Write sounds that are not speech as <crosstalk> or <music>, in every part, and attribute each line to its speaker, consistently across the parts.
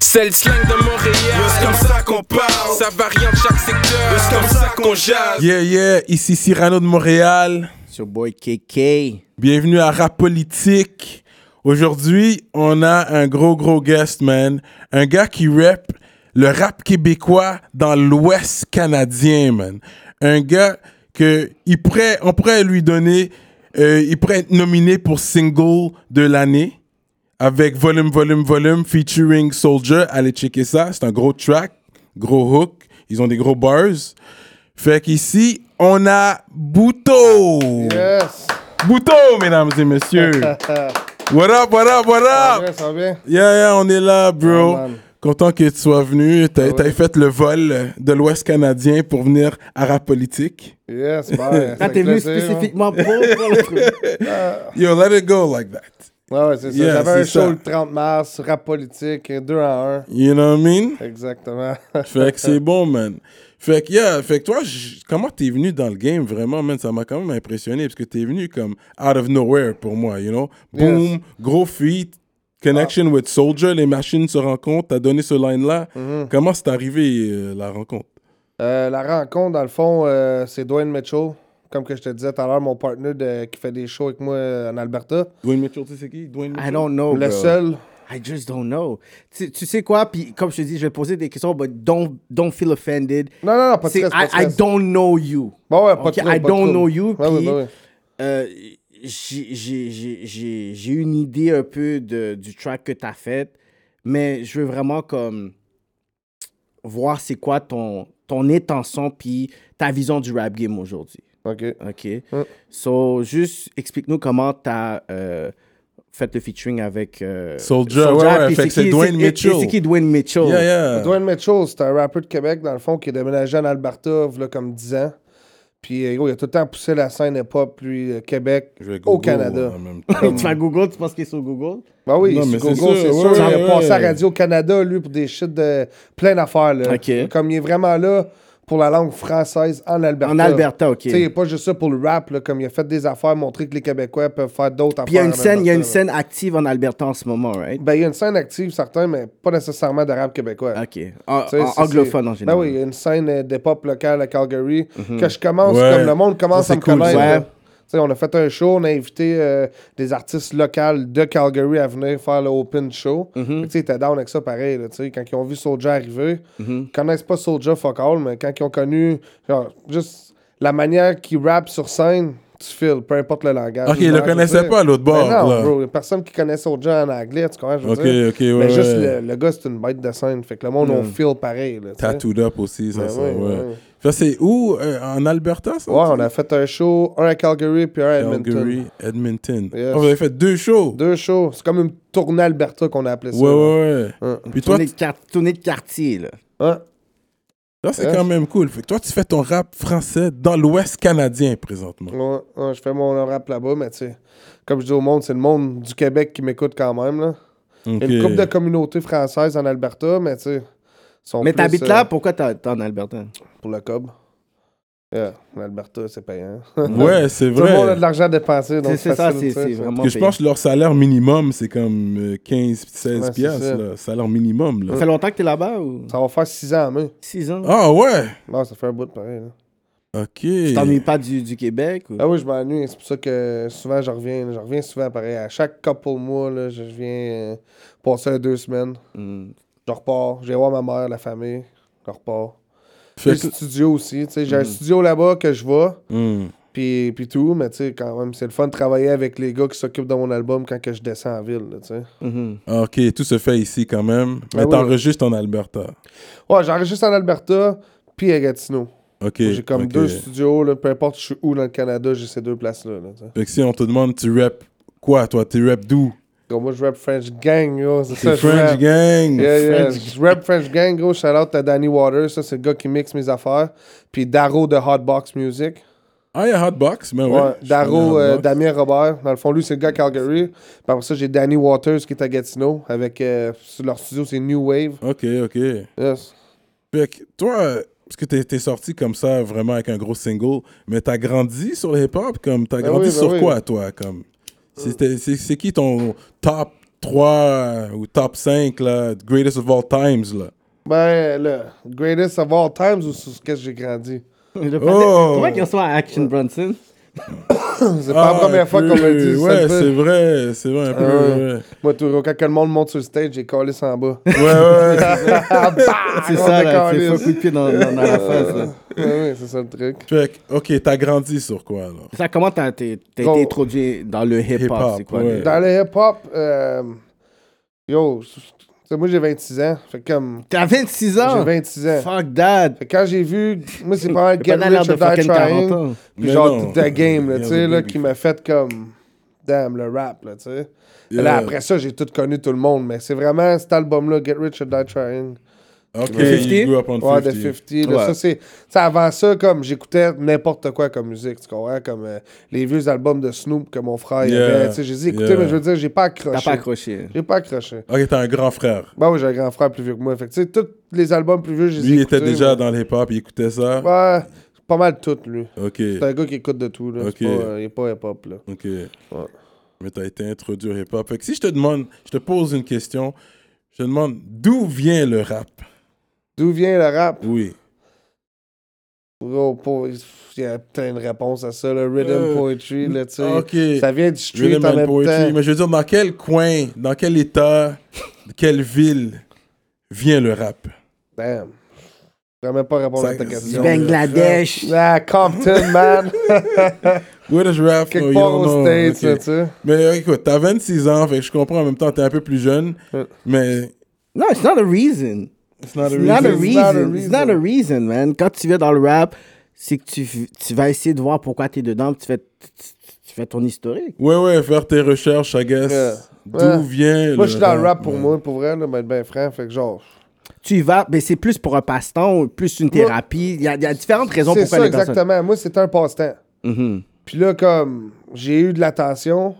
Speaker 1: C'est le slang de Montréal.
Speaker 2: C'est comme ça qu'on parle.
Speaker 1: Ça varie en chaque secteur.
Speaker 2: C'est comme ça qu'on jase.
Speaker 3: Yeah, yeah, ici Cyrano de Montréal.
Speaker 4: It's your boy KK.
Speaker 3: Bienvenue à Rap Politique. Aujourd'hui, on a un gros, gros guest, man. Un gars qui rap le rap québécois dans l'Ouest canadien, man. Un gars que il pourrait, on pourrait lui donner, euh, il pourrait être nominé pour single de l'année avec Volume, Volume, Volume featuring Soldier. Allez checker ça, c'est un gros track, gros hook. Ils ont des gros bars. Fait qu'ici, on a Bouto.
Speaker 5: Yes!
Speaker 3: Bouto, mesdames et messieurs. what up, what up, what
Speaker 5: Ça
Speaker 3: up?
Speaker 5: va, ça va bien?
Speaker 3: Yeah, yeah, on est là, bro.
Speaker 5: Yeah, Ah, man.
Speaker 3: Content que tu sois venu. T'as t'as fait le vol de l'Ouest canadien pour venir à Rap Politique.
Speaker 5: Yes, bye.
Speaker 4: <laughs> Quand t'es venu spécifiquement pour, pour le truc.
Speaker 3: Yo, let it go like that.
Speaker 5: Ouais, ouais, c'est ça.
Speaker 3: Yeah,
Speaker 5: J'avais un
Speaker 3: c'est ça.
Speaker 5: show le 30 mars, rap politique, 2 en 1.
Speaker 3: You know what I mean?
Speaker 5: Exactement. <laughs>
Speaker 3: Fait que c'est bon, man. Fait que, yeah, fait que toi, j- comment t'es venu dans le game, vraiment, man? Ça m'a quand même impressionné parce que t'es venu comme out of nowhere pour moi, you know? Boom, gros feat, connection with Soldier, les machines se rencontrent, t'as donné ce line-là. Comment c'est arrivé euh, la rencontre?
Speaker 5: Euh, la rencontre, dans le fond, euh, c'est Dwayne Mitchell. Comme que je te disais tout à l'heure, mon partner de- qui fait des shows avec moi euh, en Alberta.
Speaker 3: Dwayne Mitchell, tu sais c'est qui? Dwayne Mitchell?
Speaker 4: I don't know,
Speaker 5: Le
Speaker 4: bro.
Speaker 5: seul.
Speaker 4: I just don't know. Tu, tu sais quoi? Puis comme je te dis, je vais poser des questions, but don't, don't feel offended.
Speaker 5: Non, non, non, pas de
Speaker 4: C'est
Speaker 5: stress, pas de
Speaker 4: I, I
Speaker 5: stress.
Speaker 4: don't know you.
Speaker 5: Bon, ouais, pas de
Speaker 4: Ok,
Speaker 5: trouble, pas
Speaker 4: I
Speaker 5: de
Speaker 4: don't
Speaker 5: trouble.
Speaker 4: know you.
Speaker 5: Ouais, ouais,
Speaker 4: puis,
Speaker 5: ouais, ouais.
Speaker 4: euh, j'ai- j'ai j'ai- j'ai- j'ai une idée un peu de, du track que t'as fait, mais je veux vraiment comme voir c'est quoi ton, ton intention puis ta vision du rap game aujourd'hui.
Speaker 5: Ok.
Speaker 4: OK. So, juste explique-nous comment t'as euh, fait le featuring avec euh,
Speaker 3: Soulja, ouais, ouais,
Speaker 4: puis
Speaker 3: fait que c'est
Speaker 4: qui-
Speaker 3: Dwayne
Speaker 4: et- et
Speaker 3: Mitchell.
Speaker 4: C'est qui Dwayne Mitchell?
Speaker 3: Yeah,
Speaker 4: Euh.
Speaker 3: yeah.
Speaker 5: Dwayne Mitchell, c'est un rappeur de Québec, dans le fond, qui est déménagé en Alberta, il comme 10 ans. Puis, euh, gros, il a tout le temps poussé la scène hip-hop, lui, euh, Québec,
Speaker 4: <coughs>
Speaker 3: Je vais
Speaker 5: au
Speaker 3: Google
Speaker 5: Canada.
Speaker 3: en <laughs> même temps.
Speaker 4: Tu vas Google, tu penses qu'il est sur Google?
Speaker 5: Ben oui,
Speaker 3: Non,
Speaker 5: c'est
Speaker 3: mais
Speaker 5: Gogo,
Speaker 3: c'est sûr,
Speaker 5: c'est
Speaker 3: ouais,
Speaker 5: sûr.
Speaker 3: ouais,
Speaker 5: Il a
Speaker 3: ouais.
Speaker 5: passé à Radio-Canada, lui, pour des shit de plein d'affaires. là.
Speaker 4: Ok.
Speaker 5: Comme il est vraiment là pour la langue française en Alberta.
Speaker 4: En Alberta, OK.
Speaker 5: Tu sais, il est pas juste ça pour le rap, là, comme il a fait des affaires, montrer que les Québécois peuvent faire d'autres affaires.
Speaker 4: Puis il y a une
Speaker 5: en
Speaker 4: scène, il y a une
Speaker 5: Alberta, là.
Speaker 4: scène active en Alberta en ce moment, right?
Speaker 5: Ben, il y a une scène active, certains, mais pas nécessairement de rap québécois.
Speaker 4: OK. En-
Speaker 5: Tu sais,
Speaker 4: en-
Speaker 5: c'est-
Speaker 4: anglophone en
Speaker 5: c'est-
Speaker 4: général. Mhm.
Speaker 5: Ben oui, il y a une scène euh, de pop locale à Calgary que je commence,
Speaker 3: Ouais.
Speaker 5: comme le monde commence
Speaker 3: Ça,
Speaker 5: à
Speaker 3: c'est
Speaker 5: me
Speaker 3: cool,
Speaker 5: connaître.
Speaker 4: ça.
Speaker 5: là.
Speaker 4: Ouais.
Speaker 5: Tu sais, on a fait un show, on a invité euh, des artistes locaux de Calgary à venir faire le open show. Fait
Speaker 4: Mhm.
Speaker 5: que, Tu sais, ils étaient down avec ça pareil. là, tu sais, quand ils ont vu Soulja arriver,
Speaker 4: Mhm.
Speaker 5: ils connaissent pas Soulja fuck all, mais quand ils ont connu genre, juste la manière qu'il rappe sur scène, tu files, peu importe le langage.
Speaker 3: Ok, ils le
Speaker 5: Ouais,
Speaker 3: connaissaient
Speaker 5: tu sais.
Speaker 3: pas à l'autre
Speaker 5: Ben
Speaker 3: bord,
Speaker 5: Non,
Speaker 3: là.
Speaker 5: bro, y a personne qui connaît Soulja en anglais, tu comprends? je veux
Speaker 3: Ok,
Speaker 5: dire.
Speaker 3: ok, ouais,
Speaker 5: Mais juste
Speaker 3: ouais. Hmm.
Speaker 5: le, le gars, c'est une bête de scène. Fait que le monde, on feel pareil. Là, tu sais.
Speaker 3: Tattooed up aussi, ça,
Speaker 5: Ben
Speaker 3: ça,
Speaker 5: ouais,
Speaker 3: ouais.
Speaker 5: ouais.
Speaker 3: Ça, c'est où? euh, en Alberta, ça?
Speaker 5: Ouais, on a fait un show, un à Calgary puis un à Edmonton.
Speaker 3: Calgary, Edmonton.
Speaker 5: Yes.
Speaker 3: Oh, vous avez fait deux shows?
Speaker 5: Deux shows. C'est comme une tournée Alberta qu'on a appelé ça.
Speaker 3: Ouais,
Speaker 5: là.
Speaker 3: ouais, ouais.
Speaker 5: Hein.
Speaker 3: Puis toi,
Speaker 4: Tournée
Speaker 3: tu-
Speaker 4: de, quart- tournée de quartier, là.
Speaker 5: Hein?
Speaker 3: ça, c'est
Speaker 5: Yes.
Speaker 3: quand même cool. Fait que toi, tu fais ton rap français dans l'Ouest canadien, présentement.
Speaker 5: Ouais, ouais, je fais mon rap là-bas, mais tu sais, comme je dis au monde, c'est le monde du Québec qui m'écoute quand même. Là.
Speaker 3: Ok.
Speaker 5: Il y a une couple de communautés françaises en Alberta, mais tu sais. sont
Speaker 4: Mais
Speaker 5: plus,
Speaker 4: t'habites
Speaker 5: euh,
Speaker 4: là, pourquoi t'as- t'es en Alberta?
Speaker 5: Pour le cob. Yeah, l'Alberta, c'est payant.
Speaker 3: Ouais, c'est
Speaker 5: Tout le monde a
Speaker 3: vrai.
Speaker 5: de l'argent à dépenser. donc
Speaker 4: C'est c'est ça,
Speaker 5: facile,
Speaker 4: c'est
Speaker 5: tu sais,
Speaker 4: c'est vraiment...
Speaker 3: Parce que je
Speaker 4: payant.
Speaker 3: pense que leur salaire minimum, c'est comme euh, 15, 16
Speaker 5: Ouais, c'est
Speaker 3: piastres,
Speaker 5: ça.
Speaker 3: là. Salaire minimum, là.
Speaker 4: Ça fait longtemps que t'es là-bas ou...
Speaker 5: Ça va faire six ans en mai.
Speaker 4: 6 ans?
Speaker 3: Ah, ouais!
Speaker 5: Non, ça fait un bout de pareil. là.
Speaker 3: Ok.
Speaker 4: Tu t'ennuies pas du, du Québec? Ou...
Speaker 5: Ah oui, je m'ennuie. C'est pour ça que souvent, je reviens. Je reviens souvent pareil. À chaque couple mois, là, je viens euh, passer un deux semaines.
Speaker 4: Hmm. <laughs>
Speaker 5: Je repars. Je vais voir ma mère, la famille. Je repars. Puis
Speaker 3: Fait
Speaker 5: le
Speaker 3: que- Mhm.
Speaker 5: studio aussi. tu sais, J'ai un studio là-bas que je vois.
Speaker 3: Hmm.
Speaker 5: Puis, puis tout. Mais tu sais, quand même, c'est le fun de travailler avec les gars qui s'occupent de mon album quand que je descends en ville. là, tu sais.
Speaker 4: Mhm.
Speaker 3: Ok, tout se fait ici quand même. Mais
Speaker 5: Ben oui.
Speaker 3: t'enregistres en Alberta.
Speaker 5: Ouais, j'enregistre en Alberta. Puis à Gatineau.
Speaker 3: Ok.
Speaker 5: J'ai comme
Speaker 3: ok.
Speaker 5: deux studios. Là, peu importe je suis où dans le Canada, j'ai ces deux places-là. là, tu sais.
Speaker 3: Fait que si on te demande, tu rap quoi, toi? Tu rap d'où?
Speaker 5: Donc, Moi, je rap French Gang. yo, C'est ça,
Speaker 3: C'est
Speaker 5: je rap.
Speaker 3: French Gang.
Speaker 5: Yeah, yeah.
Speaker 4: French
Speaker 5: Je rap French Gang, gros. Shout out à Danny Waters. Ça, c'est le gars qui mixe mes affaires. Puis Daro de Hotbox Music.
Speaker 3: Ah, il y a Hotbox, mais ouais.
Speaker 5: Ouais.
Speaker 3: je
Speaker 5: Daro,
Speaker 3: connais
Speaker 5: euh,
Speaker 3: Hotbox.
Speaker 5: Damien Robert. Dans le fond, lui, c'est le gars à Calgary. Puis après ça, j'ai Danny Waters qui est à Gatineau. Avec euh, leur studio, c'est New Wave.
Speaker 3: Ok, ok.
Speaker 5: Yes.
Speaker 3: Fait que toi, euh, parce que t'es t'es sorti comme ça, vraiment avec un gros single, mais t'as grandi sur le hip-hop, comme t'as
Speaker 5: Ben
Speaker 3: grandi
Speaker 5: oui, ben
Speaker 3: sur
Speaker 5: oui.
Speaker 3: quoi, toi, comme C'était- C'est c'est qui ton top 3 euh, ou top 5, là, greatest of all times, là.
Speaker 5: Ben, le greatest of all times ou sur ce que j'ai grandi?
Speaker 4: Je
Speaker 3: Oh!
Speaker 4: Comment qu'il soit à Action Bronson?
Speaker 5: C'est pas la première fois qu'on me dit ça.
Speaker 3: Ah, Ouais,
Speaker 5: le fait.
Speaker 3: c'est vrai, c'est vrai, un peu.
Speaker 5: Euh,
Speaker 3: ouais.
Speaker 5: Moi, tout, quand que le monde monte sur le stage, j'ai collé ça en
Speaker 3: <laughs>
Speaker 5: bas. <laughs> Bah,
Speaker 3: Ouais, ouais.
Speaker 5: Ah,
Speaker 4: C'est ça, là. C'est pas coup de pied dans, dans- dans la face, là.
Speaker 5: Oui, c'est ça le truc.
Speaker 3: Fait que, ok, t'as grandi sur quoi, alors?
Speaker 4: <laughs> Ça, comment t'as t'es- t'as
Speaker 5: Gros.
Speaker 4: été introduit dans le hip-hop?
Speaker 3: Hip-hop,
Speaker 4: C'est quoi?
Speaker 3: ouais.
Speaker 4: le-
Speaker 5: Dans le hip-hop, euh, yo, tu sais, moi j'ai 26 ans. Fait que comme.
Speaker 4: T'as 26
Speaker 5: J'ai
Speaker 4: ans?
Speaker 5: 26 ans.
Speaker 4: Ah! Fuck that!
Speaker 5: Fait que quand j'ai vu. Moi, c'est pas un
Speaker 4: T'as
Speaker 5: Get
Speaker 4: pas l'air
Speaker 5: Rich
Speaker 4: de
Speaker 5: or Die
Speaker 4: fucking 40
Speaker 5: Trying.
Speaker 4: ans.
Speaker 5: Puis
Speaker 3: Mais
Speaker 5: genre,
Speaker 3: non.
Speaker 5: toute la game,
Speaker 3: <laughs>
Speaker 5: là, tu sais,
Speaker 3: Yeah,
Speaker 5: là,
Speaker 3: baby.
Speaker 5: qui m'a fait comme. Damn, le rap, là, tu sais.
Speaker 3: Yeah.
Speaker 5: Là, après ça, j'ai tout connu tout le monde, mais c'est vraiment cet album-là, Get Rich or Die Trying.
Speaker 3: Ok,
Speaker 4: Ouais.
Speaker 3: you grew up on
Speaker 5: Ouais,
Speaker 3: 50.
Speaker 5: de 50. là,
Speaker 4: Ouais.
Speaker 5: ça, c'est- ça, avant ça, comme j'écoutais n'importe quoi comme musique, tu comprends? Comme euh, les vieux albums de Snoop que mon frère il
Speaker 3: Yeah.
Speaker 5: avait. tu sais, J'ai dit, écoutez,
Speaker 3: Yeah.
Speaker 5: mais je veux dire, j'ai pas accroché.
Speaker 4: T'as pas accroché.
Speaker 5: J'ai pas accroché.
Speaker 3: Ok, t'as un grand frère.
Speaker 5: bah oui, j'ai un grand frère plus vieux que moi. Fait que, tu sais, tous les albums plus vieux, j'ai
Speaker 3: Lui, il était déjà dans le hip-hop, il écoutait ça.
Speaker 5: Ouais, pas mal tout, lui.
Speaker 3: Ok,
Speaker 5: C'est un gars qui écoute de tout, là. C'est
Speaker 3: Ok.
Speaker 5: pas, euh, il est pas hip-hop, là.
Speaker 3: ok. Mais t'as été introduit au hip-hop. Fait que si je te demande, je te pose une question, je te demande d'où vient le rap?
Speaker 5: D'où vient le rap?
Speaker 3: Oui.
Speaker 5: Gros, pour- Il y a plein de réponses à ça, le rhythm
Speaker 3: Euh,
Speaker 5: poetry, là, tu sais.
Speaker 3: ok.
Speaker 5: Ça vient du street
Speaker 3: Rhythm
Speaker 5: en
Speaker 3: and
Speaker 5: même
Speaker 3: poetry.
Speaker 5: temps.
Speaker 3: Mais je veux dire, dans quel coin, dans quel état, de quelle ville vient le rap?
Speaker 5: Damn. Je pourrais même pas répondre
Speaker 3: Ça-
Speaker 5: à ta question.
Speaker 3: Du Bangladesh.
Speaker 5: Ah, Compton,
Speaker 3: <laughs>
Speaker 5: man!
Speaker 3: Where does rap?
Speaker 5: Quelque
Speaker 3: No, you
Speaker 5: part
Speaker 3: don't
Speaker 5: aux
Speaker 3: know.
Speaker 5: States,
Speaker 3: Oh, Ok.
Speaker 5: là, tu sais.
Speaker 3: Mais euh, écoute, t'as 26 ans, fait que je comprends en même temps, t'es un peu plus jeune,
Speaker 5: Ouais.
Speaker 3: mais
Speaker 4: Non, it's not a reason.
Speaker 3: it's not a
Speaker 4: It's
Speaker 5: reason. It's not
Speaker 4: not a
Speaker 5: a
Speaker 4: reason. It's not a
Speaker 5: reason.
Speaker 4: reason, man. Quand tu viens dans le rap, c'est que tu, tu vas essayer de voir pourquoi t'es dedans, puis tu fais, tu, tu fais ton historique.
Speaker 3: Ouais, ouais, faire tes recherches, I guess.
Speaker 5: Yeah.
Speaker 3: D'où
Speaker 5: Ouais.
Speaker 3: vient
Speaker 5: Moi, je suis dans le rap pour
Speaker 3: ouais.
Speaker 5: moi, pour vrai, là, mais ben franc, fait que genre.
Speaker 4: Tu y vas, mais c'est plus pour un passe-temps, ou plus une thérapie. Il y, a- il y a différentes raisons
Speaker 5: C'est
Speaker 4: pourquoi
Speaker 5: ça,
Speaker 4: les personnes...
Speaker 5: exactement. Moi, c'est un passe-temps.
Speaker 4: Mhm.
Speaker 5: Puis là, comme, j'ai eu de l'attention,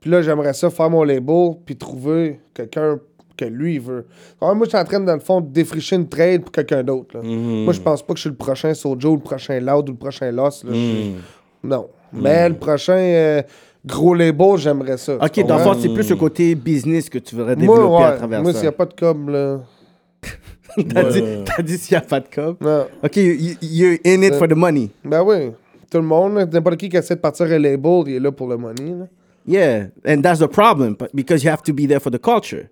Speaker 5: puis là, j'aimerais ça faire mon label, puis trouver quelqu'un que lui il veut. Alors, moi, je suis en train, dans le fond, de défricher une trade pour quelqu'un d'autre.
Speaker 4: Mm.
Speaker 5: là.
Speaker 3: Mm-hmm.
Speaker 5: Moi, je pense pas que je suis le prochain Sojo, le prochain Loud ou le prochain Loss. là.
Speaker 4: Mm.
Speaker 5: Je- Non. Mais le prochain euh, gros label, j'aimerais ça. tu
Speaker 4: OK, dans le
Speaker 5: comprends?
Speaker 4: fond, c'est plus le côté business que tu voudrais développer
Speaker 5: Moi,
Speaker 4: à
Speaker 5: ouais.
Speaker 4: travers
Speaker 5: Moi, s'il n'y a
Speaker 4: ça.
Speaker 5: pas de com, là.
Speaker 4: T'as dit, t'as dit s'il n'y a pas de cop.
Speaker 5: Non.
Speaker 4: OK, you- you're in it for the money.
Speaker 5: Ben oui. Tout le monde, là, n'importe qui qui essaie de partir un label, il est là pour le money. Là.
Speaker 4: Yeah, and that's the problem, but- because you have to be there for the culture.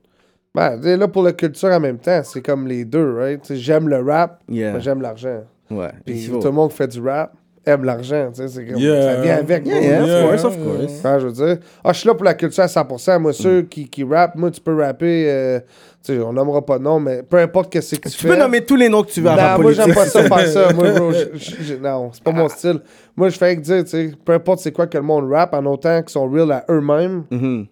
Speaker 5: Ben, t'es là pour la culture en même temps. C'est comme les deux, right? T'sais, J'aime le rap,
Speaker 4: Yeah.
Speaker 5: mais j'aime l'argent.
Speaker 4: Ouais.
Speaker 5: Puis
Speaker 4: Yo.
Speaker 5: tout le monde qui fait du rap aime l'argent. t'sais, C'est comme,
Speaker 3: Yeah.
Speaker 5: Ça vient avec.
Speaker 4: Yeah,
Speaker 5: bro.
Speaker 4: yeah,
Speaker 3: Yeah.
Speaker 4: of course, of course.
Speaker 5: Ouais, je veux dire. Ah, je suis là pour la culture à 100%. Moi, ceux qui, qui rappent, moi, tu peux rapper. euh, t'sais, on nommera pas de nom, mais peu importe que c'est que tu,
Speaker 4: Tu peux
Speaker 5: fais.
Speaker 4: nommer tous les noms que tu veux à la
Speaker 5: Non, Bah, moi,
Speaker 4: politique.
Speaker 5: j'aime pas ça faire ça. Moi, bro, je- je- je- non, c'est pas mon style. Moi, je fais que dire, tu sais, peu importe c'est quoi que le monde rappe, en autant qu'ils sont real à eux-mêmes.
Speaker 4: <laughs> Mhm.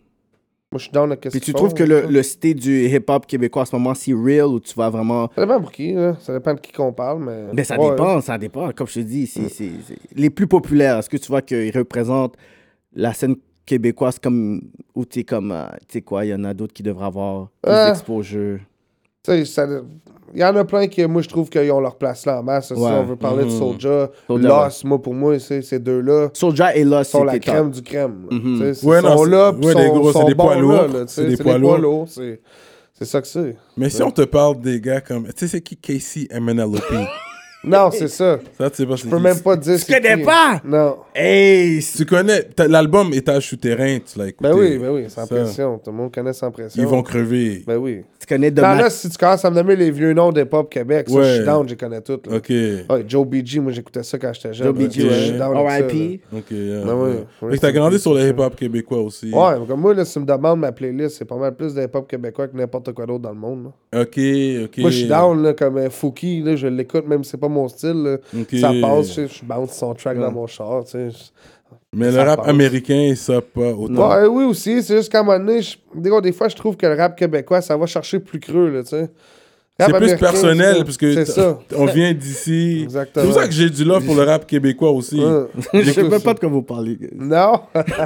Speaker 5: Moi, je suis down avec ce
Speaker 4: Puis tu
Speaker 5: qu'ils
Speaker 4: trouves
Speaker 5: font,
Speaker 4: que le,
Speaker 5: là.
Speaker 4: le style du hip-hop québécois en ce moment, c'est real ou tu vas vraiment.
Speaker 5: Ça dépend pour qui, là. Ça dépend de qui qu'on parle, mais.
Speaker 4: Ben, ça
Speaker 5: Ouais.
Speaker 4: dépend, ça dépend. Comme je te dis, c'est, c'est, c'est- les plus populaires. Est-ce que tu vois qu'ils représentent la scène québécoise comme. Ou tu sais, comme. euh, Tu sais quoi, il y en a d'autres qui devraient avoir plus
Speaker 5: Ah.
Speaker 4: d'exposure.
Speaker 5: Tu sais, ça- Il y en a plein qui, moi, je trouve qu'ils ont leur place là en masse. Si
Speaker 4: Ouais. Mhm.
Speaker 5: on veut parler de Soulja,
Speaker 4: Soulja,
Speaker 5: Lost, moi, pour moi, c'est- ces deux-là
Speaker 4: Soulja et Lost,
Speaker 5: sont la
Speaker 4: c'était top. Mhm.
Speaker 5: crème du crème. là. Tu sais, c'est-
Speaker 3: Ouais,
Speaker 5: ils
Speaker 3: non,
Speaker 5: sont
Speaker 3: c'est-
Speaker 5: là, puis
Speaker 3: ouais,
Speaker 5: sont,
Speaker 3: des gros,
Speaker 5: sont
Speaker 3: c'est des
Speaker 5: bons
Speaker 3: poids
Speaker 5: là,
Speaker 3: lourds,
Speaker 5: là, tu sais,
Speaker 3: c'est des
Speaker 5: c'est
Speaker 3: poids
Speaker 5: des poids
Speaker 3: lourds.
Speaker 5: lourds, C'est c'est ça que c'est.
Speaker 3: Mais si on te parle des gars comme. Tu sais, c'est qui Casey
Speaker 5: <laughs>
Speaker 3: MNLOP
Speaker 5: Non, c'est ça.
Speaker 3: Ça, tu sais pas c'est
Speaker 5: Je peux
Speaker 3: qui.
Speaker 5: même pas te dire.
Speaker 4: Tu
Speaker 5: c'est
Speaker 4: connais
Speaker 5: qui.
Speaker 4: pas?
Speaker 5: Non.
Speaker 4: Hey!
Speaker 3: Tu connais t'as- l'album Étage souterrain, tu l'as écouté.
Speaker 5: Ben oui, ben oui, sans
Speaker 3: Ça,
Speaker 5: pression. Tout le monde connaît sans pression.
Speaker 3: Ils vont crever.
Speaker 5: Ben oui.
Speaker 4: Tu connais de
Speaker 5: Non,
Speaker 4: Mat-
Speaker 5: là, si tu commences à me nommer les vieux noms des pop Québec, ça, je
Speaker 3: Ouais.
Speaker 5: suis down, je les connais toutes. là.
Speaker 3: Ok.
Speaker 5: Ben Ouais, Ah, Joe BG, moi, j'écoutais ça quand j'étais jeune.
Speaker 4: Joe
Speaker 5: là.
Speaker 4: B.G.,
Speaker 5: Je suis
Speaker 3: ouais.
Speaker 5: down avec ça, là.
Speaker 4: RIP.
Speaker 3: Ok, yeah,
Speaker 5: Ben oui,
Speaker 3: ouais.
Speaker 5: ouais,
Speaker 3: Fait que
Speaker 5: c'est
Speaker 3: t'as grandi
Speaker 5: une
Speaker 3: sur le hip-hop québécois aussi.
Speaker 5: Ouais, mais comme moi, là, si tu me demandes ma playlist, c'est pas mal plus des pop québécois que n'importe quoi d'autre dans le monde. là.
Speaker 3: Ok, ok.
Speaker 5: Moi, je suis down, là, comme un Fouki, là, je l'écoute, même si c'est pas mon style. là.
Speaker 3: Ok.
Speaker 5: Ça passe, je je bounce son track dans mon char, tu sais.
Speaker 3: Mais le
Speaker 5: Ça
Speaker 3: rap
Speaker 5: passe.
Speaker 3: américain, ça pas autant.
Speaker 5: Ouais, oui, aussi, c'est juste qu'à un moment donné, je- des, fois, des fois, je trouve que le rap québécois, ça va chercher plus creux, là, tu sais. Rap
Speaker 3: C'est plus
Speaker 5: américain,
Speaker 3: personnel,
Speaker 5: c'est-
Speaker 3: parce que
Speaker 5: C'est
Speaker 3: t-
Speaker 5: ça.
Speaker 3: on vient d'ici.
Speaker 5: <laughs> Exactement.
Speaker 3: C'est pour ça que j'ai du love pour le rap québécois aussi.
Speaker 5: <laughs> Hein.
Speaker 4: Je sais même pas de quoi vous parlez.
Speaker 5: Non.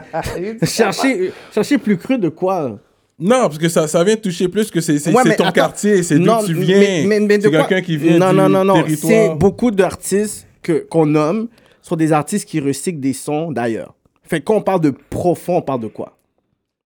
Speaker 4: <laughs> Cherchez, cherchez plus cru de quoi?
Speaker 3: Non, parce que ça, ça vient toucher plus que c'est c'est-
Speaker 4: Ouais,
Speaker 3: c'est
Speaker 4: mais
Speaker 3: ton
Speaker 4: attends.
Speaker 3: quartier, c'est d'où
Speaker 4: Non,
Speaker 3: tu viens.
Speaker 4: mais- mais- mais de
Speaker 3: c'est
Speaker 4: quoi-
Speaker 3: quelqu'un qui vient
Speaker 4: Non,
Speaker 3: du
Speaker 4: non, non, non. C'est
Speaker 3: territoire.
Speaker 4: beaucoup d'artistes que- qu'on nomme sont des artistes qui recyclent des sons d'ailleurs. Fait qu'on parle de profond, on parle de quoi?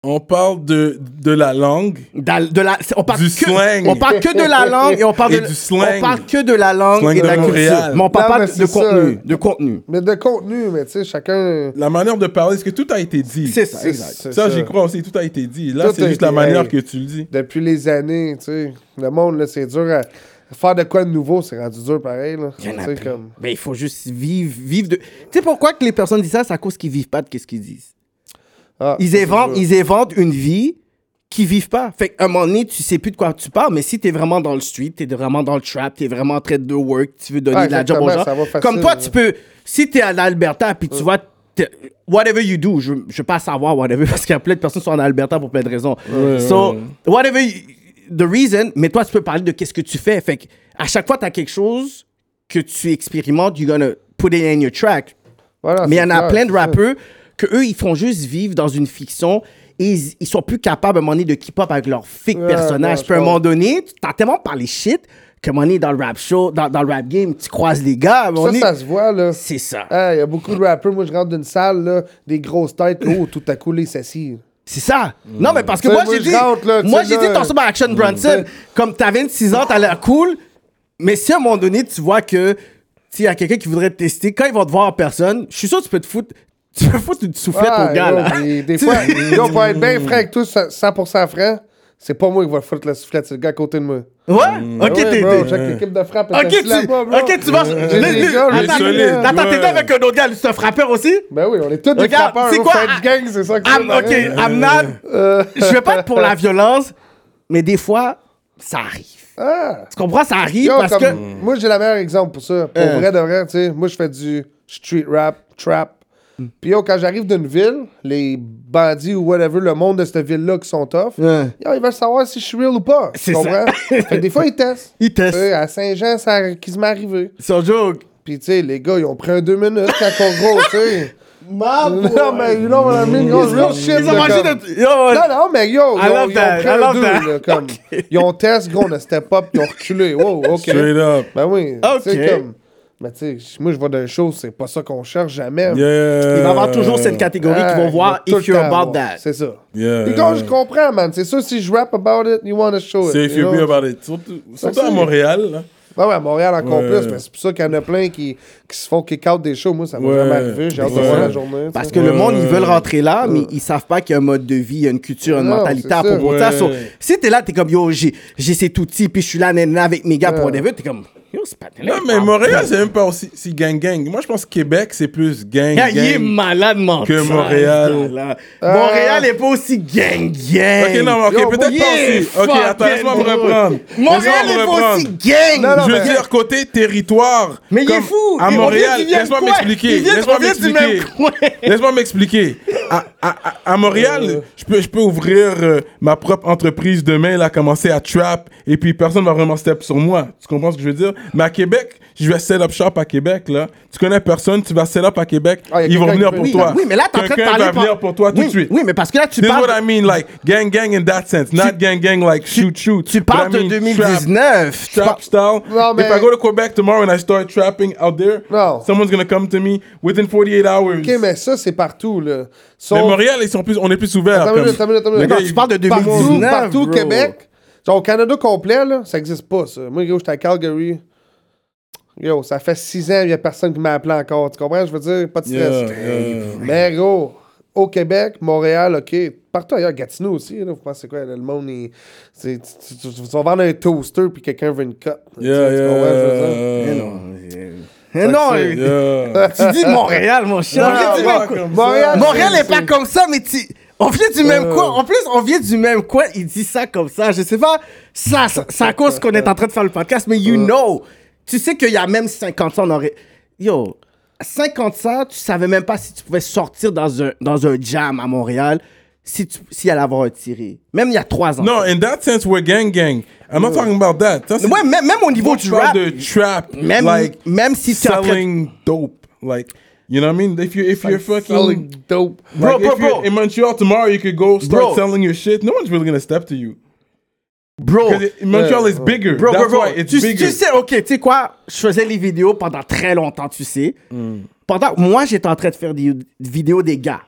Speaker 3: on parle de, de la langue.
Speaker 4: Dal- de la, on parle
Speaker 3: Du
Speaker 4: que,
Speaker 3: slang.
Speaker 4: On parle que de la <laughs> langue et on parle,
Speaker 3: Et
Speaker 4: de,
Speaker 3: du slang.
Speaker 4: on parle que de la langue
Speaker 3: Slang
Speaker 4: et de,
Speaker 3: de
Speaker 4: la
Speaker 3: Montréal.
Speaker 4: culture. Mais on parle
Speaker 5: Non,
Speaker 4: pas
Speaker 5: mais
Speaker 4: de
Speaker 5: c'est ça.
Speaker 4: contenu. De contenu.
Speaker 5: <laughs> Mais de contenu, mais tu sais, chacun.
Speaker 3: La manière de parler, parce que tout a été dit.
Speaker 4: C'est ça,
Speaker 5: c'est-
Speaker 4: exact.
Speaker 5: c'est
Speaker 3: Ça, j'y crois aussi, tout a été dit. Là,
Speaker 5: Tout
Speaker 3: c'est
Speaker 5: a
Speaker 3: juste
Speaker 5: été-
Speaker 3: la manière
Speaker 5: hey.
Speaker 3: que tu le dis.
Speaker 5: Depuis les années, tu sais. Le monde, là, c'est dur à. Faire de quoi de nouveau, c'est rendu dur pareil, là.
Speaker 4: Y'en a
Speaker 5: Tu sais,
Speaker 4: plus.
Speaker 5: comme.
Speaker 4: Mais il faut juste vivre, vivre de. Tu sais pourquoi que les personnes disent ça C'est à cause qu'ils vivent pas de qu'est-ce qu'ils disent.
Speaker 5: Ah,
Speaker 4: Ils
Speaker 5: c'est
Speaker 4: inventent,
Speaker 5: dur.
Speaker 4: ils inventent une vie qu'ils vivent pas. Fait qu'à un moment donné, tu sais plus de quoi tu parles, mais si t'es vraiment dans le street, t'es vraiment dans le trap, t'es vraiment en train de work, tu veux donner
Speaker 5: Ah,
Speaker 4: de la job aux
Speaker 5: exactement,
Speaker 4: gens.
Speaker 5: ça va facile,
Speaker 4: Comme toi,
Speaker 5: ouais.
Speaker 4: tu peux. Si t'es en Alberta, puis tu vois. t'es- Whatever you do, je, je veux pas savoir whatever, <laughs> parce qu'il y a plein de personnes qui sont en Alberta pour plein de raisons. so, whatever you- the reason, mais toi, tu peux parler de qu'est-ce que tu fais. Fait que à chaque fois, t'as quelque chose que tu expérimentes, you're gonna put it in your track.
Speaker 5: Voilà,
Speaker 4: Mais il y
Speaker 5: Ah, c'est
Speaker 4: en a
Speaker 5: clair,
Speaker 4: plein de
Speaker 5: c'est ça.
Speaker 4: rappeurs que eux, ils font juste vivre dans une fiction et ils, ils sont plus capables à un moment donné de keep up avec leur fake
Speaker 5: Ouais,
Speaker 4: personnage.
Speaker 5: ouais,
Speaker 4: Puis à un
Speaker 5: je
Speaker 4: moment donné, tu t'as tellement parlé shit que à un moment donné, dans le rap show, dans, dans le rap game, tu croises les gars. à un moment
Speaker 5: Ça,
Speaker 4: donné-
Speaker 5: ça se voit, là.
Speaker 4: C'est ça.
Speaker 5: Ah, il y a beaucoup de rappeurs. Moi, je rentre d'une salle, là, des grosses têtes. Oh, tout à coup, les sassies.
Speaker 4: C'est ça. Non, mais parce que
Speaker 5: Tu sais,
Speaker 4: moi,
Speaker 5: moi,
Speaker 4: j'ai
Speaker 5: je
Speaker 4: dit.
Speaker 5: rentre, là, tu
Speaker 4: moi,
Speaker 5: sais,
Speaker 4: j'ai dit,
Speaker 5: là,
Speaker 4: ton somme à Action Bronson. Comme t'as 26 ans, t'as l'air cool. Mais si à un moment donné, tu vois que. S'il y a quelqu'un qui voudrait te tester, quand ils vont te voir en personne, je suis sûr que tu peux te foutre. <laughs> Tu peux foutre une soufflette
Speaker 5: Ah,
Speaker 4: au gars,
Speaker 5: yo,
Speaker 4: là.
Speaker 5: puis Des
Speaker 4: <laughs> Tu-
Speaker 5: fois, yo, pour être bien franc avec toi, 100% franc, c'est pas moi qui va foutre la soufflette, c'est le gars à côté de moi.
Speaker 4: Ouais? Ok,
Speaker 5: Ah ouais,
Speaker 4: t'es.
Speaker 5: bro,
Speaker 4: t'es-
Speaker 5: J'ai l'équipe de frappe.
Speaker 4: Ok,
Speaker 5: était
Speaker 4: tu,
Speaker 5: là-bas, bro.
Speaker 4: ok, tu marches.
Speaker 5: J'ai
Speaker 4: Les-
Speaker 5: des
Speaker 4: les-
Speaker 5: gars,
Speaker 4: attends,
Speaker 5: j'ai des
Speaker 3: solides.
Speaker 5: gars.
Speaker 4: attends, t'étais
Speaker 3: Ouais.
Speaker 4: avec un autre gars, c'est un frappeur aussi?
Speaker 5: Ben oui, on est tous des
Speaker 4: Regarde,
Speaker 5: frappeurs.
Speaker 4: c'est
Speaker 5: bro,
Speaker 4: quoi,
Speaker 5: Fight
Speaker 4: ah,
Speaker 5: gang, c'est ça que
Speaker 4: Am-
Speaker 5: c'est,
Speaker 4: ok,
Speaker 5: pareil.
Speaker 4: Amnab,
Speaker 5: Euh.
Speaker 4: je veux pas
Speaker 5: <laughs>
Speaker 4: être pour la violence, mais des fois, ça arrive.
Speaker 5: Ah.
Speaker 4: Tu comprends? Ça arrive
Speaker 5: Yo,
Speaker 4: parce
Speaker 5: comme-
Speaker 4: que.
Speaker 5: Moi, j'ai le meilleur exemple pour ça. Pour
Speaker 4: Hein.
Speaker 5: vrai de vrai, tu sais, moi, je fais du street rap, trap.
Speaker 4: Mm.
Speaker 5: Puis yo, quand j'arrive d'une ville, les bandits ou whatever, le monde de cette ville-là qui sont tough,
Speaker 4: Ouais.
Speaker 5: yo, ils veulent savoir si je suis real ou pas.
Speaker 4: C'est
Speaker 5: Tu
Speaker 4: ça. <laughs>
Speaker 5: comprends? fait que des fois, ils testent.
Speaker 4: Ils
Speaker 5: Tu
Speaker 4: testent.
Speaker 5: sais, à Saint-Jean, ça a- qui se m'est arrivé.
Speaker 4: Son joke.
Speaker 5: Puis, tu sais, les gars, ils ont pris un deux minutes quand on gros, tu
Speaker 4: <laughs>
Speaker 5: sais. Non, mais you know what I mean? Yo, real shit.
Speaker 4: Ils
Speaker 5: là,
Speaker 4: ont mangé
Speaker 5: comme-
Speaker 4: de. Yo,
Speaker 5: non, non, mais yo,
Speaker 4: I
Speaker 5: ils ont,
Speaker 4: love
Speaker 5: ils ont
Speaker 4: that,
Speaker 5: pris
Speaker 4: I
Speaker 5: un
Speaker 4: love
Speaker 5: deux,
Speaker 4: that.
Speaker 5: là,
Speaker 4: <laughs>
Speaker 5: comme, ils ont test, gros, on a step up, ils ont reculé, wow, ok.
Speaker 3: Straight up.
Speaker 5: Ben oui,
Speaker 4: Ok.
Speaker 5: tu sais, comme, mais tu sais, moi, je vois d'un show, c'est pas ça qu'on cherche jamais.
Speaker 3: Yeah.
Speaker 4: il va y avoir toujours cette catégorie
Speaker 5: Ah,
Speaker 4: qui vont voir
Speaker 5: il va tout
Speaker 4: if you're
Speaker 5: le temps
Speaker 4: about
Speaker 5: avoir.
Speaker 4: that. Euh.
Speaker 5: C'est ça.
Speaker 3: Yeah.
Speaker 5: Puis quand je comprends, man, c'est sûr, si je rap about it, you wanna show it.
Speaker 3: C'est if
Speaker 5: you
Speaker 3: you be
Speaker 5: know?
Speaker 3: about it. Surtout, surtout à
Speaker 5: c'est-
Speaker 3: Montréal, là.
Speaker 5: Ouais, ouais, à Montréal encore
Speaker 3: Ouais.
Speaker 5: plus, mais c'est pour ça qu'il y en a plein qui, qui se font kick out des shows. Moi, ça m'a
Speaker 3: Ouais.
Speaker 5: jamais arrivé, j'ai hâte de
Speaker 3: Ouais.
Speaker 5: voir la journée. tu
Speaker 4: Parce
Speaker 5: sais.
Speaker 4: que le monde, ils
Speaker 3: Ouais.
Speaker 4: veulent rentrer là, mais ils savent pas qu'il y a un mode de vie, il y a une culture, une
Speaker 5: Non,
Speaker 4: mentalité
Speaker 5: c'est
Speaker 4: à
Speaker 5: ça.
Speaker 4: propos de ça.
Speaker 3: Ouais.
Speaker 4: So, si t'es là, t'es comme, yo, j'ai j'ai cet outil, puis je suis là, nanana, avec mes gars pour whatever, t'es comme, yo, c'est pas
Speaker 3: Non, Ah, mais Montréal, c'est même pas aussi si gang-gang. Moi, je pense que Québec, c'est plus
Speaker 4: Regarde, Il est
Speaker 3: gang-gang.
Speaker 4: malade, mental.
Speaker 3: Que Montréal.
Speaker 4: ce gars-là. Montréal est pas aussi gang-gang.
Speaker 3: Ok, non, ok,
Speaker 5: Yo,
Speaker 3: peut-être
Speaker 4: Il
Speaker 3: pas
Speaker 4: est
Speaker 3: aussi. Ok, attends,
Speaker 4: fucking
Speaker 3: laisse-moi me
Speaker 4: drôle.
Speaker 3: reprendre.
Speaker 4: Montréal
Speaker 3: Laisse-moi
Speaker 4: est
Speaker 3: me
Speaker 4: pas aussi
Speaker 3: reprendre.
Speaker 4: gang.
Speaker 5: Non, non,
Speaker 3: Je veux
Speaker 5: mais-
Speaker 3: dire, côté territoire.
Speaker 4: Mais il est
Speaker 3: comme
Speaker 4: fou.
Speaker 3: À
Speaker 4: Il- on
Speaker 3: Montréal,
Speaker 4: vient du même
Speaker 3: laisse-moi
Speaker 4: coin.
Speaker 3: m'expliquer.
Speaker 4: Il vient-
Speaker 3: Laisse-moi
Speaker 4: on vient du
Speaker 3: m'expliquer.
Speaker 4: même coin.
Speaker 3: Laisse-moi m'expliquer. À, à, à- à
Speaker 4: Euh.
Speaker 3: Montréal, je peux, je peux ouvrir euh, ma propre entreprise demain, là, commencer à trap, et puis personne va vraiment step sur moi. Tu comprends ce que je veux dire? Mais à Québec, je vais set up shop à Québec, là. Tu connais personne, tu vas set up à Québec,
Speaker 5: Ah, y a
Speaker 3: ils vont
Speaker 5: quelqu'un
Speaker 3: venir
Speaker 5: qui
Speaker 3: pour
Speaker 5: veut-
Speaker 3: toi.
Speaker 4: Oui, mais là, t'es en train de
Speaker 3: Quelqu'un
Speaker 4: parler
Speaker 3: va
Speaker 4: par-
Speaker 3: venir pour toi tout de
Speaker 4: Oui,
Speaker 3: suite.
Speaker 4: Oui, mais parce que là, tu
Speaker 3: This is
Speaker 4: parles.
Speaker 3: what I mean, like gang gang in that sense, not gang gang like shoot shoot.
Speaker 4: Tu parles
Speaker 3: But I
Speaker 4: de
Speaker 3: mean,
Speaker 4: 2019. Tu
Speaker 3: trap
Speaker 4: par-
Speaker 3: style.
Speaker 5: No,
Speaker 3: if
Speaker 5: man.
Speaker 3: I go to Quebec tomorrow and I start trapping out there,
Speaker 5: No.
Speaker 3: someone's gonna come to me within 48 hours.
Speaker 5: Ok, mais ça, c'est partout, là.
Speaker 3: Mais
Speaker 5: Sauf-
Speaker 3: Montréal, ils sont plus, on est plus ouvert.
Speaker 5: Attends une
Speaker 3: Ah, comme-
Speaker 5: minute, attends une minute, attends une
Speaker 3: Le
Speaker 5: minute.
Speaker 3: gars,
Speaker 5: Non,
Speaker 3: il-
Speaker 4: tu parles de
Speaker 5: Partout,
Speaker 4: 2019.
Speaker 5: partout au
Speaker 4: bro.
Speaker 5: Québec. Genre, au Canada complet, là, ça n'existe pas, ça. Moi, gros, j'étais à Calgary. Yo, ça fait six ans, il n'y a personne qui m'a appelé encore. Tu comprends? Je veux dire, pas de stress.
Speaker 3: Yeah, yeah.
Speaker 5: Mais gros, au Québec, Montréal, OK. Partout ailleurs, Gatineau aussi, là, vous pensez quoi? là, le monde, il, c'est- tu, tu- tu- tu vas vendre un toaster puis quelqu'un veut une cup. Tu-
Speaker 3: Yeah,
Speaker 5: tu comprends ce que je veux dire?
Speaker 3: yeah,
Speaker 4: Eh Non, euh,
Speaker 3: yeah.
Speaker 4: tu dis Montréal, mon cher.
Speaker 5: <laughs> Ah. Non,
Speaker 4: On vient
Speaker 5: non,
Speaker 4: du même coin.
Speaker 3: comme
Speaker 5: Montréal,
Speaker 4: Montréal
Speaker 5: c'est- Euh.
Speaker 4: est pas comme ça, mais tu. On vient du même coin. En plus, on vient du même coin. Il dit ça comme ça. Je sais pas. Ça, ça, ça cause qu'on est en train de faire le podcast, mais you
Speaker 5: Euh.
Speaker 4: know. Tu sais qu'il y a même 50 ans, on aurait. Yo, 50 ans, tu savais même pas si tu pouvais sortir dans un, dans un jam à Montréal si tu si elle avait tiré. Même il y a 3 ans.
Speaker 3: No, in that sense, we're gang gang. I'm not talking about that. Ça, c'est-
Speaker 4: Ouais, même, même au niveau
Speaker 3: Moi,
Speaker 4: du
Speaker 3: je parle
Speaker 4: rap.
Speaker 3: de trap.
Speaker 4: Même,
Speaker 3: like,
Speaker 4: même si tu
Speaker 3: selling dope. Like, you know what I mean? If you if you're fucking
Speaker 5: Selling dope.
Speaker 3: Bro,
Speaker 4: Bro,
Speaker 3: bro,
Speaker 4: bro, bro.
Speaker 3: in Montreal tomorrow, you could go start
Speaker 4: Bro.
Speaker 3: selling your shit. No one's really gonna step to you.
Speaker 4: Bro,
Speaker 3: 'Cause it- Montreal is bigger.
Speaker 4: Bro,
Speaker 3: That's
Speaker 4: bro, bro,
Speaker 3: why it's
Speaker 4: tu,
Speaker 3: bigger.
Speaker 4: tu sais, ok, tu sais quoi? Je faisais les vidéos pendant
Speaker 3: Mm.
Speaker 4: très longtemps, tu sais. Pendant, moi, j'étais en train de faire des des vidéos des gars.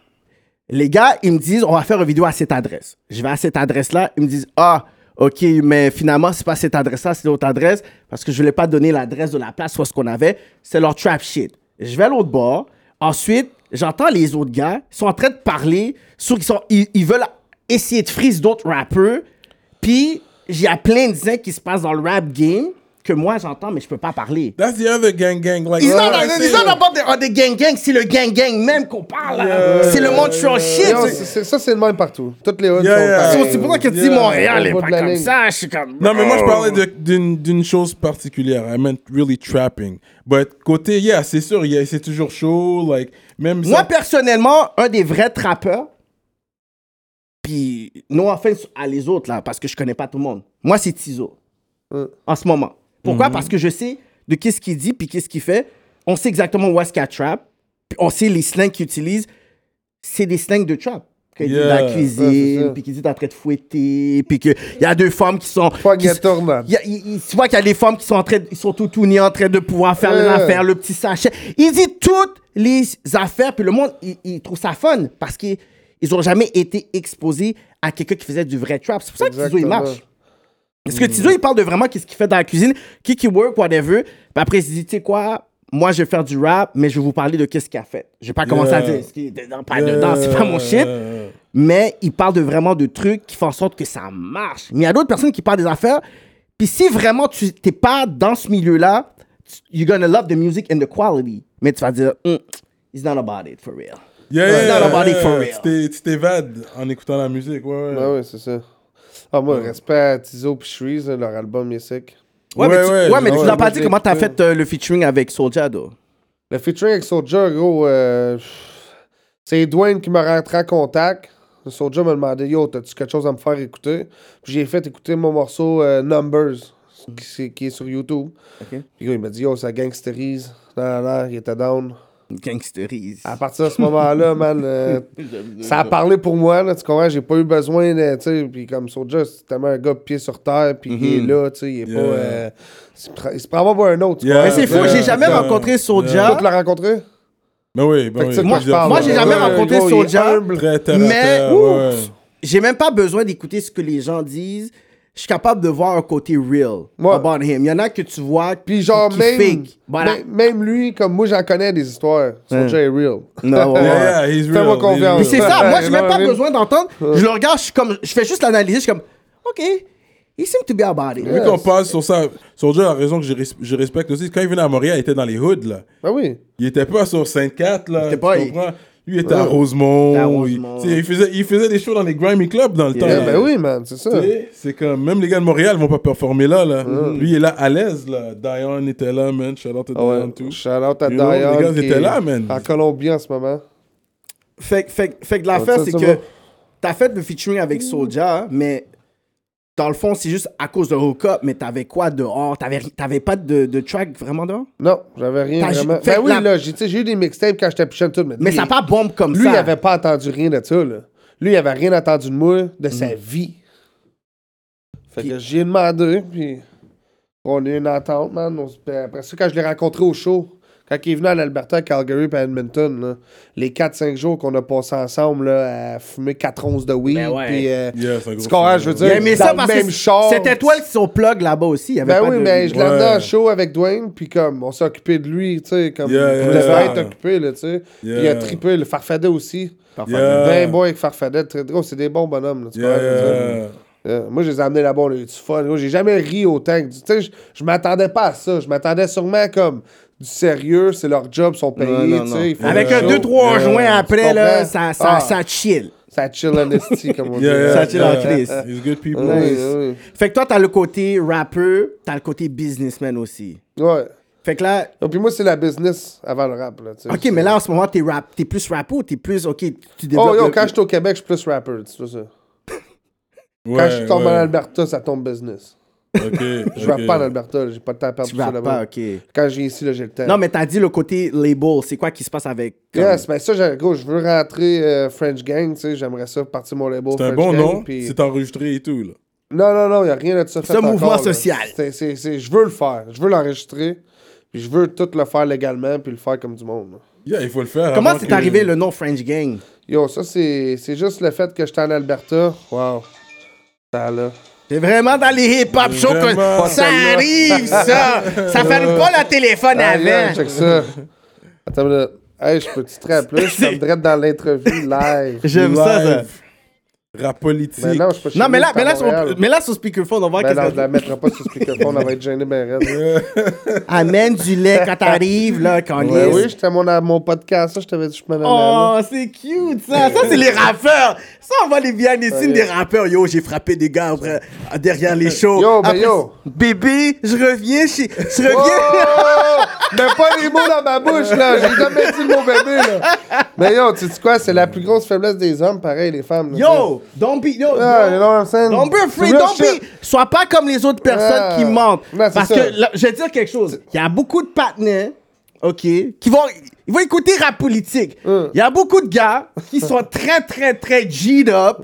Speaker 4: Les gars, ils me disent, on va faire une vidéo à cette adresse. Je vais à cette adresse-là. Ils me disent, ah, OK, mais finalement, c'est pas cette adresse-là, c'est l'autre adresse. Parce que je voulais pas donner l'adresse de la place soit ce qu'on avait. C'est leur trap shit. Je vais à l'autre bord. Ensuite, j'entends les autres gars. Ils sont en train de parler. Sur, ils, sont, ils, ils veulent essayer de freeze d'autres rappeurs. Puis, il y a plein de zins qui se passent dans le rap game que moi, j'entends, mais je peux pas parler.
Speaker 3: That's the other gang gang. Like,
Speaker 4: Ils
Speaker 3: what
Speaker 4: ont
Speaker 3: I say.
Speaker 4: ils ont d'abord des, oh, des gang gang, c'est le gang gang même qu'on parle. là. c'est le Montreal shit.
Speaker 5: Non,
Speaker 4: c'est-
Speaker 5: c'est- c'est- ça, c'est le même partout. Toutes les hoods
Speaker 3: Yeah,
Speaker 5: sont
Speaker 3: yeah.
Speaker 5: pareilles.
Speaker 4: c'est pour ça que tu dis
Speaker 3: Yeah.
Speaker 4: Montréal est
Speaker 5: Au bout
Speaker 4: pas
Speaker 5: de la
Speaker 4: comme
Speaker 5: ligne.
Speaker 4: ça. Je suis comme.
Speaker 3: Non, mais moi, je parlais de- d'une d'une chose particulière. I meant really trapping. But côté, yeah, c'est sûr, yeah, c'est toujours chaud. Like, même
Speaker 4: Moi,
Speaker 3: ça-
Speaker 4: personnellement, un des vrais trappeurs, puis no offense à les autres, là, parce que je connais pas tout le monde. Moi, c'est Tizo.
Speaker 5: Euh.
Speaker 4: En ce moment. Pourquoi? Parce que je sais de qu'est-ce qu'il dit, puis qu'est-ce qu'il fait. On sait exactement où est-ce qu'il y a trap. puis on sait les slangs qu'il utilise. C'est des slangs de trap. Qu'il dit dans
Speaker 3: Yeah.
Speaker 4: la
Speaker 5: Ouais, c'est
Speaker 4: cuisine,
Speaker 5: ça.
Speaker 4: puis qu'il dit t'es en train de fouetter, puis qu'il y a deux femmes qui sont...
Speaker 5: Pas
Speaker 4: qui
Speaker 5: de
Speaker 4: se-
Speaker 5: tornade.
Speaker 4: il y a- il- il- tu vois qu'il y a des femmes qui sont en train, de- ils sont tout tournées en train de pouvoir faire
Speaker 5: Ouais.
Speaker 4: les affaires, le petit sachet. Il dit toutes les affaires, puis le monde, il, il trouve ça fun parce qu'ils ils ont jamais été exposés à quelqu'un qui faisait du vrai trap. C'est pour ça que Tizo, il
Speaker 5: Exactement.
Speaker 4: marche. Parce que Tizo, il parle de vraiment qu'est-ce qu'il fait dans la cuisine, qui qui work, whatever. Puis après, il se dit, tu sais quoi, moi, je vais faire du rap, mais je vais vous parler de qu'est-ce qu'il a fait. Je vais pas commencer à
Speaker 3: Yeah.
Speaker 4: dire ce qui est dedans, pas dedans, c'est pas mon shit. Mais il parle de vraiment de trucs qui font en sorte que ça marche. Mais il y a d'autres personnes qui parlent des affaires. Puis si vraiment tu t'es pas dans ce milieu-là, tu- you're gonna love the music and the quality. Mais tu vas dire, Hmm, it's not about it for real.
Speaker 3: Yeah,
Speaker 4: It's
Speaker 3: yeah,
Speaker 4: not about it
Speaker 3: yeah,
Speaker 4: for
Speaker 3: yeah.
Speaker 4: real.
Speaker 3: Tu t'é- Tu t'évades en écoutant la musique. Ouais, ouais.
Speaker 5: Ah ouais, c'est ça. Ah, moi, respect à Tizo et Shreeze, là, leur album est sec.
Speaker 4: Ouais, mais tu, ouais, mais tu
Speaker 5: ouais,
Speaker 4: l'as
Speaker 5: ouais,
Speaker 4: pas
Speaker 5: moi,
Speaker 4: dit
Speaker 5: je
Speaker 4: comment t'as
Speaker 5: l'ai écouté.
Speaker 4: fait euh, le featuring avec Soulja, though.
Speaker 5: Le featuring avec Soulja, gros, euh, pff, c'est Dwayne qui m'a rentré en contact. Soulja m'a demandé Yo, t'as-tu quelque chose à me faire écouter Puis j'ai fait écouter mon morceau euh, Numbers, qui, c'est- qui est sur YouTube.
Speaker 4: Ok.
Speaker 5: Puis gros, il m'a dit Yo, ça gangsterise. Nan, nan, nan. il était down.
Speaker 4: Gangsteries.
Speaker 5: À partir de ce
Speaker 3: <laughs>
Speaker 5: moment-là, man, euh, ça a parlé pour moi, là, tu comprends? J'ai pas eu besoin de. tu sais, Puis comme Soulja, c'est tellement un gars pied sur terre, puis il est là, tu sais, il est pas.
Speaker 3: Mhm. Yeah.
Speaker 5: euh, il se prend- il se prend pas pour un autre. tu
Speaker 3: Yeah.
Speaker 5: comprends?
Speaker 4: Mais c'est fou, j'ai jamais
Speaker 3: Yeah.
Speaker 4: rencontré
Speaker 5: Toi,
Speaker 4: Soulja.
Speaker 5: tu l'as rencontré
Speaker 3: Ben oui, ben
Speaker 5: Fait que
Speaker 3: oui.
Speaker 5: c'est de quoi
Speaker 3: pas
Speaker 4: Moi,
Speaker 5: je
Speaker 3: dire
Speaker 5: parle,
Speaker 4: moi
Speaker 3: ça.
Speaker 4: j'ai
Speaker 5: ouais.
Speaker 4: jamais
Speaker 5: Ouais,
Speaker 4: rencontré
Speaker 5: gros, il est
Speaker 4: Soulja.
Speaker 5: humble.
Speaker 3: Très terre à
Speaker 4: Mais
Speaker 3: terre, ouais, ouais.
Speaker 4: ouf, j'ai même pas besoin d'écouter ce que les gens disent. Je suis capable de voir un côté real
Speaker 5: Ouais.
Speaker 4: about him. Il y en a que tu vois
Speaker 5: Puis genre,
Speaker 4: qui
Speaker 5: même,
Speaker 4: fake. Voilà.
Speaker 5: même, même lui, comme moi, j'en connais des histoires. Soulja est real.
Speaker 4: Non, ouais, ouais.
Speaker 3: Yeah, yeah, he's
Speaker 5: <laughs>
Speaker 3: real.
Speaker 5: Fais-moi
Speaker 3: he's
Speaker 5: confiance.
Speaker 3: real.
Speaker 4: Puis c'est ça, moi j'ai même
Speaker 5: Ouais,
Speaker 4: pas
Speaker 5: ouais.
Speaker 4: besoin d'entendre. Je le regarde, je suis comme, je fais juste l'analyser, je suis comme, ok, he seems to be about it.
Speaker 3: Vu qu'on parle sur ça, Soulja a raison que je, res- je respecte aussi. Quand il venait à Montréal, il était dans les hoods, là.
Speaker 5: Ben oui.
Speaker 3: Il était pas sur Sainte-Cat, là.
Speaker 4: était
Speaker 3: tu
Speaker 4: pas-
Speaker 3: comprends? Lui, il était à Rosemont.
Speaker 4: À
Speaker 3: il-
Speaker 4: Rosemont.
Speaker 3: tu sais, Il, faisait, il faisait des shows dans les Grimy Clubs dans le temps.
Speaker 5: Eh
Speaker 3: là.
Speaker 5: ben oui, man, c'est ça.
Speaker 3: Tu sais, C'est comme, même les gars de Montréal vont pas performer là, là. Lui, il est là à l'aise, là. Dion était là, man. Shout out to
Speaker 5: Mm. Ah ouais.
Speaker 3: Dion, tout.
Speaker 5: Shout out à
Speaker 3: You know,
Speaker 5: Dion.
Speaker 3: les gars, ils
Speaker 5: qui
Speaker 3: étaient
Speaker 5: est
Speaker 3: là, man.
Speaker 5: En Colombie en ce moment.
Speaker 4: Fait, que- fait, que- fait que l'affaire,
Speaker 5: Ça,
Speaker 4: c'est
Speaker 5: ça
Speaker 4: que
Speaker 5: va.
Speaker 4: t'as fait le featuring avec Soulja, hein, mais dans le fond, c'est juste à cause de Hook-Up, mais t'avais quoi dehors? T'avais, ri- t'avais pas de, de track vraiment dehors?
Speaker 5: Non, j'avais rien
Speaker 4: T'as-
Speaker 5: vraiment.
Speaker 4: fait
Speaker 5: Ben
Speaker 4: que
Speaker 5: oui,
Speaker 4: la-
Speaker 5: là, j'ai tu sais, j'ai eu des mixtapes quand j'étais plus jeune, tout. Mais,
Speaker 4: Mais
Speaker 5: lui,
Speaker 4: ça a pas bombe comme
Speaker 5: Lui,
Speaker 4: ça.
Speaker 5: il avait pas entendu rien de ça, là. Lui, il avait rien entendu de moi, de sa vie. Mm. Fait que j'ai demandé, puis on a eu une entente, man. On s- puis après ça, quand je l'ai rencontré au show, quand il est venu en Alberta, à Calgary, puis à Edmonton, là, les 4-5 jours qu'on a passé ensemble là, à fumer 4 onces de weed,
Speaker 4: Ben ouais.
Speaker 5: puis... euh,
Speaker 3: Yeah, c'est un gros
Speaker 5: tu comprends,
Speaker 3: fan,
Speaker 5: je veux
Speaker 3: ouais.
Speaker 5: dire,
Speaker 4: Il aimait
Speaker 5: dans
Speaker 4: ça
Speaker 5: le
Speaker 4: parce
Speaker 5: même
Speaker 4: que
Speaker 5: char.
Speaker 4: c'était toi le- son plug là-bas aussi. Il y avait
Speaker 5: Ben
Speaker 4: pas
Speaker 5: oui,
Speaker 4: de-
Speaker 5: mais je l'ai amené
Speaker 3: Ouais.
Speaker 5: en show avec Dwayne, puis comme, on s'est occupé de lui, tu sais, comme,
Speaker 3: Yeah,
Speaker 5: il
Speaker 3: yeah,
Speaker 5: devait
Speaker 3: yeah.
Speaker 5: être occupé, là, tu sais. Puis il
Speaker 3: Yeah.
Speaker 5: a trippé, le Farfadet aussi.
Speaker 3: Yeah.
Speaker 5: Ben bon avec Farfadet, très drôle, c'est des bons bonhommes, là, tu
Speaker 3: Yeah,
Speaker 5: vois, je veux dire.
Speaker 3: yeah.
Speaker 5: Euh, Moi, je les ai amenés là-bas, on a eu du fun. Moi, J'ai jamais ri autant que du... Tu sais, je- je m'attendais pas à ça. Je m'attendais sûrement comme du sérieux, c'est leur job, ils sont payés, tu sais. ils font
Speaker 4: Avec
Speaker 5: le
Speaker 4: un
Speaker 5: show.
Speaker 4: 2-3
Speaker 5: Euh,
Speaker 4: joints après,
Speaker 5: tu
Speaker 4: là,
Speaker 5: comprends?
Speaker 4: ça, ça,
Speaker 5: Ah,
Speaker 4: ça chill.
Speaker 5: Ça chill en esti, comme on dit.
Speaker 3: Yeah, yeah,
Speaker 4: Ça, c'est
Speaker 3: yeah.
Speaker 4: l'actrice.
Speaker 3: He's good people.
Speaker 5: Ouais, ouais,
Speaker 4: Fait que toi, t'as le côté rapper, t'as le côté businessman aussi.
Speaker 5: ouais.
Speaker 4: Fait que là,
Speaker 5: Donc, puis moi, c'est la business avant le rap, là, tu sais.
Speaker 4: ok, mais là, en ce moment, t'es rap, t'es plus rapper ou t'es plus, ok, tu développes.
Speaker 5: Oh, yo,
Speaker 4: le-
Speaker 5: quand je suis au Québec, je suis plus rapper, tu sais ça.
Speaker 3: Ouais,
Speaker 5: Quand je tombe
Speaker 3: ouais.
Speaker 5: en Alberta, ça tombe business.
Speaker 3: Ok,
Speaker 5: <laughs> Je rappe
Speaker 3: ok.
Speaker 5: pas en Alberta, là, j'ai pas de temps à perdre
Speaker 4: Tu
Speaker 5: pour ça
Speaker 4: rappes
Speaker 5: là-bas.
Speaker 4: pas, ok.
Speaker 5: Quand j'ai ici, là, j'ai le temps.
Speaker 4: Non, mais t'as dit le côté label, c'est quoi qui se passe avec. comme-
Speaker 5: Yes, ben ça, j'ai- gros, je veux rentrer euh, French Gang, tu sais, j'aimerais ça partir mon label.
Speaker 3: C'est un
Speaker 5: French
Speaker 3: bon
Speaker 5: Gang,
Speaker 3: nom,
Speaker 5: puis-
Speaker 3: c'est enregistré et tout, là.
Speaker 5: Non, non, non, il n'y a rien de ça.
Speaker 4: C'est un mouvement social.
Speaker 5: Je veux le faire, je veux l'enregistrer, puis je veux tout le faire légalement, puis le faire comme du monde. là.
Speaker 3: Yeah, il faut le faire.
Speaker 4: Comment
Speaker 3: avant
Speaker 4: c'est
Speaker 3: que-
Speaker 4: arrivé le nom French Gang
Speaker 5: Yo, ça, c'est c'est juste le fait que j'étais en Alberta. Wow. Ça, là.
Speaker 4: C'est vraiment dans les hip-hop shows
Speaker 3: Vraiment.
Speaker 4: que ça arrive, ça.
Speaker 5: <laughs>
Speaker 4: Ça ferme pas le téléphone
Speaker 5: Ah, yeah,
Speaker 4: avant.
Speaker 5: check ça. Attends une minute. Hey, je peux-tu te rappeler? Je suis direct dans l'interview
Speaker 4: <laughs>
Speaker 5: live.
Speaker 4: J'aime ça, ça.
Speaker 3: Live. Rap politique.
Speaker 5: Mais Ben non, je peux
Speaker 4: Non, mais là, mais là, sur, mais là, sur speakerphone, on va
Speaker 5: Mais Ben
Speaker 4: voir
Speaker 5: non,
Speaker 4: qu'est-ce
Speaker 5: je la
Speaker 4: que...
Speaker 5: mettrai pas sur speakerphone, on va être gêné, ben raide.
Speaker 4: Amène du lait quand t'arrives, là, quand on
Speaker 5: Ben oui, j'étais à mon, à mon podcast, ça, je t'avais dit, je me donnais là.
Speaker 4: Oh, c'est cute, ça. Ça, c'est les rappeurs. Ça, on va les bien des signes des rappeurs. Yo, j'ai frappé des gars après- derrière les shows.
Speaker 5: Yo, ben
Speaker 4: Après,
Speaker 5: yo.
Speaker 4: Bébé, je reviens chez... Je
Speaker 5: Oh! <laughs>
Speaker 4: reviens...
Speaker 5: Mais pas les mots dans ma bouche, là. J'ai jamais dit le mot bébé, là. Mais yo, tu dis quoi? C'est la plus grosse faiblesse des hommes, pareil, les femmes. là, tu sais.
Speaker 4: Yo, don't be... Yo,
Speaker 5: Ah, you
Speaker 4: yo.
Speaker 5: know what I'm saying?
Speaker 4: Don't be afraid,
Speaker 5: C'est real
Speaker 4: don't be.
Speaker 5: shit.
Speaker 4: Sois pas comme les autres personnes
Speaker 5: Ah.
Speaker 4: qui mentent.
Speaker 5: Non, c'est
Speaker 4: Parce
Speaker 5: ça.
Speaker 4: que, là, je vais dire quelque chose. Il y a beaucoup de partenaires, OK, qui vont, ils vont écouter rap politique. Il y a beaucoup de gars
Speaker 5: <laughs>
Speaker 4: qui sont très, très, très G'd up,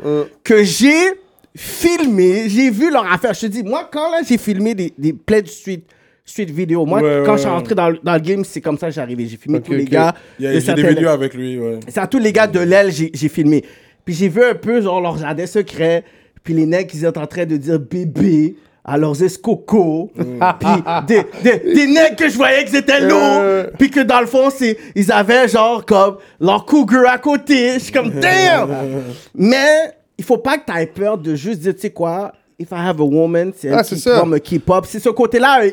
Speaker 4: que j'ai filmé, j'ai vu leur affaire. Je te dis, moi, quand là, j'ai filmé des, des plein de street, street vidéo, moi,
Speaker 3: Ouais,
Speaker 4: quand
Speaker 3: ouais,
Speaker 4: je suis
Speaker 3: ouais.
Speaker 4: rentré dans, le- dans le game, c'est comme ça que j'ai arrivé. J'ai filmé
Speaker 5: Ok,
Speaker 4: tous les
Speaker 5: ok.
Speaker 4: gars.
Speaker 3: Il y a-
Speaker 4: de
Speaker 3: J'ai des
Speaker 4: certaines-
Speaker 3: vidéos avec lui, ouais.
Speaker 4: c'est à tous les gars de l'aile, j'ai j'ai filmé. Puis j'ai vu un peu, genre, leur jardin secret. Puis les nègres, ils étaient en train de dire bébé à leurs escocos.
Speaker 5: Mm.
Speaker 4: Puis des, des, des nègres que je voyais que c'était
Speaker 5: Euh.
Speaker 4: lourds. Puis que dans le fond, c'est- ils avaient, genre, comme leur cougar à côté. Je suis comme, damn! Mais il faut pas que tu aies peur de juste dire, tu sais quoi, if I have a woman, c'est elle
Speaker 5: Ah,
Speaker 4: qui
Speaker 5: c'est ça.
Speaker 4: va me keep up. C'est ce côté-là. euh,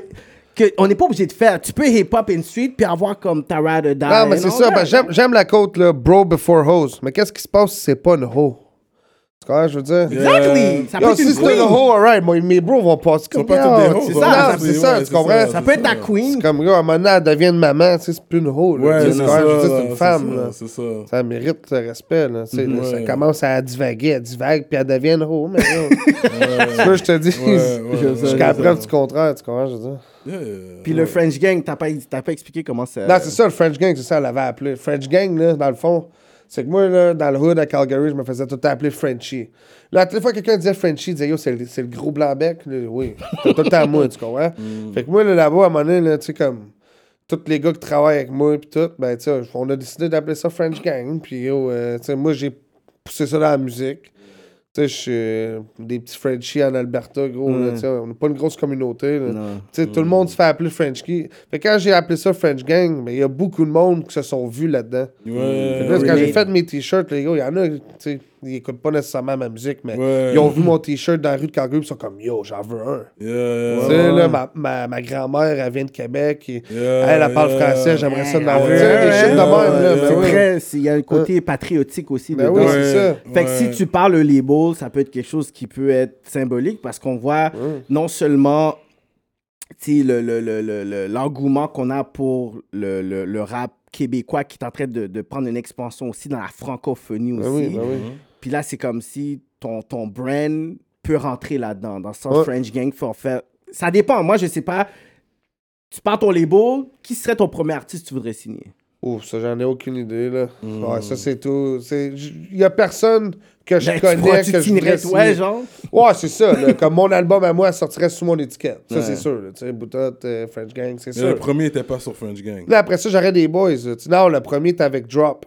Speaker 4: que on n'est pas obligé de faire. Tu peux hip-hop in street puis avoir comme ta ride or die.
Speaker 5: Non, mais c'est
Speaker 4: Ah, Non,
Speaker 5: ça.
Speaker 4: non.
Speaker 5: ben, j'aime- J'aime la côte, là. Bro before hose. Mais qu'est-ce qui se passe si c'est pas une hoe? Tu comprends, je veux dire?
Speaker 4: Exactly! Ça peut
Speaker 5: Yo,
Speaker 4: être une
Speaker 5: si Euh, c'est une
Speaker 4: queen.
Speaker 5: hoe, alright, moi, mes bros vont passer comme
Speaker 3: pas
Speaker 5: yo,
Speaker 3: toutes des hoes,
Speaker 5: C'est
Speaker 3: vont
Speaker 5: ça,
Speaker 3: passer,
Speaker 5: c'est
Speaker 3: ouais,
Speaker 5: ça,
Speaker 3: c'est
Speaker 5: tu
Speaker 3: ça.
Speaker 5: comprends?
Speaker 4: Ça peut être ta queen.
Speaker 5: C'est comme, yo, à un moment donné, elle devient une maman, tu sais, c'est plus une hoe, là.
Speaker 3: Ouais,
Speaker 5: Tu sais,
Speaker 3: c'est ça.
Speaker 5: quand même, je veux dire, c'est
Speaker 3: là,
Speaker 5: une femme, là.
Speaker 3: C'est ça.
Speaker 5: Ça mérite le respect, là. tu sais, là, Ça
Speaker 3: Ouais.
Speaker 5: commence à divaguer, elle divague, puis elle devient une hoe, mais yo. Tu vois, je te dis,
Speaker 3: ouais,
Speaker 5: <laughs>
Speaker 3: ouais,
Speaker 5: jusqu'à la preuve du contraire, tu comprends, je veux dire?
Speaker 3: Yeah, yeah.
Speaker 4: Puis le French Gang, t'as pas, t'as pas expliqué comment ça.
Speaker 5: Non, c'est ça, le French Gang, c'est ça, elle l'avait appelé. French Gang, là, dans le fond, c'est que moi, là, dans le hood à Calgary, je me faisais tout le temps appeler Frenchie. Là, toutes les fois que quelqu'un disait Frenchie, il disait Yo, c'est le, c'est le gros blanc-bec. là. Oui, t'as tout le temps moi, tu comprends? Fait que moi, là, là-bas, à un moment donné, là, tu sais, comme. Tous les gars qui travaillent avec moi, puis tout, ben, tu sais, on a décidé d'appeler ça French Gang. Puis, yo, euh, tu sais, moi, j'ai poussé ça dans la musique. Tu sais, je suis euh, des petits Frenchies en Alberta, gros. là, tu sais, on n'est pas une grosse communauté. là. Tu sais, Tout le monde se fait appeler French Key. Fait que quand j'ai appelé ça French Gang, mais il y a beaucoup de monde qui se sont vus là-dedans.
Speaker 3: Ouais.
Speaker 5: Là, quand
Speaker 4: Relate.
Speaker 5: j'ai fait mes t-shirts, les gars, il y en a, tu sais, ils écoutent pas nécessairement ma musique, mais
Speaker 3: Ouais.
Speaker 5: ils ont vu mon t-shirt dans la rue de Calgary, puis ils sont comme Yo, j'en veux un.
Speaker 3: Yeah,
Speaker 5: Tu sais, là, ma, ma, ma grand-mère, elle vient de Québec. et-
Speaker 3: Yeah,
Speaker 5: elle, elle parle
Speaker 3: yeah.
Speaker 5: français, j'aimerais ça de la
Speaker 4: Ah
Speaker 5: voir.
Speaker 4: ouais,
Speaker 5: Tu sais, des
Speaker 4: ouais,
Speaker 5: shit de
Speaker 4: ouais,
Speaker 5: même, là,
Speaker 3: ouais,
Speaker 5: ben
Speaker 4: C'est
Speaker 5: oui.
Speaker 4: très. c'est- Il y a un côté patriotique aussi.
Speaker 5: Ben
Speaker 4: dedans.
Speaker 5: oui, c'est ça.
Speaker 4: Fait que si tu parles le label, ça peut être quelque chose qui peut être symbolique parce qu'on voit non seulement tu sais, le- le- le- le- le- l'engouement qu'on a pour le, le- le rap québécois qui est en train de, de prendre une expansion aussi dans la francophonie aussi.
Speaker 5: Ben oui, ben oui.
Speaker 4: Puis là, c'est comme si ton, ton brand peut rentrer là-dedans, dans le sens
Speaker 5: Ouais.
Speaker 4: French Gang for faire. Ça dépend. Moi, je sais pas. Tu pars ton label, qui serait ton premier artiste que tu voudrais signer?
Speaker 5: Ouf, Oh, ça, j'en ai aucune idée, là.
Speaker 4: Hmm.
Speaker 5: Ouais, ça, c'est tout. Il y a personne que je
Speaker 4: Ben, tu crois
Speaker 5: connais
Speaker 4: que tu
Speaker 5: que je voudrais
Speaker 4: signerais, toi,
Speaker 5: signer.
Speaker 4: genre?
Speaker 5: Ouais, c'est ça. là. Comme mon album à moi sortirait sous mon étiquette. Ça,
Speaker 4: Ouais.
Speaker 5: c'est sûr. là. Tu sais, Boutotte, euh, French Gang, c'est
Speaker 3: Le
Speaker 5: sûr.
Speaker 3: premier était pas sur French Gang.
Speaker 5: Là, après ça, j'aurais des boys. là. Tu- Non, le premier, était avec Drop.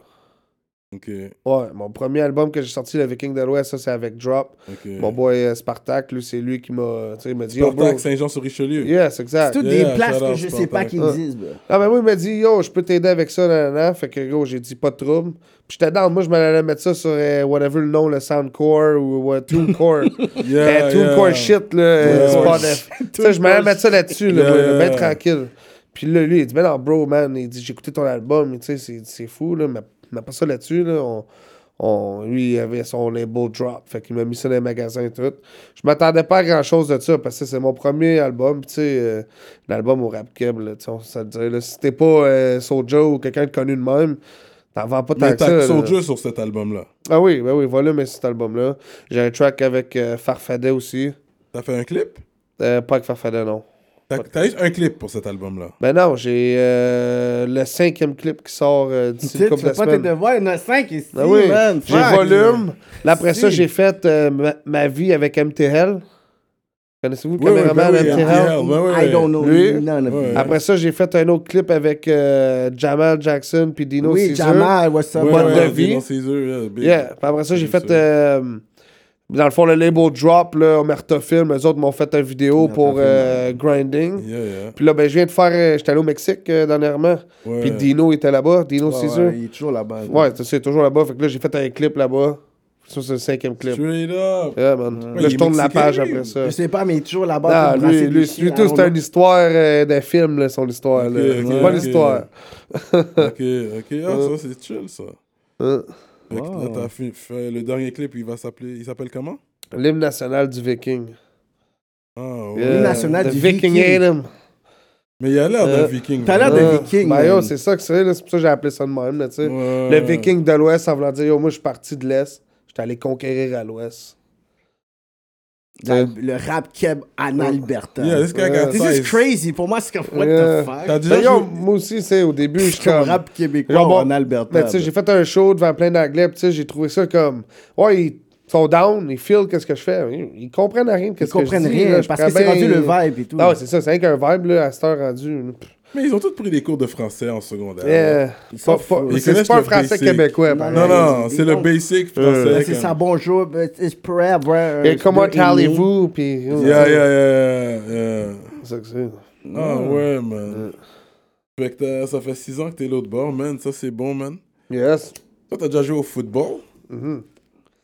Speaker 3: Ok,
Speaker 5: Ouais, mon premier album que j'ai sorti, le Viking de l'Ouest, ça, c'est avec Drop.
Speaker 3: ok.
Speaker 5: Mon boy euh, Spartak, lui, c'est lui qui m'a. Tu sais, il m'a dit. Yo, bro.
Speaker 3: Portac, Saint-Jean-sur-Richelieu.
Speaker 5: Yes, exact.
Speaker 4: Toutes
Speaker 3: Yeah,
Speaker 4: des places
Speaker 3: shout out,
Speaker 4: que je sais pas
Speaker 3: Spartak.
Speaker 4: qui
Speaker 5: Ouais.
Speaker 4: existent. bro.
Speaker 5: Ah ben moi, il m'a dit, yo, je peux t'aider avec ça, nanana. Fait que, gros, j'ai dit, pas de trouble. Puis j'étais down. Moi, je m'en allais mettre ça sur, euh, whatever le nom, le Soundcore ou euh, TuneCore.
Speaker 3: <laughs> Yeah,
Speaker 5: Euh, TuneCore
Speaker 3: yeah.
Speaker 5: shit, là. euh, Spotify. <laughs> Tu sais, je m'en allais mettre ça là-dessus, là,
Speaker 3: Yeah,
Speaker 5: moi, là,
Speaker 3: yeah,
Speaker 5: ben
Speaker 3: yeah.
Speaker 5: tranquille. Puis là, lui, il dit, ben non, bro, man. Il dit, j'ai écouté ton album, mais tu sais, c'est- c'est fou, là. Mais mais pas ça là-dessus, là. On, on- lui, il avait son label drop. Fait qu'il m'a mis ça dans les magasins et tout. Je m'attendais pas à grand-chose de ça parce que c'est mon premier album. Puis, tu sais, euh, l'album au rap keb, là, tu sais, on- ça te dirait, là, si t'es pas euh, Soulja ou quelqu'un de connu de même, t'en vends pas tant
Speaker 3: Mais
Speaker 5: que ça. là.
Speaker 3: t'as Soldier sur cet album-là.
Speaker 5: Ah oui, ben oui, voilà, mais cet album-là. J'ai un track avec euh, Farfadet aussi.
Speaker 3: T'as fait un clip?
Speaker 5: Euh, pas avec Farfadet, non.
Speaker 3: T'as- T'as juste un clip pour cet album-là.
Speaker 5: Ben non, j'ai euh, le cinquième clip qui sort euh,
Speaker 4: Tu
Speaker 5: d'ici
Speaker 4: sais,
Speaker 5: une
Speaker 4: tu
Speaker 5: couple
Speaker 4: fais
Speaker 5: de
Speaker 4: pas tes
Speaker 5: semaines.
Speaker 4: devoirs, il y en a cinq ici,
Speaker 5: Ah oui,
Speaker 4: man.
Speaker 5: j'ai
Speaker 4: Fuck.
Speaker 5: volume. Là, après ça,
Speaker 4: Si.
Speaker 5: j'ai fait euh, ma, ma vie avec MTL. Connaissez-vous le
Speaker 3: Oui, oui,
Speaker 5: caméraman
Speaker 3: ben oui,
Speaker 5: MTL?
Speaker 3: MTL, ben oui.
Speaker 4: I don't know
Speaker 5: Lui?
Speaker 4: none of
Speaker 3: Ouais.
Speaker 4: it.
Speaker 5: Après ça, j'ai fait un autre clip avec euh, Jamal Jackson puis Dino
Speaker 4: Oui,
Speaker 5: Caesar.
Speaker 4: Jamal, what's up?
Speaker 3: Ouais,
Speaker 5: Mode
Speaker 3: ouais,
Speaker 5: de vie.
Speaker 3: Dino Caesar, yeah, big.
Speaker 5: Yeah. Puis après ça, j'ai
Speaker 3: J'ai
Speaker 5: fait.
Speaker 3: ça.
Speaker 5: euh, dans le fond, le label Drop, là, Omertofilm, eux autres m'ont fait une vidéo pour euh, Grinding.
Speaker 3: Yeah, yeah.
Speaker 5: Puis là, ben, je viens de faire. euh, J'étais allé au Mexique euh, dernièrement.
Speaker 3: Ouais.
Speaker 5: Puis Dino était là-bas, Dino
Speaker 4: Ouais,
Speaker 5: Caesar.
Speaker 4: ouais, il est toujours là-bas.
Speaker 5: Ouais, tu sais, c'est toujours là-bas. Fait que là, j'ai fait un clip là-bas. Ça, c'est le cinquième clip.
Speaker 3: Straight up.
Speaker 5: Yeah, man. là,
Speaker 3: Ouais, il
Speaker 5: je
Speaker 3: est
Speaker 5: tourne la
Speaker 3: mexicain,
Speaker 5: page
Speaker 3: lui,
Speaker 5: après ça.
Speaker 4: Je sais pas, mais il est toujours là-bas.
Speaker 5: Non,
Speaker 4: pour
Speaker 5: lui,
Speaker 4: brasser
Speaker 5: lui,
Speaker 4: des
Speaker 5: lui
Speaker 4: chiens,
Speaker 5: tout,
Speaker 4: I don't
Speaker 5: c'est une
Speaker 4: know.
Speaker 5: histoire euh, d'un film, là, son histoire. là.
Speaker 3: Ok, ok,
Speaker 5: C'est une bonne
Speaker 3: ok.
Speaker 5: histoire.
Speaker 3: Ok, ok. Ah, ça, c'est chill, ça.
Speaker 5: Hein.
Speaker 3: Fait que là, t'as fait, fait le dernier clip, il va s'appeler. Il s'appelle comment
Speaker 5: L'hymne national du Viking.
Speaker 3: Ah, ouais.
Speaker 5: Yeah.
Speaker 4: national
Speaker 5: The
Speaker 4: du
Speaker 5: Viking.
Speaker 4: Viking.
Speaker 5: anthem.
Speaker 3: Mais il a l'air d'un
Speaker 5: Euh,
Speaker 3: viking.
Speaker 4: t'as l'air
Speaker 3: vraiment.
Speaker 4: d'un Viking,
Speaker 5: Ben, yo,
Speaker 4: man.
Speaker 5: c'est ça que c'est, là, c'est pour ça que j'ai appelé ça de même. Là, tu sais.
Speaker 3: Ouais.
Speaker 5: Le Viking de l'Ouest, ça voulait dire yo, moi, je suis parti de l'Est, j'étais allé conquérir à l'Ouest.
Speaker 4: La- le rap keb en Alberta.
Speaker 3: Yeah, this guy got
Speaker 5: This
Speaker 4: This
Speaker 3: size.
Speaker 4: is crazy. Pour moi, c'est comme, what
Speaker 5: Yeah.
Speaker 4: the fuck?
Speaker 3: T'as déjà
Speaker 5: Ben, yo,
Speaker 3: joué-
Speaker 5: moi aussi, c'est au début, je
Speaker 4: Je
Speaker 5: suis
Speaker 4: suis comme
Speaker 5: comme.
Speaker 4: rap québécois
Speaker 5: Genre, bon,
Speaker 4: en Alberta.
Speaker 5: Mais tu sais, j'ai fait un show devant plein d'anglais, puis tu sais, j'ai trouvé ça comme. Ouais, ils sont down, ils feel qu'est-ce que je fais. Ils, ils comprennent rien de
Speaker 4: Ils
Speaker 5: qu'est-ce que je
Speaker 4: comprennent
Speaker 5: dis, là,
Speaker 4: rien
Speaker 5: je
Speaker 4: parce
Speaker 5: prends
Speaker 4: que c'est
Speaker 5: bien-
Speaker 4: rendu le vibe et tout. Ah
Speaker 5: Ah ouais, c'est ça, c'est rien qu'un vibe, là, à cette heure rendu. là. Pff,
Speaker 3: Mais ils ont tous pris des cours de français en secondaire.
Speaker 5: yeah.
Speaker 4: Ils s'en
Speaker 5: Pas-
Speaker 4: foutent.
Speaker 5: pas-
Speaker 3: Ils
Speaker 5: C'est
Speaker 3: connaissent
Speaker 5: pas un
Speaker 3: le
Speaker 5: français
Speaker 3: basic.
Speaker 5: québécois,
Speaker 4: Non,
Speaker 5: par
Speaker 3: Non,
Speaker 5: exemple.
Speaker 3: non, c'est le basic français.
Speaker 5: Euh,
Speaker 4: C'est
Speaker 3: comme-
Speaker 4: ça, bonjour, it's prayer, bro.
Speaker 5: Et comment allez-vous, puis.
Speaker 3: Yeah, yeah, yeah, yeah, yeah.
Speaker 5: C'est ça que c'est.
Speaker 3: Ah ouais, man. Fait que t'as- ça fait 6 ans que t'es l'autre bord, man. Ça, c'est bon, man.
Speaker 5: Yes,
Speaker 3: Toi, t'as déjà joué au football?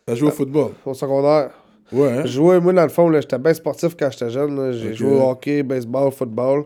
Speaker 3: T'as joué au football?
Speaker 5: au secondaire.
Speaker 3: Ouais. hein?
Speaker 5: Jouer, moi, dans le fond, là, j'étais bien sportif quand j'étais jeune. là. J'ai
Speaker 3: Ok.
Speaker 5: joué au hockey, baseball, football.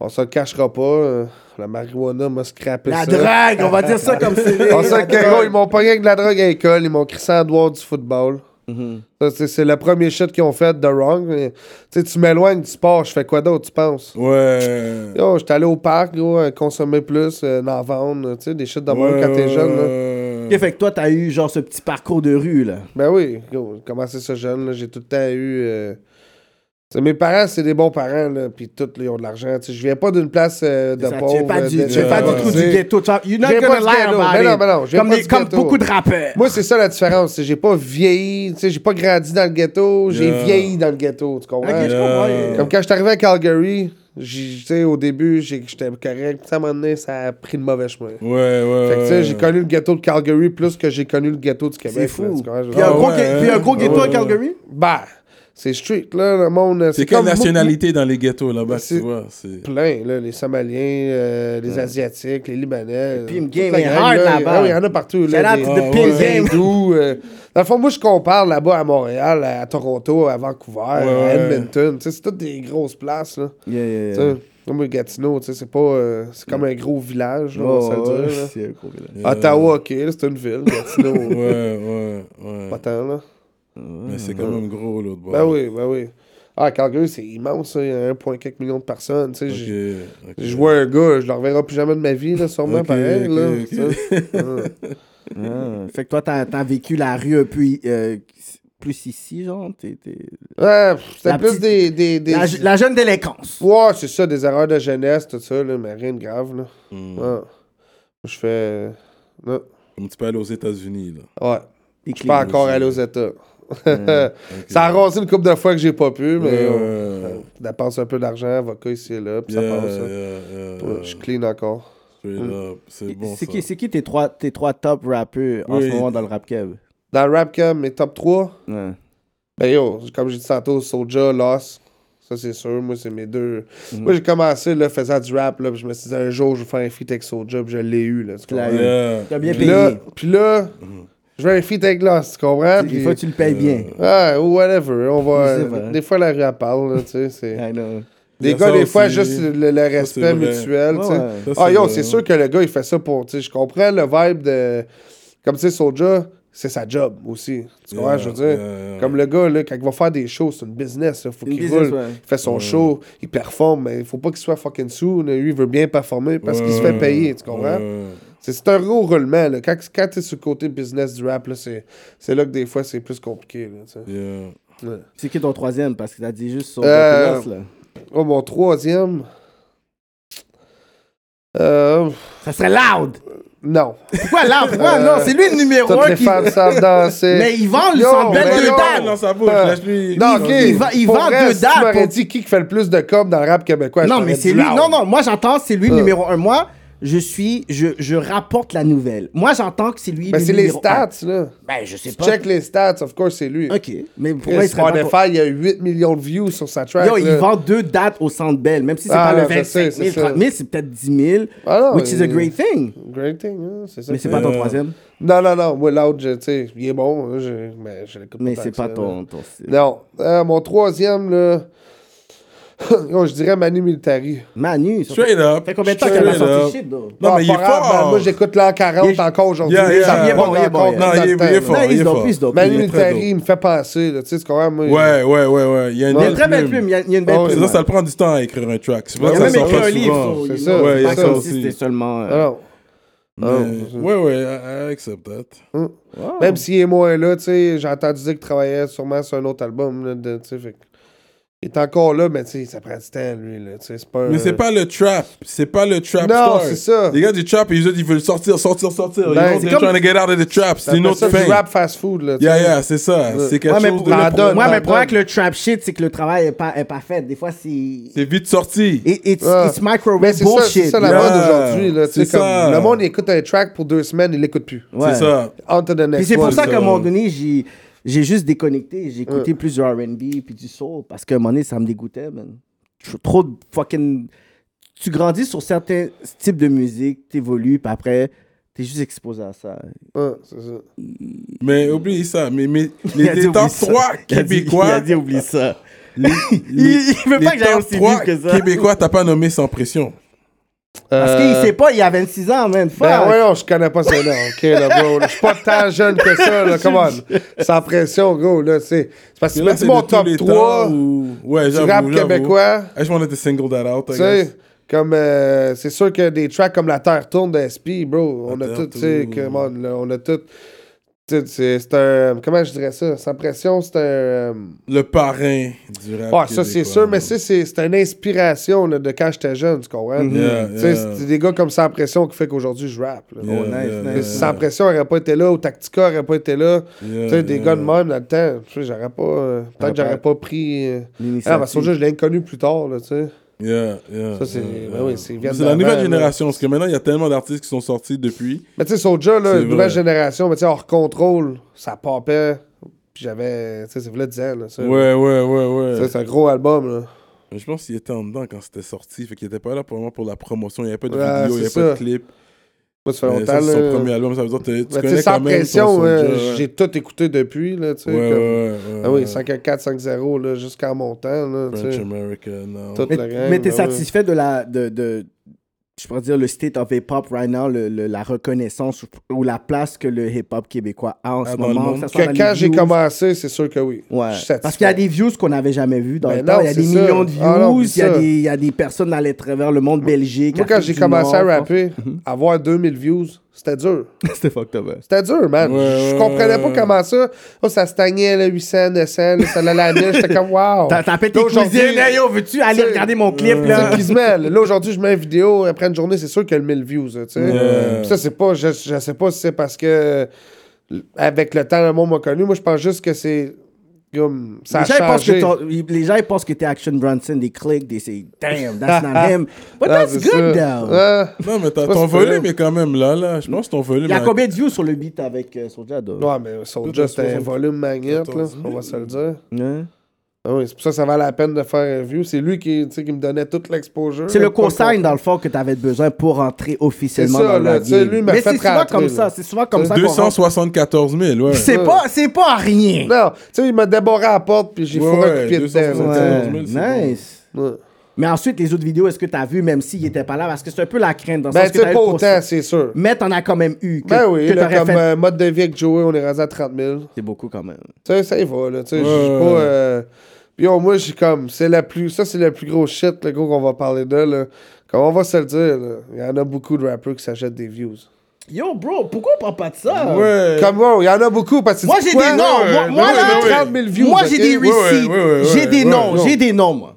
Speaker 5: On se le cachera pas. euh, la marijuana m'a scrappé
Speaker 4: La
Speaker 5: ça.
Speaker 4: drague, on va dire ça comme c'est.
Speaker 5: On sait que, gros, ils m'ont pogné avec de la drogue à l'école. Ils m'ont crissé en dehors du football.
Speaker 3: Mm-hmm.
Speaker 5: Ça, c'est- C'est le premier shit qu'ils ont fait de wrong. mais, tu sais, tu m'éloignes du sport, je fais quoi d'autre, tu penses?
Speaker 3: Ouais.
Speaker 5: Yo, j'étais allé au parc, gros, euh, consommer plus, euh, en vendre, euh, tu sais, des shit de même
Speaker 3: Ouais,
Speaker 5: quand t'es jeune, là.
Speaker 3: ouais.
Speaker 4: Ok, fait que toi, t'as eu genre ce petit parcours de rue, là.
Speaker 5: Ben oui, gros, j'ai commencé ça jeune, là, j'ai tout le temps eu. euh, tu sais, Mes parents, c'est des bons parents, là, puis tous, là, ils ont de l'argent. tu sais, Je viens pas d'une place euh, de
Speaker 4: Ça,
Speaker 5: pauvre.
Speaker 4: tu es pas
Speaker 5: euh,
Speaker 4: du,
Speaker 5: de-
Speaker 4: tu es pas
Speaker 5: de-
Speaker 4: du tout
Speaker 5: tu sais.
Speaker 4: du ghetto. tu vois. You're not
Speaker 5: Je viens pas
Speaker 4: gonna
Speaker 5: du
Speaker 4: lie
Speaker 5: ghetto.
Speaker 4: about
Speaker 5: Ben
Speaker 4: it.
Speaker 5: non, ben non, je viens
Speaker 4: comme
Speaker 5: pas
Speaker 4: des-
Speaker 5: du
Speaker 4: comme
Speaker 5: ghetto.
Speaker 4: beaucoup de rappeurs.
Speaker 5: Moi, c'est ça la différence. c'est que J'ai pas vieilli. tu sais, J'ai pas grandi dans le ghetto. J'ai
Speaker 3: Yeah.
Speaker 5: vieilli dans le ghetto. Tu comprends?
Speaker 4: Ok, je comprends.
Speaker 3: Yeah.
Speaker 5: Comme quand je suis arrivé à Calgary, j'ai- tu sais, au début, j'ai- j'étais correct. Puis, à un moment donné, ça a pris le mauvais chemin.
Speaker 3: Ouais, ouais.
Speaker 5: Fait que, tu
Speaker 3: ouais.
Speaker 5: sais, j'ai connu le ghetto de Calgary plus que j'ai connu le ghetto du Québec.
Speaker 4: C'est
Speaker 5: là,
Speaker 4: fou.
Speaker 5: tu comprends?
Speaker 4: Puis un
Speaker 3: Ah
Speaker 4: gros
Speaker 3: ouais,
Speaker 4: ghe- puis un gros
Speaker 3: hein.
Speaker 4: ghetto à
Speaker 3: Ouais.
Speaker 4: Calgary?
Speaker 5: Bah, c'est street, là, le monde.
Speaker 3: C'est quelle
Speaker 5: comme-
Speaker 3: nationalité dans les ghettos là-bas,
Speaker 5: C'est-
Speaker 3: tu vois? C'est.
Speaker 5: Plein, là, les Somaliens, euh, les Asiatiques, les Libanais. euh,
Speaker 4: Pim
Speaker 5: toute
Speaker 4: game
Speaker 5: la
Speaker 4: est
Speaker 5: gang,
Speaker 4: hard
Speaker 5: là.
Speaker 4: là-bas.
Speaker 5: Ah oui, Il y en a partout.
Speaker 4: Shout
Speaker 5: Là,
Speaker 4: out
Speaker 5: des,
Speaker 4: to
Speaker 3: Ah,
Speaker 4: the pin
Speaker 3: ouais.
Speaker 5: des
Speaker 4: game.
Speaker 5: Hindous. euh, Dans le fond, moi, je compare là-bas à Montréal, à à Toronto, à Vancouver, à
Speaker 3: ouais.
Speaker 5: Edmonton. Tu sais, C'est toutes des grosses places. Là.
Speaker 4: Yeah, yeah,
Speaker 5: Tu
Speaker 4: yeah.
Speaker 5: sais, Comme le Gatineau, tu sais, c'est pas. euh, c'est comme un gros village, là, on va se
Speaker 4: Oh,
Speaker 5: le
Speaker 4: ouais,
Speaker 5: dire, là.
Speaker 4: c'est euh, un gros village.
Speaker 3: Yeah.
Speaker 5: Ottawa, ok, là, c'est une ville.
Speaker 4: <laughs>
Speaker 5: Gatineau,
Speaker 3: Ouais, ouais, ouais.
Speaker 5: pas tant, là.
Speaker 3: Mais c'est quand même gros, l'autre bord.
Speaker 5: Ben oui, ben oui. Ah, Calgary, c'est immense, ça. Il y a 1,4 million de personnes. Tu sais, j'ai-
Speaker 3: Ok, ok.
Speaker 5: Je vois un gars, je le reverrai plus jamais de ma vie, là, sûrement,
Speaker 3: Ok,
Speaker 5: pareil.
Speaker 3: ok,
Speaker 5: là,
Speaker 3: ok.
Speaker 5: tu sais. Ouais.
Speaker 4: Ah, Fait que toi, t'as t'as vécu la rue un peu euh, plus ici, genre. t'es- t'es-
Speaker 5: Ouais, pff,
Speaker 4: La
Speaker 5: c'était plus
Speaker 4: petite-
Speaker 5: des. des, des...
Speaker 4: La, la jeune délinquance.
Speaker 5: Ouais, c'est ça, des erreurs de jeunesse, tout ça, là, mais rien de grave. Là.
Speaker 3: Hmm.
Speaker 5: Ouais. Je fais. Non.
Speaker 3: Comme tu peux aller aux États-Unis, là.
Speaker 5: Ouais,
Speaker 4: Des
Speaker 5: je suis pas
Speaker 4: clés.
Speaker 5: encore allé aux États. ça a rasé une couple de fois que j'ai pas pu, mais.
Speaker 3: Hmm, Ouais,
Speaker 5: euh,
Speaker 3: ouais, ouais.
Speaker 5: on dépense un peu d'argent, avocat ici et là, puis
Speaker 3: Yeah,
Speaker 5: ça passe. là.
Speaker 3: yeah, yeah.
Speaker 5: Ouais, je suis clean encore.
Speaker 3: Straight up. C'est bon.
Speaker 4: C'est
Speaker 3: ça.
Speaker 4: qui, c'est qui tes, trois, tes trois top rappeurs en
Speaker 3: Oui.
Speaker 4: ce moment dans le rap keb?
Speaker 5: Dans le rap cam, mes top 3,
Speaker 4: Ouais.
Speaker 5: Ben yo, comme j'ai dit tantôt, Soulja, Lost, ça c'est sûr, moi c'est mes deux.
Speaker 3: Mhm.
Speaker 5: Moi j'ai commencé là, faisant du rap, là, puis je me suis dit un jour je vais faire un feat avec Soulja, puis je l'ai eu. Là, tu
Speaker 4: Tu l'as
Speaker 5: comprends?
Speaker 4: eu.
Speaker 3: Yeah.
Speaker 4: T'as bien
Speaker 5: Puis
Speaker 4: payé.
Speaker 5: là, puis là
Speaker 3: Mhm.
Speaker 5: je veux un feat avec Lost, tu comprends?
Speaker 4: Il
Speaker 5: Ah, Puis,
Speaker 4: faut que tu le payes bien.
Speaker 5: Ah, whatever, on va.
Speaker 4: Je sais pas.
Speaker 5: Des fois la rue elle parle, là, tu sais. c'est-
Speaker 4: I know.
Speaker 5: Des
Speaker 3: Yeah,
Speaker 5: gars,
Speaker 3: ça
Speaker 5: des fois,
Speaker 3: aussi.
Speaker 5: juste le, le respect
Speaker 3: c'est vrai.
Speaker 5: mutuel, tu sais.
Speaker 4: Ouais, ouais.
Speaker 3: Ça,
Speaker 5: Ah
Speaker 3: c'est
Speaker 5: yo,
Speaker 3: vrai.
Speaker 5: c'est sûr que le gars il fait ça pour. tu sais, Je comprends le vibe de. Comme tu sais, Soulja, c'est sa job aussi. Tu comprends,
Speaker 3: Yeah,
Speaker 5: je veux dire.
Speaker 3: yeah, yeah.
Speaker 5: Comme le gars, là, quand il va faire des shows, c'est une business. Là, faut
Speaker 4: Une
Speaker 5: qu'il
Speaker 4: business,
Speaker 5: roule.
Speaker 4: ouais.
Speaker 5: Il fait son show, il performe, mais il faut pas qu'il soit fucking sous. Lui, il veut bien performer parce qu'il se fait
Speaker 3: Ouais,
Speaker 5: payer, tu comprends?
Speaker 3: ouais.
Speaker 5: C'est c'est un gros roulement. Là. Quand, quand t'es sur le côté business du rap, là, c'est c'est là que des fois c'est plus compliqué. Là, tu sais.
Speaker 3: Yeah.
Speaker 5: Ouais.
Speaker 4: C'est qui ton troisième? Parce que t'as dit juste sur
Speaker 5: Euh,
Speaker 4: Happiness, là.
Speaker 5: Oh, mon troisième. Euh,
Speaker 4: Ça serait loud.
Speaker 5: non.
Speaker 4: Pourquoi loud? Pourquoi?
Speaker 5: euh,
Speaker 4: non, c'est lui le numéro
Speaker 5: Toutes
Speaker 4: un
Speaker 5: les
Speaker 4: qui...
Speaker 5: femmes savent danser.
Speaker 4: <laughs> Mais ils vendent, ils
Speaker 5: Yo,
Speaker 4: sont
Speaker 5: mais
Speaker 4: belles deux
Speaker 5: non.
Speaker 4: dalles.
Speaker 3: dans sa bouche.
Speaker 5: Euh,
Speaker 3: Laisse-lui.
Speaker 5: non,
Speaker 3: Il-
Speaker 5: ok.
Speaker 4: il va- il
Speaker 5: Pour
Speaker 4: vend
Speaker 5: vrai,
Speaker 4: deux
Speaker 5: si
Speaker 4: dalles
Speaker 5: Tu m'aurais
Speaker 4: pour-
Speaker 5: dit qui qui fait le plus de com dans le rap québécois. je
Speaker 4: Non,
Speaker 5: t'aurais
Speaker 4: mais
Speaker 5: dit
Speaker 4: c'est lui.
Speaker 5: Loud.
Speaker 4: Non, non, moi j'entends c'est
Speaker 5: Euh.
Speaker 4: lui le numéro un. Moi, je suis, je, je rapporte la nouvelle. Moi j'entends que c'est lui
Speaker 5: Mais
Speaker 4: le
Speaker 5: Ben, c'est les
Speaker 4: numéro
Speaker 5: stats,
Speaker 4: un.
Speaker 5: là.
Speaker 4: Ben je sais pas.
Speaker 5: Check les stats, of course, c'est lui.
Speaker 4: Ok, mais
Speaker 5: Chris,
Speaker 4: pourquoi il serait pas...
Speaker 5: Spotify, il y a 8 millions de views sur sa track.
Speaker 4: Yo, il
Speaker 5: là.
Speaker 4: vend deux dates au Centre Bell, même si c'est
Speaker 5: Ah,
Speaker 4: pas le
Speaker 5: je sais,
Speaker 4: 25
Speaker 5: c'est
Speaker 4: 000,
Speaker 5: ça.
Speaker 4: 30 000, c'est peut-être 10 000,
Speaker 5: Ah non,
Speaker 4: which is a
Speaker 5: il-
Speaker 4: great thing.
Speaker 5: Great thing, hein, c'est ça.
Speaker 4: Mais c'est pas ton troisième,
Speaker 5: Non, non, non. Moi, l'autre, je- tu sais, il est bon. hein, je- Mais je l'écoute
Speaker 4: mais
Speaker 5: tant
Speaker 4: c'est
Speaker 5: que
Speaker 4: pas
Speaker 5: ça, là.
Speaker 4: ton... ton style.
Speaker 5: Non. Euh, mon troisième, là. <laughs> Yo, je dirais Manu Militari. Ah,
Speaker 4: Manu, ça
Speaker 3: Straight up.
Speaker 4: fait combien de temps
Speaker 3: Straight
Speaker 4: qu'il a sorti
Speaker 3: up.
Speaker 4: shit, though?
Speaker 3: Non, mais il est
Speaker 5: Pas grave, man,
Speaker 3: fort.
Speaker 5: Moi, j'écoute l'an 40
Speaker 4: Il est-
Speaker 5: encore aujourd'hui.
Speaker 3: Yeah, yeah.
Speaker 5: Ça me
Speaker 3: Il est
Speaker 4: bon, il est
Speaker 5: pogne
Speaker 4: bon,
Speaker 5: encore
Speaker 4: il est
Speaker 5: dans
Speaker 3: Non,
Speaker 5: le
Speaker 3: il est-
Speaker 5: temps,
Speaker 3: il est
Speaker 5: là.
Speaker 3: fort.
Speaker 4: Non,
Speaker 3: il
Speaker 4: ils
Speaker 3: est
Speaker 4: l'ont
Speaker 3: fort.
Speaker 4: pris, ils l'ont pris.
Speaker 5: Manu
Speaker 3: Il est très
Speaker 5: Militari, il me fait penser, là. Tu sais, c'est quand même. euh,
Speaker 3: Ouais, ouais, ouais, ouais. Il y a une
Speaker 4: Il y a
Speaker 3: belle
Speaker 4: une très belle plume, il y a, il y a une belle
Speaker 5: Oh,
Speaker 3: C'est
Speaker 4: plume.
Speaker 3: ça,
Speaker 4: ouais.
Speaker 3: ça le prend du temps à écrire un track. C'est
Speaker 4: Il
Speaker 3: vrai
Speaker 4: a
Speaker 3: que ça
Speaker 4: même
Speaker 3: sort
Speaker 4: écrit
Speaker 3: pas
Speaker 4: un livre,
Speaker 3: souvent.
Speaker 4: so,
Speaker 5: c'est
Speaker 4: you
Speaker 5: ça,
Speaker 4: know,
Speaker 5: ouais,
Speaker 4: c'est
Speaker 5: il y a
Speaker 4: pas
Speaker 5: ça
Speaker 4: comme
Speaker 3: aussi.
Speaker 4: si c'était seulement... euh,
Speaker 5: Alors,
Speaker 3: Mais- Euh,
Speaker 5: Oh.
Speaker 3: Ouais, ouais, I I accept that.
Speaker 5: Même s'il est moins là, tu sais, j'ai entendu dire qu'il travaillait sûrement sur un autre album, là, de- tu sais, fait que- Il est encore là, mais tu sais, ça prend du temps, lui, là. Tu sais, c'est pas.
Speaker 3: Mais
Speaker 5: un-
Speaker 3: c'est pas le trap, c'est pas le trap
Speaker 5: Non,
Speaker 3: star.
Speaker 5: c'est ça.
Speaker 3: Les gars du trap, ils, ils veulent sortir, sortir, sortir.
Speaker 5: Ben,
Speaker 3: ils
Speaker 5: c'est
Speaker 3: sont
Speaker 5: comme-
Speaker 3: trying to get out of the trap. C'est une
Speaker 5: T'appelles
Speaker 3: autre
Speaker 5: ça du
Speaker 3: thing.
Speaker 5: rap fast food, là. tu
Speaker 3: Yeah,
Speaker 5: sais.
Speaker 3: yeah, c'est ça. C'est quelque
Speaker 4: Ouais, mais
Speaker 3: chose
Speaker 4: pour,
Speaker 3: de...
Speaker 5: la donne,
Speaker 4: moi,
Speaker 5: la
Speaker 4: mais pour
Speaker 5: donne.
Speaker 4: que le trap shit, c'est que le travail est pas, est pas fait. Des fois, c'est. It,
Speaker 3: C'est vite sorti.
Speaker 4: it's,
Speaker 5: Ouais.
Speaker 4: it's micro
Speaker 5: Mais c'est ça, c'est
Speaker 4: bullshit.
Speaker 5: ça la
Speaker 3: Yeah,
Speaker 5: mode aujourd'hui, là. Tu sais,
Speaker 3: c'est
Speaker 5: comme.
Speaker 3: ça.
Speaker 5: Le monde écoute un track pour deux semaines, il l'écoute plus.
Speaker 4: Ouais.
Speaker 3: C'est ça.
Speaker 5: On to the next
Speaker 4: Puis c'est
Speaker 5: one.
Speaker 4: pour ça qu'à
Speaker 3: ça.
Speaker 4: un moment donné, j'ai, j'ai juste déconnecté. J'ai écouté plus du RB puis du soul parce qu'à un moment donné, ça me dégoûtait, man. Tr- Trop de fucking. Tu grandis sur certains types de musique, t'évolues, puis après, t'es juste exposé à ça.
Speaker 5: Ouais, Ah, c'est ça.
Speaker 3: Mais oublie ça. Mais, mais
Speaker 4: <laughs> Il a
Speaker 3: les,
Speaker 4: dit
Speaker 3: les top
Speaker 4: oublie ça.
Speaker 3: 3
Speaker 4: Il a dit- Il a
Speaker 3: québécois...
Speaker 4: dit oublie ça. <laughs>
Speaker 3: les-
Speaker 4: il veut
Speaker 3: les
Speaker 4: pas que j'aille
Speaker 3: top
Speaker 4: aussi
Speaker 3: 3
Speaker 4: vite que ça.
Speaker 3: québécois, t'as pas nommé sans pression.
Speaker 4: Parce qu'il sait pas, il a 26 ans, man. Fuck.
Speaker 5: Euh, Ben ouais, non, je connais pas ça, là. OK, là, bro. là, Je suis pas tant jeune que ça, là. Come
Speaker 4: <laughs>
Speaker 5: on. Sans pression, gros, là. C'est c'est parce que
Speaker 3: Là,
Speaker 5: tu
Speaker 3: c'est
Speaker 5: mets mon
Speaker 3: de tous
Speaker 5: top
Speaker 3: les temps
Speaker 5: 3
Speaker 3: ou- Ouais,
Speaker 5: du
Speaker 3: j'avoue,
Speaker 5: rap
Speaker 3: j'avoue.
Speaker 5: québécois.
Speaker 3: I just wanted to single that out, I
Speaker 5: Tu sais,
Speaker 3: guess.
Speaker 5: comme euh, c'est sûr que des tracks comme La Terre tourne de SP, bro, on
Speaker 3: La
Speaker 5: a
Speaker 3: Terre
Speaker 5: tout, tu sais,
Speaker 3: tourne.
Speaker 5: come on, là, on a tout. tu sais, C'est c'est un. Comment je dirais ça? Sans pression, c'est un. euh,
Speaker 3: Le parrain du rap
Speaker 5: Ah, ça, c'est
Speaker 3: québécois.
Speaker 5: sûr, mais c'est- c'est c'est une inspiration là, de quand j'étais jeune, tu comprends?
Speaker 3: Yeah,
Speaker 5: Tu sais,
Speaker 3: Mm-hmm. yeah.
Speaker 5: C'est des gars comme Sans pression qui fait qu'aujourd'hui je rappe. là.
Speaker 3: Yeah,
Speaker 5: Ouais.
Speaker 4: nice,
Speaker 3: yeah,
Speaker 5: Mais
Speaker 4: nice.
Speaker 5: si
Speaker 3: yeah.
Speaker 5: Sans pression, n'aurait pas été là, ou Tactica n'aurait pas été là.
Speaker 3: Yeah,
Speaker 5: tu sais, des
Speaker 3: yeah.
Speaker 5: gars de même dans le temps, tu sais, j'aurais pas. euh, Peut-être que j'aurais pas pris. euh, Ah, parce que je l'ai inconnu plus tard, là, tu sais.
Speaker 3: Yeah, yeah,
Speaker 5: Ça, c'est-
Speaker 3: yeah,
Speaker 5: ben
Speaker 3: yeah.
Speaker 5: oui, c'est- ils viennent
Speaker 3: C'est la
Speaker 5: d'avant,
Speaker 3: nouvelle
Speaker 5: là.
Speaker 3: génération,
Speaker 5: euh,
Speaker 3: parce que maintenant, il y a tellement d'artistes qui sont sortis depuis.
Speaker 5: Mais tu sais, Soulja, là,
Speaker 3: C'est
Speaker 5: nouvelle
Speaker 3: vrai.
Speaker 5: génération, mais tu sais, hors contrôle, ça popait. Puis j'avais. Tu sais, c'est vrai 10 ans, là. ça.
Speaker 3: Ouais, ouais, ouais,
Speaker 5: Tu
Speaker 3: ouais.
Speaker 5: sais, C'est un gros album, là.
Speaker 3: Mais je pense qu'il était en dedans quand c'était sorti, fait qu'il était pas là pour, pour la promotion, il n'y avait pas de
Speaker 5: Ouais,
Speaker 3: vidéo, il n'y
Speaker 5: c'est
Speaker 3: avait pas de
Speaker 5: ça.
Speaker 3: clip.
Speaker 5: Moi, ça fait
Speaker 3: Mais
Speaker 5: longtemps,
Speaker 3: ça, c'est
Speaker 5: là.
Speaker 3: son premier album, ça veut dire que tu
Speaker 5: Mais tu sais,
Speaker 3: connais
Speaker 5: sans
Speaker 3: quand même
Speaker 5: pression,
Speaker 3: ton
Speaker 5: euh,
Speaker 3: Soulja, ouais.
Speaker 5: j'ai tout écouté depuis, là, tu sais.
Speaker 3: Ouais, ouais,
Speaker 5: comme-
Speaker 3: ouais, ouais,
Speaker 5: Ah oui,
Speaker 3: ouais.
Speaker 5: 5-4, 5-0, là, jusqu'en mon temps, là, tu
Speaker 3: French
Speaker 5: sais.
Speaker 3: America, non.
Speaker 5: Tout
Speaker 4: Mais,
Speaker 5: le gang,
Speaker 4: mais t'es
Speaker 5: ben ouais.
Speaker 4: satisfait de la. De, de, je pourrais dire le state of hip-hop right now, le, le- la reconnaissance ou, ou la place que le hip-hop québécois a en
Speaker 3: Ah,
Speaker 4: ce
Speaker 3: dans le
Speaker 4: moment.
Speaker 3: monde.
Speaker 4: ça soit dans
Speaker 5: Que
Speaker 4: les
Speaker 5: quand j'ai
Speaker 4: views.
Speaker 5: commencé, c'est sûr que oui.
Speaker 4: Ouais.
Speaker 5: Je suis satisfait.
Speaker 4: Parce qu'il y a des views qu'on n'avait jamais vues dans
Speaker 5: Ben
Speaker 4: le temps.
Speaker 5: non,
Speaker 4: Il y a des
Speaker 5: c'est ça.
Speaker 4: millions de views,
Speaker 5: Ah non,
Speaker 4: il, y a
Speaker 5: c'est ça.
Speaker 4: des, il y a des personnes à travers le monde, Belgique.
Speaker 5: Moi, quand
Speaker 4: Afrique
Speaker 5: j'ai
Speaker 4: du
Speaker 5: commencé à
Speaker 4: Nord, <laughs>
Speaker 5: rapper, avoir 2000 views, c'était dur.
Speaker 4: France. C'était fucked up. hein.
Speaker 5: C'était dur, man.
Speaker 3: Ouais,
Speaker 5: je
Speaker 3: ouais,
Speaker 5: comprenais pas
Speaker 3: ouais.
Speaker 5: comment ça. Oh, ça stagnait, là, 800, 900, là, ça allait à la mille. J'étais comme, wow.
Speaker 4: T'as tapé tes
Speaker 5: Là, Oh. aujourd'hui,
Speaker 4: cousines. Hey yo, veux-tu aller
Speaker 5: c'est-
Speaker 4: regarder mon clip là?
Speaker 5: C'est qui se mêle. Là, aujourd'hui, je mets une vidéo. Après une journée, c'est sûr qu'il y a le 1000 views. là, tu sais.
Speaker 3: Yeah.
Speaker 5: Puis Ça, c'est pas. Je, je sais pas si c'est parce que. Avec le temps, le monde m'a connu. Moi, je pense juste que c'est. Comme, ça a
Speaker 4: les, gens, ils pensent que
Speaker 5: changé.
Speaker 4: ton- ils- les gens, ils pensent que t'es Action Bronson, des clics, des c'est damn,
Speaker 5: <laughs>
Speaker 4: that's not him.
Speaker 5: Ah,
Speaker 4: But that's
Speaker 5: c'est
Speaker 4: good
Speaker 5: ça.
Speaker 4: though.
Speaker 5: Ouais.
Speaker 3: Non, mais t'as-
Speaker 5: pas
Speaker 3: ton
Speaker 5: si pire.
Speaker 3: volume est quand même là, là. Je pense que ton volume
Speaker 4: Il y a
Speaker 3: est-
Speaker 4: combien de views sur le beat avec euh, Soulja Dog?
Speaker 5: Ouais, mais Soulja, c'était un
Speaker 3: 74
Speaker 5: volume magnet, là,
Speaker 3: 000.
Speaker 5: on va se le dire.
Speaker 4: Hein?
Speaker 5: Ah oui, c'est pour ça que ça valait la peine de faire un view. C'est lui qui, tu sais, qui me donnait toute l'exposure.
Speaker 4: C'est le
Speaker 5: Pas
Speaker 4: consigne
Speaker 5: qu'on-
Speaker 4: dans le fond que t'avais besoin pour rentrer officiellement
Speaker 5: C'est ça,
Speaker 4: dans
Speaker 5: là,
Speaker 4: la
Speaker 5: tu sais,
Speaker 4: game.
Speaker 5: lui, il m'a
Speaker 4: Mais
Speaker 5: fait
Speaker 4: c'est souvent
Speaker 5: rentrer, là.
Speaker 4: comme ça, c'est souvent comme ça qu'on rentre.
Speaker 3: 274 000, ouais.
Speaker 4: C'est pas, c'est pas à rien.
Speaker 5: Non, tu sais, il m'a débarré à la porte, puis j'ai
Speaker 3: Ouais,
Speaker 5: fourré un
Speaker 3: ouais,
Speaker 5: pied de
Speaker 3: 200.
Speaker 5: terre.
Speaker 3: Ouais.
Speaker 5: là,
Speaker 3: 000, c'est
Speaker 4: Nice.
Speaker 5: tu sais. Ouais.
Speaker 4: Mais ensuite, les autres vidéos, est-ce que t'as vu, même s'il était pas là, parce que c'est un peu la crainte dans le
Speaker 5: Ben,
Speaker 4: sens que
Speaker 5: tu sais,
Speaker 4: t'as eu
Speaker 5: pas
Speaker 4: le consi-
Speaker 5: autant, c'est sûr.
Speaker 4: Mais t'en as quand même eu. Que,
Speaker 5: Ben oui,
Speaker 4: que
Speaker 5: là,
Speaker 4: t'aurais
Speaker 5: comme
Speaker 4: fait.
Speaker 5: euh, mode de vie avec Joey, on est rendu à 30 000.
Speaker 4: C'est beaucoup quand même.
Speaker 5: Tu sais, ça y va, là. Tu sais, je
Speaker 3: Ouais,
Speaker 5: suis
Speaker 3: ouais.
Speaker 5: pas. euh, Puis oh, moi, je suis comme. C'est la plus. Ça, c'est le plus gros shit, le gros, qu'on va parler de, là. Comme on va se le dire, là. Il y en a beaucoup de rappers qui s'achètent des views.
Speaker 4: Yo, bro, pourquoi on parle pas de ça?
Speaker 3: Ouais.
Speaker 5: Comme wow, il y en a beaucoup parce que
Speaker 4: Moi,
Speaker 5: tu sais
Speaker 4: j'ai
Speaker 5: quoi, là,
Speaker 4: des noms. Moi,
Speaker 5: euh,
Speaker 4: moi,
Speaker 5: là,
Speaker 4: j'ai-
Speaker 5: j'ai 30 000 views.
Speaker 4: Moi, j'ai des
Speaker 5: ok?
Speaker 3: ouais,
Speaker 4: receipts.
Speaker 3: ouais, ouais,
Speaker 4: J'ai
Speaker 3: ouais,
Speaker 4: des
Speaker 3: ouais,
Speaker 4: noms.
Speaker 5: ouais.
Speaker 4: J'ai des noms, moi.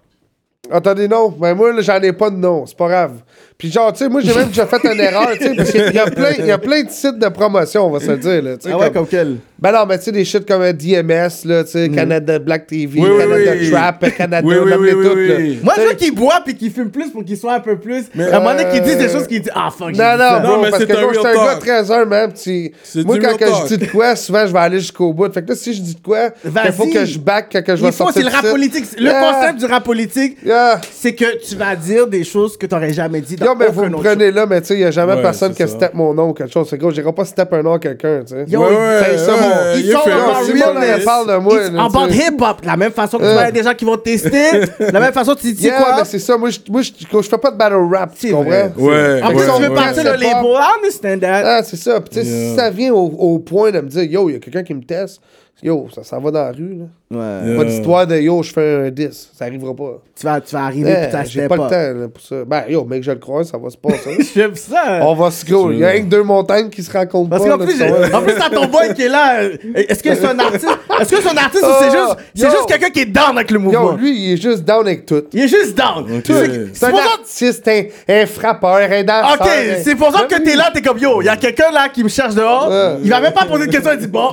Speaker 5: Ah, t'as des noms? Ben moi, là, j'en ai pas de nom, c'est pas grave. Puis genre, tu sais, moi, j'ai même déjà fait une erreur, tu sais, parce qu'il y, a plein- il y a plein de sites de promotion, on va se le dire, là. tu sais,
Speaker 4: Ah ouais,
Speaker 5: comme-
Speaker 4: comme Mm. quel?
Speaker 5: Ben non, mais tu sais, des shit comme euh, DMS, là, tu sais, Canada Black TV,
Speaker 3: Oui, oui,
Speaker 5: Canada
Speaker 3: oui.
Speaker 5: Trap, euh, Canada,
Speaker 3: Oui, oui,
Speaker 5: nomme-les
Speaker 3: oui,
Speaker 5: toutes,
Speaker 3: oui,
Speaker 5: là.
Speaker 3: oui.
Speaker 4: Moi, je veux qu'ils boivent puis qu'ils fument plus pour qu'ils soient un peu plus. à un moment donné, qu'ils disent des choses qu'ils disent Ah fuck, j'ai
Speaker 5: euh, Non,
Speaker 4: dit ça.
Speaker 5: non, bro,
Speaker 3: Non, mais
Speaker 5: parce
Speaker 3: c'est
Speaker 5: que
Speaker 3: un
Speaker 5: moi,
Speaker 3: real
Speaker 5: j'étais un
Speaker 3: talk.
Speaker 5: gars de 13 heures, man. Puis,
Speaker 3: C'est
Speaker 5: moi,
Speaker 3: du
Speaker 5: quand
Speaker 3: real
Speaker 5: que
Speaker 3: talk.
Speaker 5: je dis de quoi, souvent, je vais aller jusqu'au bout. Fait que là, si je dis de quoi, il faut
Speaker 4: Vas-y.
Speaker 5: que je back quand que je vais
Speaker 4: Il faut, c'est
Speaker 5: sortir
Speaker 4: le
Speaker 5: de
Speaker 4: rap
Speaker 5: site.
Speaker 4: politique. Le
Speaker 5: Yeah.
Speaker 4: concept du rap politique,
Speaker 5: Yeah.
Speaker 4: c'est que tu vas dire des choses que tu n'aurais jamais dit dans
Speaker 5: Yo, mais
Speaker 4: aucun
Speaker 5: vous me
Speaker 4: autre
Speaker 5: prenez là, mais tu sais, il n'y a jamais
Speaker 3: Ouais,
Speaker 5: personne
Speaker 3: c'est
Speaker 5: qui
Speaker 3: ça.
Speaker 5: step mon nom ou quelque chose. C'est gros, j'irai pas step un nom à quelqu'un, tu sais.
Speaker 4: Yo,
Speaker 3: Ouais,
Speaker 4: ils-
Speaker 3: ouais,
Speaker 5: c'est ça,
Speaker 3: ouais,
Speaker 5: mon-
Speaker 4: Ils
Speaker 3: you
Speaker 4: sont
Speaker 3: feel
Speaker 4: dans
Speaker 3: us.
Speaker 4: leur
Speaker 5: Si on
Speaker 4: realness.
Speaker 5: parle de moi,
Speaker 4: Ils-
Speaker 5: là,
Speaker 4: en
Speaker 5: tu sais.
Speaker 4: mode hip-hop, la même façon que tu vas avoir des gens qui vont tester,
Speaker 5: <laughs>
Speaker 4: de la même façon tu dis, tu sais
Speaker 5: Yeah,
Speaker 4: quoi?
Speaker 5: mais c'est ça. Moi, je, moi, je, je fais pas de battle rap, tu
Speaker 4: C'est
Speaker 5: comprends?
Speaker 4: vrai.
Speaker 3: Ouais.
Speaker 4: En plus,
Speaker 3: ouais,
Speaker 4: tu veux
Speaker 3: ouais.
Speaker 4: partir
Speaker 5: ouais.
Speaker 4: le label, I understand that.
Speaker 5: Ah, c'est ça. Puis, tu sais,
Speaker 3: Yeah.
Speaker 5: si ça vient au, au point de me dire, yo, il y a quelqu'un qui me teste, yo, ça, ça va dans la rue, là.
Speaker 4: Ouais.
Speaker 3: Euh,
Speaker 5: Pas d'histoire de yo, je fais un 10. Ça arrivera pas.
Speaker 4: Tu vas, tu vas arriver
Speaker 5: Eh,
Speaker 4: puis t'achètes
Speaker 5: J'ai pas, le temps là, pour ça. Ben yo, mec, je le crois, ça va se passer.
Speaker 4: <laughs>
Speaker 5: <laughs>
Speaker 4: J'aime ça.
Speaker 5: On va se gros. Il y a rien que deux montagnes qui se rencontrent
Speaker 4: Parce
Speaker 5: pas.
Speaker 4: qu'en
Speaker 5: là,
Speaker 4: plus,
Speaker 5: tu vois.
Speaker 4: j'ai- en plus, t'as ton boy qui est là. euh, Est-ce que c'est un artiste? Est-ce que c'est un artiste ou c'est
Speaker 5: Oh,
Speaker 4: juste, c'est
Speaker 5: yo.
Speaker 4: juste quelqu'un qui est down avec le mouvement?
Speaker 5: Yo, lui, il est juste down avec tout.
Speaker 4: Il est juste down.
Speaker 3: Ok.
Speaker 4: C'est-
Speaker 5: C'est
Speaker 4: C'est
Speaker 5: un
Speaker 4: pour ça.
Speaker 5: artiste, un, un frappeur, un danseur.
Speaker 4: Ok,
Speaker 5: un-
Speaker 4: c'est pour ça que
Speaker 5: Même
Speaker 4: t'es
Speaker 5: lui.
Speaker 4: là, t'es comme yo. Il y a quelqu'un là qui me cherche dehors.
Speaker 5: Ouais.
Speaker 4: Il va même pas poser de question. Il dit bon.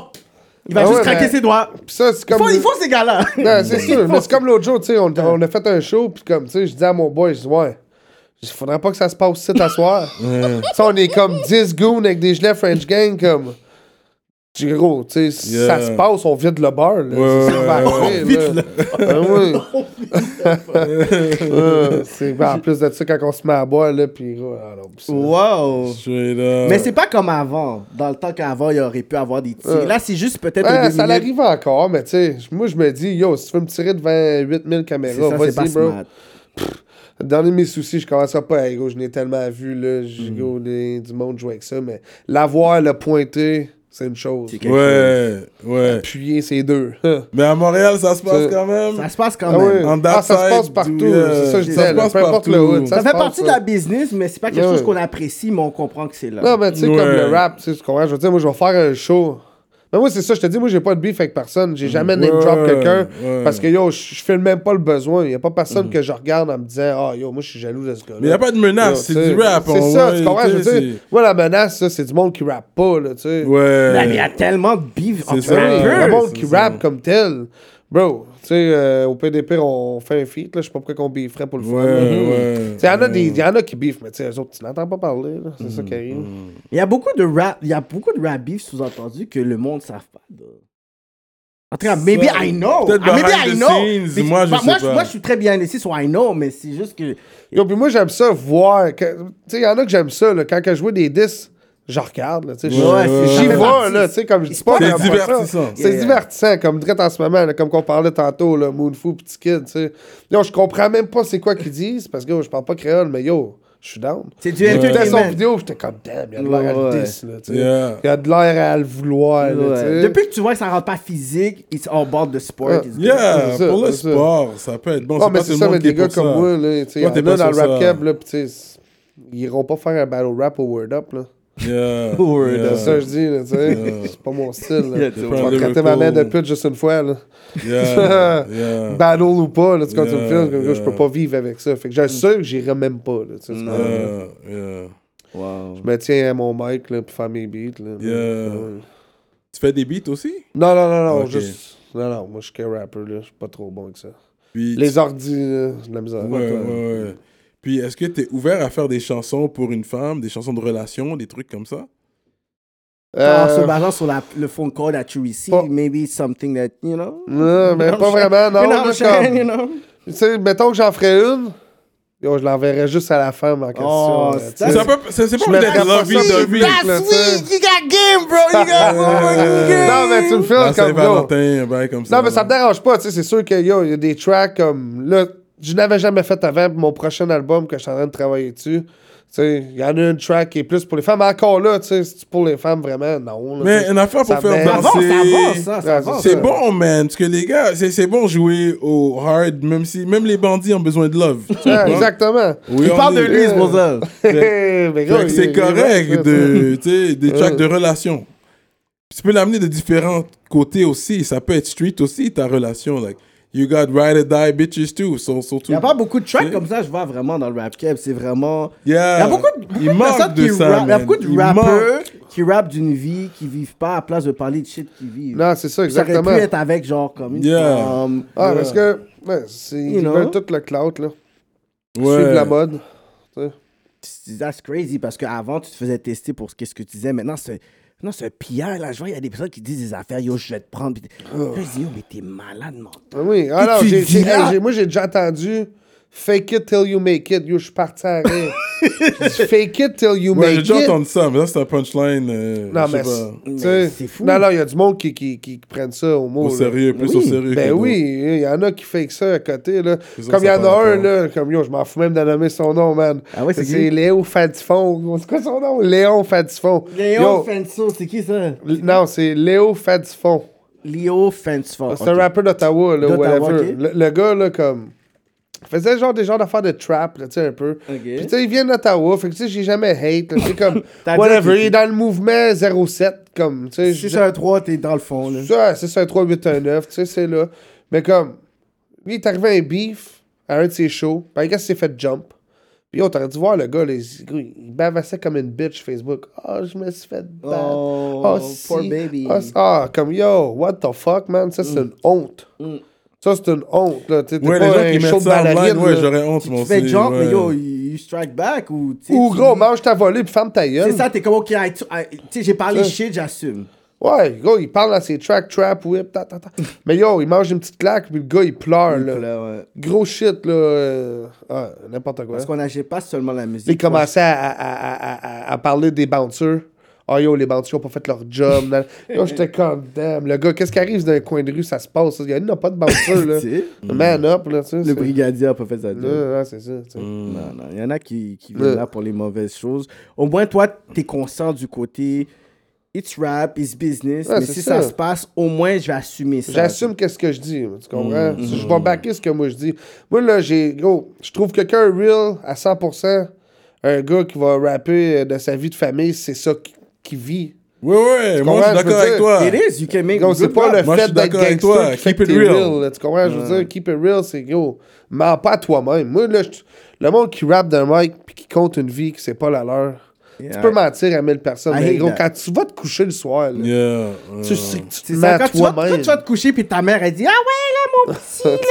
Speaker 4: Il va
Speaker 5: Ah
Speaker 4: juste
Speaker 5: ouais,
Speaker 4: craquer
Speaker 5: mais-
Speaker 4: ses doigts.
Speaker 5: Puis ça, c'est
Speaker 4: Il
Speaker 5: comme.
Speaker 4: faut, il faut ces gars-là.
Speaker 5: Non, c'est sûr. Mais c'est comme l'autre jour, tu sais, on, on a fait un show, puis comme, tu sais, je disais à mon boy, je dis, ouais, il faudrait pas que ça se passe ici à
Speaker 4: <laughs>
Speaker 5: soir. ça, on est comme 10 goons avec des gilets French Gang, comme. Je dis, gros, tu sais, si
Speaker 3: Yeah.
Speaker 5: ça se passe, on vide le bar, là.
Speaker 3: Ouais,
Speaker 5: C'est ça qui va
Speaker 3: ouais, ouais.
Speaker 5: arriver, là. Ah oui.
Speaker 4: <laughs>
Speaker 5: <laughs> Ah, c'est ben, en plus de ça, quand on se met à boire, là, puis gros, ah non, puis ça.
Speaker 4: <laughs> Wow.
Speaker 3: Straight up.
Speaker 4: Mais c'est pas comme avant. Dans le temps qu'avant, il aurait pu avoir des tirs. Là, c'est juste peut-être
Speaker 5: Ouais,
Speaker 4: deux
Speaker 5: ça
Speaker 4: minutes.
Speaker 5: l'arrive encore, mais tu sais, moi je me dis, yo, si tu veux me tirer devant 8000 caméras,
Speaker 4: C'est ça, c'est pas
Speaker 5: vas-y, bro.
Speaker 4: smart.
Speaker 5: Dernier de mes soucis, je commence à pas à gros, je n'ai tellement vu là, j'ai
Speaker 4: Mm.
Speaker 5: gros, des- du monde jouer avec ça, mais l'avoir, le pointer, c'est une chose.
Speaker 4: C'est quelque
Speaker 3: Ouais, ouais.
Speaker 5: Appuyer, c'est deux. <laughs> Hein.
Speaker 3: Mais à Montréal, ça se passe
Speaker 5: C'est-
Speaker 3: quand même.
Speaker 4: Ça se passe quand
Speaker 5: Ah
Speaker 4: même.
Speaker 5: oui.
Speaker 3: On that
Speaker 5: Ah, ça se
Speaker 3: side,
Speaker 5: passe partout,
Speaker 3: do, yeah.
Speaker 4: euh,
Speaker 5: c'est ça que je
Speaker 3: Ça se
Speaker 5: disais, là,
Speaker 3: passe
Speaker 5: peu importe le
Speaker 3: partout.
Speaker 5: hood,
Speaker 4: Ça,
Speaker 5: se
Speaker 4: fait
Speaker 5: passe,
Speaker 4: partie de la business, mais c'est pas quelque
Speaker 5: Ouais.
Speaker 4: chose qu'on apprécie, mais on comprend que c'est là.
Speaker 5: Non, mais tu sais,
Speaker 3: Ouais.
Speaker 5: comme le rap, tu sais, tu comprends? Je veux dire, moi, je vais faire un show. Mais moi, c'est ça, je te dis, moi, j'ai pas de beef avec personne. J'ai jamais name drop
Speaker 3: Ouais,
Speaker 5: quelqu'un.
Speaker 3: ouais. Mhm.
Speaker 5: Parce que, yo, je je file même pas le besoin. Il y a pas personne que je regarde en me disant, ah, yo, moi, je suis jaloux de ce gars-là.
Speaker 3: Mais y a pas de menace,
Speaker 5: Yo,
Speaker 3: c'est
Speaker 5: tu sais,
Speaker 3: du rap,
Speaker 5: C'est
Speaker 3: on-
Speaker 5: ça,
Speaker 3: ouais,
Speaker 5: tu comprends?
Speaker 3: tu
Speaker 5: Je veux
Speaker 3: sais,
Speaker 5: dire,
Speaker 3: c'est-
Speaker 5: moi, la menace, ça, c'est du monde qui rappe pas, là, tu sais. Ben
Speaker 3: Ouais.
Speaker 4: Ben, il y a tellement de bif entre
Speaker 3: Euh, ça.
Speaker 5: Oui,
Speaker 3: Ouais.
Speaker 5: le
Speaker 4: rappeurs.
Speaker 5: monde qui
Speaker 3: C'est ça.
Speaker 5: rappe comme tel. Bro, tu sais, euh, au PDP, on fait un feat, là. Je sais pas pourquoi qu'on beefrait pour le fun.
Speaker 3: Ouais,
Speaker 4: Mhm.
Speaker 3: ouais.
Speaker 5: Il y, en a des- y en a qui beefent, mais tu sais, eux autres, tu n'entends pas parler, là. C'est ça qui arrive.
Speaker 4: Il y a beaucoup de rap, il y a beaucoup de rap beef sous-entendu que le monde ne savent pas. de- En tout cas, maybe
Speaker 3: Ça,
Speaker 4: I know.
Speaker 3: peut-être
Speaker 4: Ah, maybe
Speaker 3: behind the
Speaker 4: I know.
Speaker 3: scenes,
Speaker 4: C'est-
Speaker 3: moi, je
Speaker 4: bah,
Speaker 3: sais
Speaker 4: moi,
Speaker 3: pas.
Speaker 4: moi, je suis très bien ici, so I know, mais c'est juste que.
Speaker 5: Yo, puis moi, j'aime ça voir. que- Tu sais, il y en a que j'aime ça, là. Quand que je vois des 10, je regarde, là. tu sais, je-
Speaker 4: Ouais, c'est- ça
Speaker 5: J'y
Speaker 4: fait
Speaker 5: vais,
Speaker 4: partie.
Speaker 5: là. Tu sais, comme je dis pas.
Speaker 4: C'est
Speaker 5: j'aime pas ça.
Speaker 3: divertissant.
Speaker 5: C'est
Speaker 4: Yeah.
Speaker 5: divertissant, comme direct en ce moment, là, comme qu'on parlait tantôt, là. Moonfoo, Petit Kid, tu sais. Yo, je comprends même pas c'est quoi qu'ils disent, parce que yo, je parle pas créole, mais yo, je suis down.
Speaker 4: C'est du
Speaker 5: J'écoutais son
Speaker 4: entertainment.
Speaker 5: vidéo, j'étais comme, damn, il y a de l'air à
Speaker 4: Ouais,
Speaker 5: le
Speaker 4: ouais.
Speaker 5: 10, là, tu sais.
Speaker 3: Yeah.
Speaker 5: Il y a de l'air à le vouloir, là, tu
Speaker 4: Ouais.
Speaker 5: sais.
Speaker 4: Depuis que tu vois que ça rend pas physique, it's all about the sport.
Speaker 5: Ouais.
Speaker 4: it's good.
Speaker 3: Yeah,
Speaker 5: C'est ça,
Speaker 3: pour le
Speaker 5: c'est ça.
Speaker 3: sport, ça peut être bon.
Speaker 5: Non,
Speaker 3: c'est
Speaker 5: Ah, mais
Speaker 3: pas tout
Speaker 5: c'est
Speaker 3: le
Speaker 5: ça,
Speaker 3: monde
Speaker 5: mais
Speaker 3: qui est
Speaker 5: des gars
Speaker 3: pour
Speaker 5: comme
Speaker 3: ça.
Speaker 5: moi, là, tu sais,
Speaker 3: Toi,
Speaker 5: y'en
Speaker 3: t'es
Speaker 5: a
Speaker 3: pas
Speaker 5: dans le
Speaker 3: sur
Speaker 5: rap
Speaker 3: ça.
Speaker 5: cab, là, pis tu sais, ils iront pas faire un battle rap au Word Up, là. <laughs>
Speaker 3: Yeah.
Speaker 4: Word,
Speaker 3: yeah,
Speaker 5: C'est ça que je dis, là, tu sais. C'est pas mon style, là.
Speaker 4: Yeah,
Speaker 5: Tu
Speaker 4: tu
Speaker 5: vas
Speaker 3: vois.
Speaker 5: traiter ma mère de pute juste une fois, là. <laughs>
Speaker 3: Yeah. yeah.
Speaker 5: Battle ou pas, là, tu vois, tu me
Speaker 3: Yeah,
Speaker 5: filmes, comme, gars, je
Speaker 3: yeah.
Speaker 5: peux pas vivre avec ça. Fait que j'assure que j'irai même pas, là, tu sais. c'est pas vrai.
Speaker 3: Yeah, yeah.
Speaker 4: Wow.
Speaker 5: Je me tiens à mon mic, là, pis faire mes beats, là.
Speaker 3: Yeah.
Speaker 5: Ouais.
Speaker 3: Tu fais des beats aussi?
Speaker 5: Non, non, non, non,
Speaker 3: Ok.
Speaker 5: juste... Non, non, moi, je suis qu'un rapper, là. Je suis pas trop bon avec ça.
Speaker 3: Puis
Speaker 5: Les ordi, là, c'est de la misère.
Speaker 3: Ouais, ouais, ouais. Puis est-ce que t'es ouvert à faire des chansons pour une femme, des chansons de relation, des trucs comme ça?
Speaker 5: Euh,
Speaker 4: en se basant sur la- le phone call that you receive,
Speaker 5: pas-
Speaker 4: maybe something that, you know.
Speaker 5: Non, mais pas vraiment, <laughs> non.
Speaker 4: You know,
Speaker 5: là,
Speaker 4: Shane,
Speaker 5: comme-
Speaker 4: you know.
Speaker 5: Tu sais, mettons que j'en ferais une, yo, je l'enverrais juste à la femme en question.
Speaker 4: Oh,
Speaker 5: là,
Speaker 4: c'est
Speaker 5: tu sais.
Speaker 4: Euh,
Speaker 3: Ça peut- C'est c'est pas
Speaker 5: je
Speaker 3: obligé
Speaker 5: mettrais
Speaker 3: d'être
Speaker 5: pas
Speaker 3: la vie
Speaker 5: ça sur
Speaker 3: de
Speaker 5: le
Speaker 3: vie.
Speaker 5: bac, là, tu sais.
Speaker 4: You got game, bro. <laughs>
Speaker 5: <laughs>
Speaker 4: You got fucking game.
Speaker 5: Euh, Non, mais tu me
Speaker 3: La
Speaker 5: filmes comme yo.
Speaker 3: Saint-Valentin, un bail comme ça.
Speaker 5: Non, mais ça me dérange pas, tu sais, c'est sûr que yo, il y a des tracks comme là, je n'avais jamais fait avant pour mon prochain album que je suis en train de travailler dessus. Tu sais, il y en a une track qui est plus pour les femmes, mais encore là, tu sais, c'est pour les femmes vraiment, non. là, tu
Speaker 3: Mais
Speaker 5: sais.
Speaker 3: une affaire pour
Speaker 5: Ça
Speaker 3: faire
Speaker 5: m'aide.
Speaker 4: Ça avance, ça avance,
Speaker 3: danser.
Speaker 4: ça, ça
Speaker 5: Ouais,
Speaker 4: avance.
Speaker 5: c'est
Speaker 3: C'est
Speaker 5: ça.
Speaker 3: bon, man. Parce que les gars, c'est c'est bon jouer au hard, même si même les bandits ont besoin de love. Tu
Speaker 5: Ouais,
Speaker 3: comprends?
Speaker 5: exactement.
Speaker 3: Oui,
Speaker 5: <laughs>
Speaker 4: Il
Speaker 3: on
Speaker 4: parle de
Speaker 3: est-
Speaker 4: lui, c'est pour ça.
Speaker 5: Mais gros,
Speaker 3: Fait que
Speaker 5: il-
Speaker 3: C'est
Speaker 5: il est vrai,
Speaker 3: correct
Speaker 5: tu sais.
Speaker 3: de, tu sais, des tracks de relation. Tu peux l'amener de différents côtés aussi. Ça peut être street aussi, ta relation. like. you got Ride or Die Bitches too. So, so
Speaker 4: Il n'y a pas beaucoup de tracks comme ça, je vois vraiment dans le rap cap. C'est vraiment.
Speaker 3: Yeah.
Speaker 4: Il y a beaucoup de, beaucoup
Speaker 3: Il
Speaker 4: de
Speaker 3: manque
Speaker 4: personnes
Speaker 3: de
Speaker 4: qui
Speaker 3: ça,
Speaker 4: rappent. Il y a
Speaker 3: man.
Speaker 4: beaucoup de
Speaker 3: Il
Speaker 4: rappeurs
Speaker 3: manque.
Speaker 4: qui rappent d'une vie, qui vivent pas à place de parler de shit qu'ils vivent.
Speaker 5: Non, c'est ça,
Speaker 4: Ça
Speaker 5: exactement.
Speaker 4: aurait pu être avec genre comme une
Speaker 3: Yeah.
Speaker 4: femme.
Speaker 5: Ah, parce que, ouais, c'est, ils
Speaker 4: know?
Speaker 5: veulent tout le clout, là.
Speaker 3: Ouais.
Speaker 5: Suivre la mode.
Speaker 4: That's crazy parce qu'avant, tu te faisais tester pour ce qu'est-ce que tu disais. Maintenant, c'est. Non, c'est un pillard, là. Je vois, il y a des personnes qui disent des affaires. Yo, je vais te prendre. Puis t'es- Yo, je dis, yo, mais t'es malade, non.
Speaker 5: Ah Oui, ah non,
Speaker 4: tu
Speaker 5: j'ai-
Speaker 4: dis
Speaker 5: j'ai-
Speaker 4: là-
Speaker 5: hey, j'ai- moi j'ai déjà entendu Fake it till you make it. Yo, je suis parti à
Speaker 3: <laughs>
Speaker 5: rire. J'ai dit, Fake it till you
Speaker 3: Ouais, j'ai
Speaker 5: make
Speaker 3: déjà
Speaker 5: it.
Speaker 3: entendu ça, mais là, c'est un punchline. euh,
Speaker 5: Non,
Speaker 3: je sais
Speaker 5: mais
Speaker 3: pas.
Speaker 5: c'est- tu
Speaker 4: Mais
Speaker 5: sais,
Speaker 4: c'est fou.
Speaker 5: Non, non, il y a du monde qui, qui, qui prennent ça au mot.
Speaker 3: Au
Speaker 5: là.
Speaker 3: sérieux, plus au
Speaker 4: Oui.
Speaker 3: sérieux.
Speaker 5: Ben
Speaker 3: que
Speaker 5: oui, il y en a qui fake ça à côté. Là.
Speaker 3: Ils ont
Speaker 5: Comme il y
Speaker 3: ça
Speaker 5: en
Speaker 3: par
Speaker 5: a un,
Speaker 3: rapport.
Speaker 5: là, comme yo, je m'en fous même de nommer son nom, man.
Speaker 4: Ah ouais, c'est qui?
Speaker 5: C'est Léo Fatifon. C'est quoi son nom? Léon Fatifon.
Speaker 4: Léo
Speaker 5: Yo,
Speaker 4: Fenso, c'est qui ça?
Speaker 5: l- Non, c'est Léo Fatifon.
Speaker 4: Léo Fenso.
Speaker 5: C'est un rappeur d'Ottawa, là,
Speaker 4: D'Ottawa,
Speaker 5: whatever.
Speaker 4: ok.
Speaker 5: Le, le gars, là, comme. Faisait genre des genres d'affaires de trap, là, tu sais, un peu. Puis, tu sais, il vient d'Ottawa, fait que, tu sais, j'ai jamais hate, là, c'est comme.
Speaker 4: <laughs> T'as dit que-
Speaker 5: whatever, il est dans le mouvement 07, comme, tu sais.
Speaker 4: Si
Speaker 5: je-
Speaker 4: c'est un 3, t'es dans le fond, là.
Speaker 5: ça, c'est ça, un 3819, tu sais, c'est là. Mais comme, lui, il est arrivé un beef à un de ses shows. Ben, le gars s'est fait jump. Puis, on t'aurait dû voir le gars, là, il, gros, il bavassait comme une bitch Facebook. Ah, je me suis fait battre.
Speaker 4: Oh,
Speaker 5: Ah,
Speaker 4: poor
Speaker 5: si.
Speaker 4: baby. Mm.
Speaker 5: Ah, si. Ah, comme, yo, what the fuck, man? Ça, c'est une honte. Ça, c'est une honte, là. Tu sais, t'es
Speaker 3: Ouais,
Speaker 5: pas un
Speaker 3: les gens qui
Speaker 5: show
Speaker 3: mettent
Speaker 5: de
Speaker 3: ça en
Speaker 5: ballerine,
Speaker 3: ligne, ouais,
Speaker 5: là.
Speaker 3: j'aurais honte,
Speaker 4: Tu
Speaker 3: moi
Speaker 4: te fais
Speaker 3: aussi,
Speaker 4: jump, mais
Speaker 3: ouais.
Speaker 4: yo, you strike back ou. tu sais,
Speaker 5: Ou
Speaker 4: tu-
Speaker 5: gros, mange ta volée puis ferme ta gueule.
Speaker 4: C'est ça, t'es comme, ok, I- I- tu sais, j'ai parlé
Speaker 5: Ça.
Speaker 4: shit, j'assume.
Speaker 5: Ouais, le gars, il parle dans ses tracks, trap, whip, ta, ta, ta. Mais yo, il mange une petite claque, puis le gars, il pleure, là.
Speaker 4: Là, ouais.
Speaker 5: Gros shit, là. euh, ah, n'importe quoi.
Speaker 4: Parce qu'on n'agit pas seulement la musique.
Speaker 5: Il commençait à, à- à- à- à- à parler des bouncers. Ah yo, les bouncers ont pas fait leur job. Nan- yo, j'étais comme, damn, le gars, qu'est-ce qui arrive dans un coin de rue, ça se passe. ça? Il y en a pas de bouncer, là.
Speaker 4: <laughs>
Speaker 5: Mm.
Speaker 4: Tu sais.
Speaker 5: Man up, là, tu sais.
Speaker 4: Le
Speaker 5: c'est-
Speaker 4: brigadier a pas fait ça. tu sais.
Speaker 5: Là, là, c'est ça, tu sais.
Speaker 4: Non, non, il y en a qui, qui
Speaker 5: Ouais.
Speaker 4: viennent là pour les mauvaises choses. Au moins, toi, t'es conscient du côté. It's rap, it's business.
Speaker 5: Ouais,
Speaker 4: mais
Speaker 5: c'est
Speaker 4: si ça.
Speaker 5: ça.
Speaker 4: se passe, au moins, je vais assumer ça.
Speaker 5: J'assume qu'est-ce que je dis, tu comprends? Je vais backer ce que moi je dis. Moi, là, j'ai, gros, je trouve quelqu'un real à 100%, un gars qui va rapper euh, de sa vie de famille, c'est ça qui, qui vit.
Speaker 3: Ouais, ouais, moi, je
Speaker 5: comprends, je veux
Speaker 3: suis d'accord avec
Speaker 5: dire,
Speaker 3: toi.
Speaker 4: It is, you can make
Speaker 5: Gros, c'est
Speaker 4: good
Speaker 5: pas
Speaker 4: rap.
Speaker 5: le
Speaker 3: Moi, je
Speaker 5: fait
Speaker 3: suis
Speaker 5: d'être
Speaker 3: d'accord avec
Speaker 5: gangster
Speaker 3: toi.
Speaker 5: qui fait
Speaker 3: Keep
Speaker 5: que
Speaker 3: it
Speaker 5: t'es
Speaker 3: real.
Speaker 5: real, là, tu comprends? Je veux dire, keep it real, c'est gros. Mens pas à toi-même. Moi, là, je- le monde qui rappe d'un mic puis qui compte une vie qui c'est pas la leur, tu
Speaker 4: Yeah.
Speaker 5: peux mentir à 1000 personnes.
Speaker 4: I
Speaker 5: mais
Speaker 4: hate
Speaker 5: gros,
Speaker 4: that.
Speaker 5: quand tu vas te coucher le soir, là,
Speaker 3: Yeah, ouais.
Speaker 5: tu sais que tu te
Speaker 4: C'est
Speaker 5: mens
Speaker 4: ça,
Speaker 5: à
Speaker 4: quand tu vas, quand
Speaker 5: toi-même.
Speaker 4: tu vas te coucher, puis ta mère, elle dit Ah ouais, là, mon petit,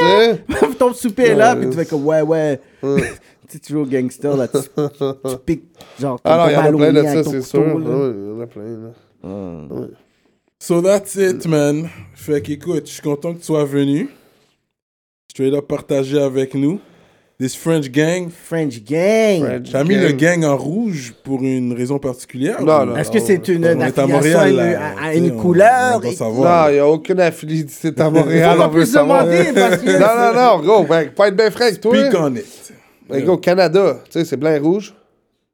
Speaker 5: Tu sais?
Speaker 4: ton souper est là, puis tu fais comme Ouais, ouais. <laughs> tu es toujours gangster, là,
Speaker 5: <laughs>
Speaker 4: tu, tu piques, genre, comme
Speaker 5: Alors, Ah
Speaker 4: ton
Speaker 5: il y en a
Speaker 4: mal au
Speaker 5: plein de
Speaker 4: nez avec
Speaker 5: ça,
Speaker 4: ton
Speaker 5: c'est sûr.
Speaker 4: couteau, là.
Speaker 5: Oui, Il y en a plein, là.
Speaker 3: So that's it, man. Fait qu'écoute, je suis content que tu sois venu. Straight up partagé avec nous. This French gang.
Speaker 4: French gang.
Speaker 5: French
Speaker 3: T'as mis
Speaker 5: gang.
Speaker 3: le gang en rouge pour une raison particulière?
Speaker 5: Non,
Speaker 3: ou-
Speaker 5: non.
Speaker 4: Est-ce que c'est une,
Speaker 3: On
Speaker 4: une
Speaker 3: est à
Speaker 4: affiliation à
Speaker 3: Montréal.
Speaker 4: une,
Speaker 3: là.
Speaker 4: à- à
Speaker 3: Tu sais,
Speaker 4: une
Speaker 3: on-
Speaker 4: couleur
Speaker 3: On doit
Speaker 4: et-
Speaker 5: Non,
Speaker 3: savoir.
Speaker 5: il n'y a aucune affiliation à
Speaker 4: <laughs> Faut
Speaker 5: Montréal.
Speaker 4: pas
Speaker 5: on veut
Speaker 4: plus
Speaker 5: savoir.
Speaker 4: demander, parce que-
Speaker 5: Non, non, non, gros, ben, pas être bien frais avec toi.
Speaker 3: Speak on it.
Speaker 5: Mais gros, Canada, tu sais, c'est blanc et rouge.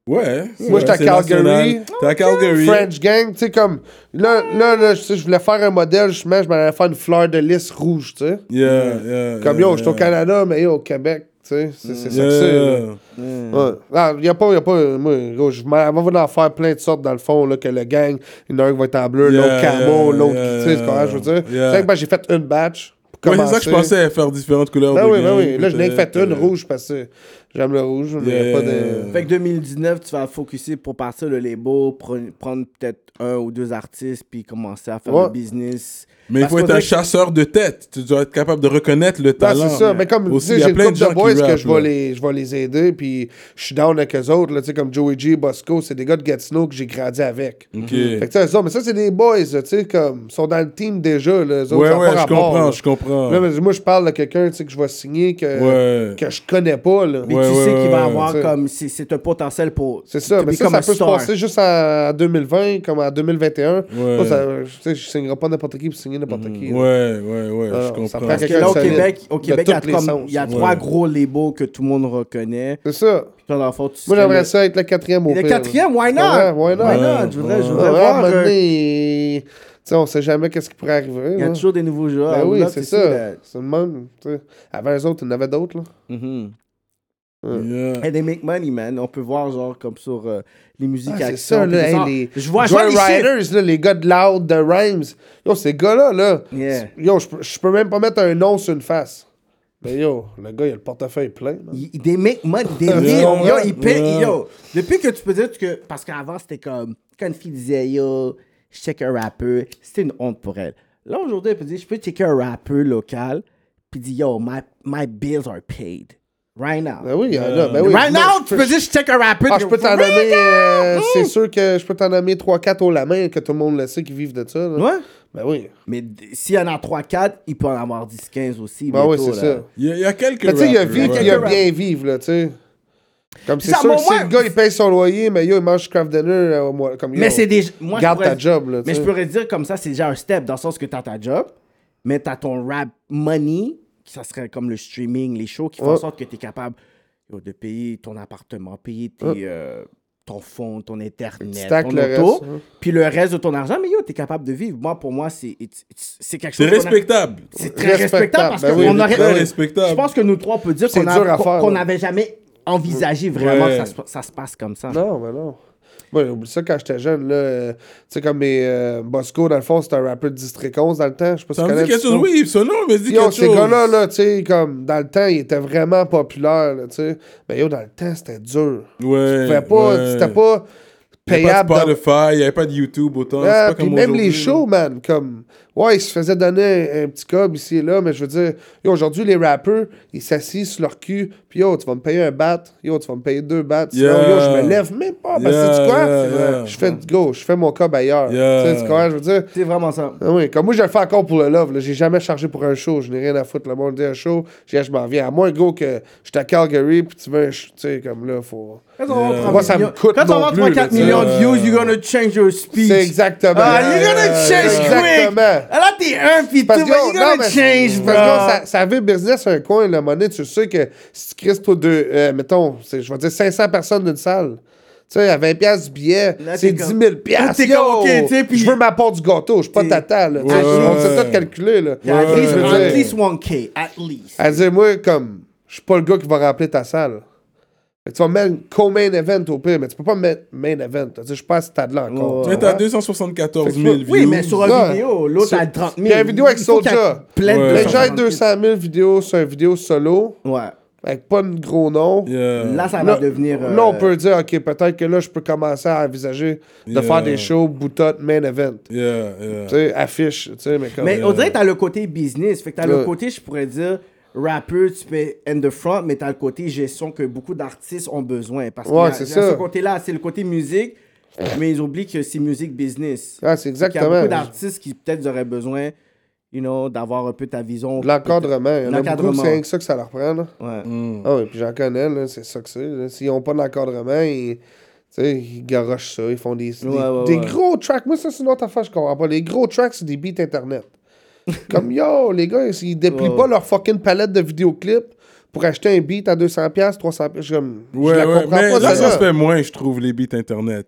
Speaker 3: Ouais.
Speaker 5: Moi, j'étais à
Speaker 3: c'est
Speaker 5: Calgary.
Speaker 3: national. T'es à Calgary.
Speaker 5: French gang, tu sais, comme. Là, là, là, je sais, je voulais faire un modèle, je m'en je m'en allais faire une fleur de lys rouge, tu sais.
Speaker 3: Yeah, yeah.
Speaker 5: Comme
Speaker 3: yeah,
Speaker 5: yo, je suis au
Speaker 3: yeah. Mm.
Speaker 5: Canada, mais yo, au Québec, tu sais, c'est c'est ça que c'est. là.
Speaker 3: Yeah. Mm.
Speaker 5: Ouais. Ah, y a pas, y a pas, moi, gros, je m'en on va en faire plein de sortes dans le fond, là, que le gang, il y en a un qui va être en bleu,
Speaker 3: Yeah,
Speaker 5: l'autre camo,
Speaker 3: yeah,
Speaker 5: l'autre,
Speaker 3: yeah,
Speaker 5: tu sais, tu comprends, je veux dire.
Speaker 3: yeah.
Speaker 5: C'est vrai que ben, j'ai fait une batch. pour
Speaker 3: Ouais, c'est ça que je
Speaker 5: commencer.
Speaker 3: pensais à faire différentes couleurs.
Speaker 5: Ben
Speaker 3: de
Speaker 5: oui, ben
Speaker 3: gang,
Speaker 5: oui. Là, je n'ai que
Speaker 3: peut-être,
Speaker 5: fait une
Speaker 3: euh,
Speaker 5: rouge parce que j'aime le rouge, mais y a pas de.
Speaker 3: Yeah.
Speaker 4: Fait que 2019, tu vas focuser pour partir le label, pre- prendre peut-être un ou deux artistes, puis commencer à faire
Speaker 5: Ouais.
Speaker 4: le business.
Speaker 3: Mais il
Speaker 4: Parce
Speaker 3: faut
Speaker 4: qu'on
Speaker 3: être un
Speaker 4: dirait que-
Speaker 3: chasseur de tête. Tu dois être capable de reconnaître le
Speaker 5: Ah,
Speaker 3: talent.
Speaker 5: c'est ça. Mais comme tu
Speaker 3: Aussi,
Speaker 5: sais,
Speaker 3: il y a
Speaker 5: j'ai une
Speaker 3: plein de
Speaker 5: couple de
Speaker 3: gens qui
Speaker 5: boys que
Speaker 3: rappent,
Speaker 5: je vais,
Speaker 3: là.
Speaker 5: les, je vais les aider, puis je suis down avec eux autres, là, tu sais, comme Joey G, Bosco, c'est des gars de Gatineau que j'ai grandi avec.
Speaker 3: Ok.
Speaker 5: Fait que tu sais, ça, mais ça, c'est des boys, là, tu sais, comme, ils sont dans le team déjà, là, eux autres,
Speaker 3: Ouais,
Speaker 5: ça a
Speaker 3: ouais,
Speaker 5: pas
Speaker 3: je
Speaker 5: rapport,
Speaker 3: comprends,
Speaker 5: là.
Speaker 3: je comprends.
Speaker 5: Là, mais moi, je parle de quelqu'un tu sais, que je vais signer que,
Speaker 3: Ouais.
Speaker 5: que je connais pas. Là.
Speaker 4: Mais
Speaker 3: Ouais,
Speaker 4: tu
Speaker 3: ouais,
Speaker 4: sais qu'il va
Speaker 3: ouais,
Speaker 4: avoir
Speaker 5: ouais.
Speaker 4: comme. C'est c'est un potentiel pour.
Speaker 5: C'est ça,
Speaker 4: to
Speaker 5: mais ça,
Speaker 4: become
Speaker 5: ça
Speaker 4: a
Speaker 5: peut se
Speaker 4: star.
Speaker 5: passer juste en 2020 comme en 2021.
Speaker 3: Ouais. Mm,
Speaker 5: Moi, ça, je- tu sais, je signerai pas n'importe qui pour signer n'importe qui. là.
Speaker 3: Ouais, ouais, ouais,
Speaker 5: Alors,
Speaker 3: je
Speaker 5: ça
Speaker 3: comprends.
Speaker 5: prend
Speaker 4: Parce que là, au
Speaker 5: Quelqu'un de
Speaker 4: Québec,
Speaker 5: solide.
Speaker 4: au
Speaker 5: De
Speaker 4: Québec, il y a,
Speaker 5: toutes les
Speaker 4: comme-
Speaker 5: sens,
Speaker 4: il y a
Speaker 5: ouais.
Speaker 4: trois gros labels que tout le monde reconnaît.
Speaker 5: C'est ça.
Speaker 4: Puis toi, dans le fond, tu
Speaker 5: Moi,
Speaker 4: serais
Speaker 5: j'aimerais
Speaker 4: le-
Speaker 5: ça être le quatrième au
Speaker 4: Le
Speaker 5: pire.
Speaker 4: quatrième, why not?
Speaker 5: Ouais, why not?
Speaker 4: Why
Speaker 3: Ouais.
Speaker 4: not? Je voudrais, je
Speaker 5: Ouais,
Speaker 4: voudrais
Speaker 5: à un
Speaker 4: voir.
Speaker 5: moment
Speaker 4: euh,
Speaker 5: donné, tu sais, on sait jamais qu'est-ce qui pourrait arriver.
Speaker 4: Il y a
Speaker 5: là.
Speaker 4: toujours des nouveaux joueurs.
Speaker 5: Ben
Speaker 4: I would
Speaker 5: oui,
Speaker 4: love
Speaker 5: c'est
Speaker 4: to see
Speaker 5: ça.
Speaker 4: that.
Speaker 5: Mm-hmm. C'est le même. tu sais. Avant les autres, il y en avait d'autres. là.
Speaker 4: Mhm.
Speaker 3: Yeah.
Speaker 4: And they make money, man. On peut voir, genre, comme sur euh, les musiques
Speaker 5: Ah, c'est
Speaker 4: action,
Speaker 5: ça, là,
Speaker 4: puis
Speaker 5: hey,
Speaker 4: ça.
Speaker 5: les
Speaker 4: Je vois, je vois les chiffres.
Speaker 5: Riders, là, les gars de Loud, de Rhymes. Yo, ces gars-là, là,
Speaker 4: Yeah.
Speaker 5: yo, je peux- je peux même pas mettre un nom sur une face. Mais yo, le gars, il a le portefeuille plein. man.
Speaker 4: Ils- They make money, they live.
Speaker 5: comprends?
Speaker 4: Yo, ils payent.
Speaker 3: Yeah.
Speaker 4: Yo, depuis que tu peux dire que. Parce qu'avant, c'était comme. Quand une fille disait yo, je check un rappeur, c'était une honte pour elle. Là, aujourd'hui, elle peut dire je peux checker un rappeur local, puis dire yo, my, my bills are paid. Right now.
Speaker 5: Ben oui, il y en a. Ben oui.
Speaker 4: right
Speaker 5: Moi,
Speaker 4: now,
Speaker 5: je
Speaker 4: tu peux dire je check un rappeur.
Speaker 5: Ah,
Speaker 4: puis
Speaker 5: je peux
Speaker 4: yo,
Speaker 5: t'en
Speaker 4: right
Speaker 5: nommer. euh,
Speaker 4: now!
Speaker 5: c'est sûr que je peux t'en nommer 3-4 au la main que tout le monde le sait qui vivent de ça. là.
Speaker 4: Ouais.
Speaker 5: Ben oui.
Speaker 4: Mais d- s'il y en a 3-4, il peut en avoir 10-15 aussi.
Speaker 5: Ben oui,
Speaker 4: bientôt,
Speaker 5: c'est
Speaker 4: là.
Speaker 5: ça.
Speaker 3: Il y, a- il y a quelques.
Speaker 5: Mais tu sais, il y a
Speaker 3: rappers,
Speaker 5: vivre,
Speaker 3: ouais.
Speaker 5: il y a
Speaker 4: Quelques
Speaker 5: bien vivre, là, tu sais. Comme c'est
Speaker 4: Ça,
Speaker 5: sûr
Speaker 4: bon,
Speaker 5: que si
Speaker 4: moi-
Speaker 5: le gars, il paye son loyer, mais yo, il mange du craft dinner euh, au mois- comme yo,
Speaker 4: Mais c'est des. Moi, je
Speaker 5: Garde
Speaker 4: pourrais-
Speaker 5: ta job, là, tu
Speaker 4: Mais je
Speaker 5: sais.
Speaker 4: pourrais dire comme ça, c'est déjà un step, dans le sens que t'as ta job, mais t'as ton rap money, qui ça serait comme le streaming, les shows, qui font en
Speaker 5: Ouais.
Speaker 4: sorte que t'es capable yo, de payer ton appartement, payer tes, euh, ton fonds, ton internet,
Speaker 5: stack
Speaker 4: ton
Speaker 5: le reste,
Speaker 4: auto,
Speaker 5: hein.
Speaker 4: puis le reste de ton argent, mais yo, t'es capable de vivre. Moi, pour moi, c'est it's- it's- c'est quelque
Speaker 3: C'est
Speaker 4: chose. qu'on a-
Speaker 3: respectable.
Speaker 4: C'est très respectable,
Speaker 5: Respectable,
Speaker 4: parce
Speaker 5: ben
Speaker 4: qu'on
Speaker 5: oui,
Speaker 4: aurait.
Speaker 3: très
Speaker 4: Je
Speaker 3: respectable.
Speaker 4: pense que nous trois, on peut dire
Speaker 5: C'est
Speaker 4: qu'on a-
Speaker 5: dur à
Speaker 4: qu'on-
Speaker 5: faire,
Speaker 4: qu'on
Speaker 5: ouais.
Speaker 4: n'avait jamais envisagé vraiment
Speaker 3: Ouais.
Speaker 4: que ça se, ça se passe comme ça.
Speaker 5: Non, mais non. Moi, j'ai oublié ça quand j'étais jeune, là. euh, tu sais, comme mes euh, Bosco, dans le fond, c'était un rappeur de District 11 dans le temps. Je sais pas si tu
Speaker 3: Ça me
Speaker 5: connais.
Speaker 3: dit quelque
Speaker 5: le
Speaker 3: chose.
Speaker 5: son.
Speaker 3: Oui, ça non, mais dis
Speaker 5: Yo,
Speaker 3: quelque
Speaker 5: ces
Speaker 3: chose.
Speaker 5: gars-là, là, tu sais, comme, dans le temps, ils étaient vraiment populaires, là, tu sais. Mais yo, dans le temps, c'était dur.
Speaker 3: Ouais.
Speaker 5: Tu pouvais pas,
Speaker 3: ouais.
Speaker 5: c'était pas
Speaker 3: Il y avait
Speaker 5: payable.
Speaker 3: pas
Speaker 5: de-
Speaker 3: de Spotify, il n'y avait pas de YouTube autant. c'est
Speaker 5: Ah,
Speaker 3: pas
Speaker 5: puis
Speaker 3: comme
Speaker 5: même les
Speaker 3: aujourd'hui,
Speaker 5: shows, man, comme... Ouais, ils se faisaient donner un, un petit cob ici et là, mais je veux dire, yo, aujourd'hui, les rappeurs, ils s'assisent sur leur cul, puis yo, tu vas me payer un bat, yo, tu vas me payer deux bats, sinon,
Speaker 3: Yeah.
Speaker 5: yo, je me lève même pas, parce
Speaker 3: Yeah,
Speaker 5: que tu quoi?
Speaker 3: yeah, yeah.
Speaker 5: Je fais du go, je fais mon cob ailleurs.
Speaker 3: Yeah.
Speaker 5: Tu sais, tu comprends, je veux dire...
Speaker 4: C'est vraiment ça.
Speaker 5: Ah oui, comme moi, je le fais encore pour le love. là. J'ai jamais chargé pour un show. Je n'ai rien à foutre. Le monde dit un show. Je dis, ah, je m'en viens. À moins, gros, que je suis à Calgary, puis tu veux un show. Tu sais, comme là, faut.
Speaker 4: Quand on va prendre
Speaker 5: Euh, Moi, ça me
Speaker 4: millions-
Speaker 5: coûte
Speaker 4: quand
Speaker 5: non
Speaker 4: on va
Speaker 5: plus,
Speaker 4: prendre
Speaker 5: là,
Speaker 4: 4
Speaker 5: tu sais. euh,
Speaker 4: millions de views, you're gonna change your speech.
Speaker 5: C'est exactement.
Speaker 4: Ah, you're gonna
Speaker 5: Euh,
Speaker 4: change quick.
Speaker 5: Exactement.
Speaker 4: Là, t'es un pis tout,
Speaker 5: Parce
Speaker 4: mais
Speaker 5: que,
Speaker 4: you're
Speaker 5: non,
Speaker 4: gonna
Speaker 5: mais-
Speaker 4: change, bro.
Speaker 5: parce que, ça, ça veut business un coin, là, à un moment donné, tu sais que si tu crises, toi, deux, euh, mettons, c'est- je vais dire 500 personnes d'une salle, tu sais, à 20 piastres du billet,
Speaker 4: Là,
Speaker 5: c'est
Speaker 4: t'es
Speaker 5: 10
Speaker 4: comme-
Speaker 5: 000 piastres,
Speaker 4: t'es
Speaker 5: yo!
Speaker 4: comme, ok, tu sais, puis-
Speaker 5: Je veux ma part du gâteau, je suis pas
Speaker 4: T'es-
Speaker 5: tata, là, tu sais,
Speaker 4: Ouais.
Speaker 5: on s'est tout calculé, là.
Speaker 4: Yeah, at,
Speaker 5: Je
Speaker 4: least,
Speaker 5: veux
Speaker 4: at
Speaker 5: dire-
Speaker 4: least 1K, at least.
Speaker 5: Elle dit, moi, comme, je suis pas le gars qui va remplir ta salle. Mais tu vas mettre co-main event au pire, mais tu peux pas mettre main event. Tu sais, Je suis pas à ce stade-là encore.
Speaker 4: Ouais.
Speaker 5: tu
Speaker 3: là. Mais t'as
Speaker 5: comprends?
Speaker 3: 274 000 views.
Speaker 4: Oui, mais sur
Speaker 5: Ouais.
Speaker 4: une vidéo, l'autre
Speaker 5: Sur-
Speaker 4: a 30 000.
Speaker 5: Il y a une vidéo avec
Speaker 4: Il faut qu'il y ait
Speaker 5: Soulja.
Speaker 4: plein de
Speaker 3: Ouais.
Speaker 5: Les
Speaker 4: gens
Speaker 5: gens avec
Speaker 4: qui-
Speaker 5: 200 000 vidéos sur une vidéo solo,
Speaker 4: Ouais.
Speaker 5: avec pas de gros nom.
Speaker 3: Yeah.
Speaker 4: Là, ça va
Speaker 5: Là,
Speaker 4: devenir. euh,
Speaker 5: là, on peut dire, OK, peut-être que là, je peux commencer à envisager de
Speaker 3: Yeah.
Speaker 5: faire des shows boutotte main event.
Speaker 3: Yeah, yeah.
Speaker 5: Tu sais, affiche, tu sais, mais comme... euh,
Speaker 4: Mais on dirait que t'as le côté business. Fait que t'as le
Speaker 5: Ouais.
Speaker 4: côté, je pourrais dire, rappeur, tu fais in the front, mais t'as le côté gestion que beaucoup d'artistes ont besoin. Parce que
Speaker 5: Ouais,
Speaker 4: y a-
Speaker 5: c'est
Speaker 4: y a
Speaker 5: ça.
Speaker 4: ce côté-là, c'est le côté musique, mais ils oublient que c'est musique business.
Speaker 5: Ah, c'est
Speaker 4: Il y a beaucoup
Speaker 5: exactement.
Speaker 4: d'artistes qui peut-être auraient besoin, you know, d'avoir un peu ta vision.
Speaker 5: De L'encadrement. Il y en a beaucoup que
Speaker 4: L'encadrement.
Speaker 5: c'est rien que ça que ça leur prend, là.
Speaker 4: Ouais.
Speaker 3: Mm.
Speaker 5: Ah oui, puis j'en connais, là, c'est ça que c'est. là. S'ils n'ont pas d'encadrement, ils, tu sais, ils garochent ça, ils font des, des,
Speaker 4: Ouais, ouais,
Speaker 5: des
Speaker 4: ouais.
Speaker 5: gros tracks. Moi, ça, c'est une autre affaire, je comprends pas. Les gros tracks, c'est des beats
Speaker 3: <laughs>
Speaker 5: Internet. Comme, yo, les gars, ils déplient pas leur fucking palette de vidéoclips pour acheter un beat à 200$, 300$. Je, suis comme, je
Speaker 3: Ouais,
Speaker 5: la
Speaker 3: ouais.
Speaker 5: comprends
Speaker 3: Mais
Speaker 5: pas,
Speaker 3: là, ça
Speaker 5: celle-là.
Speaker 3: se fait moins, je trouve, les beats Internet.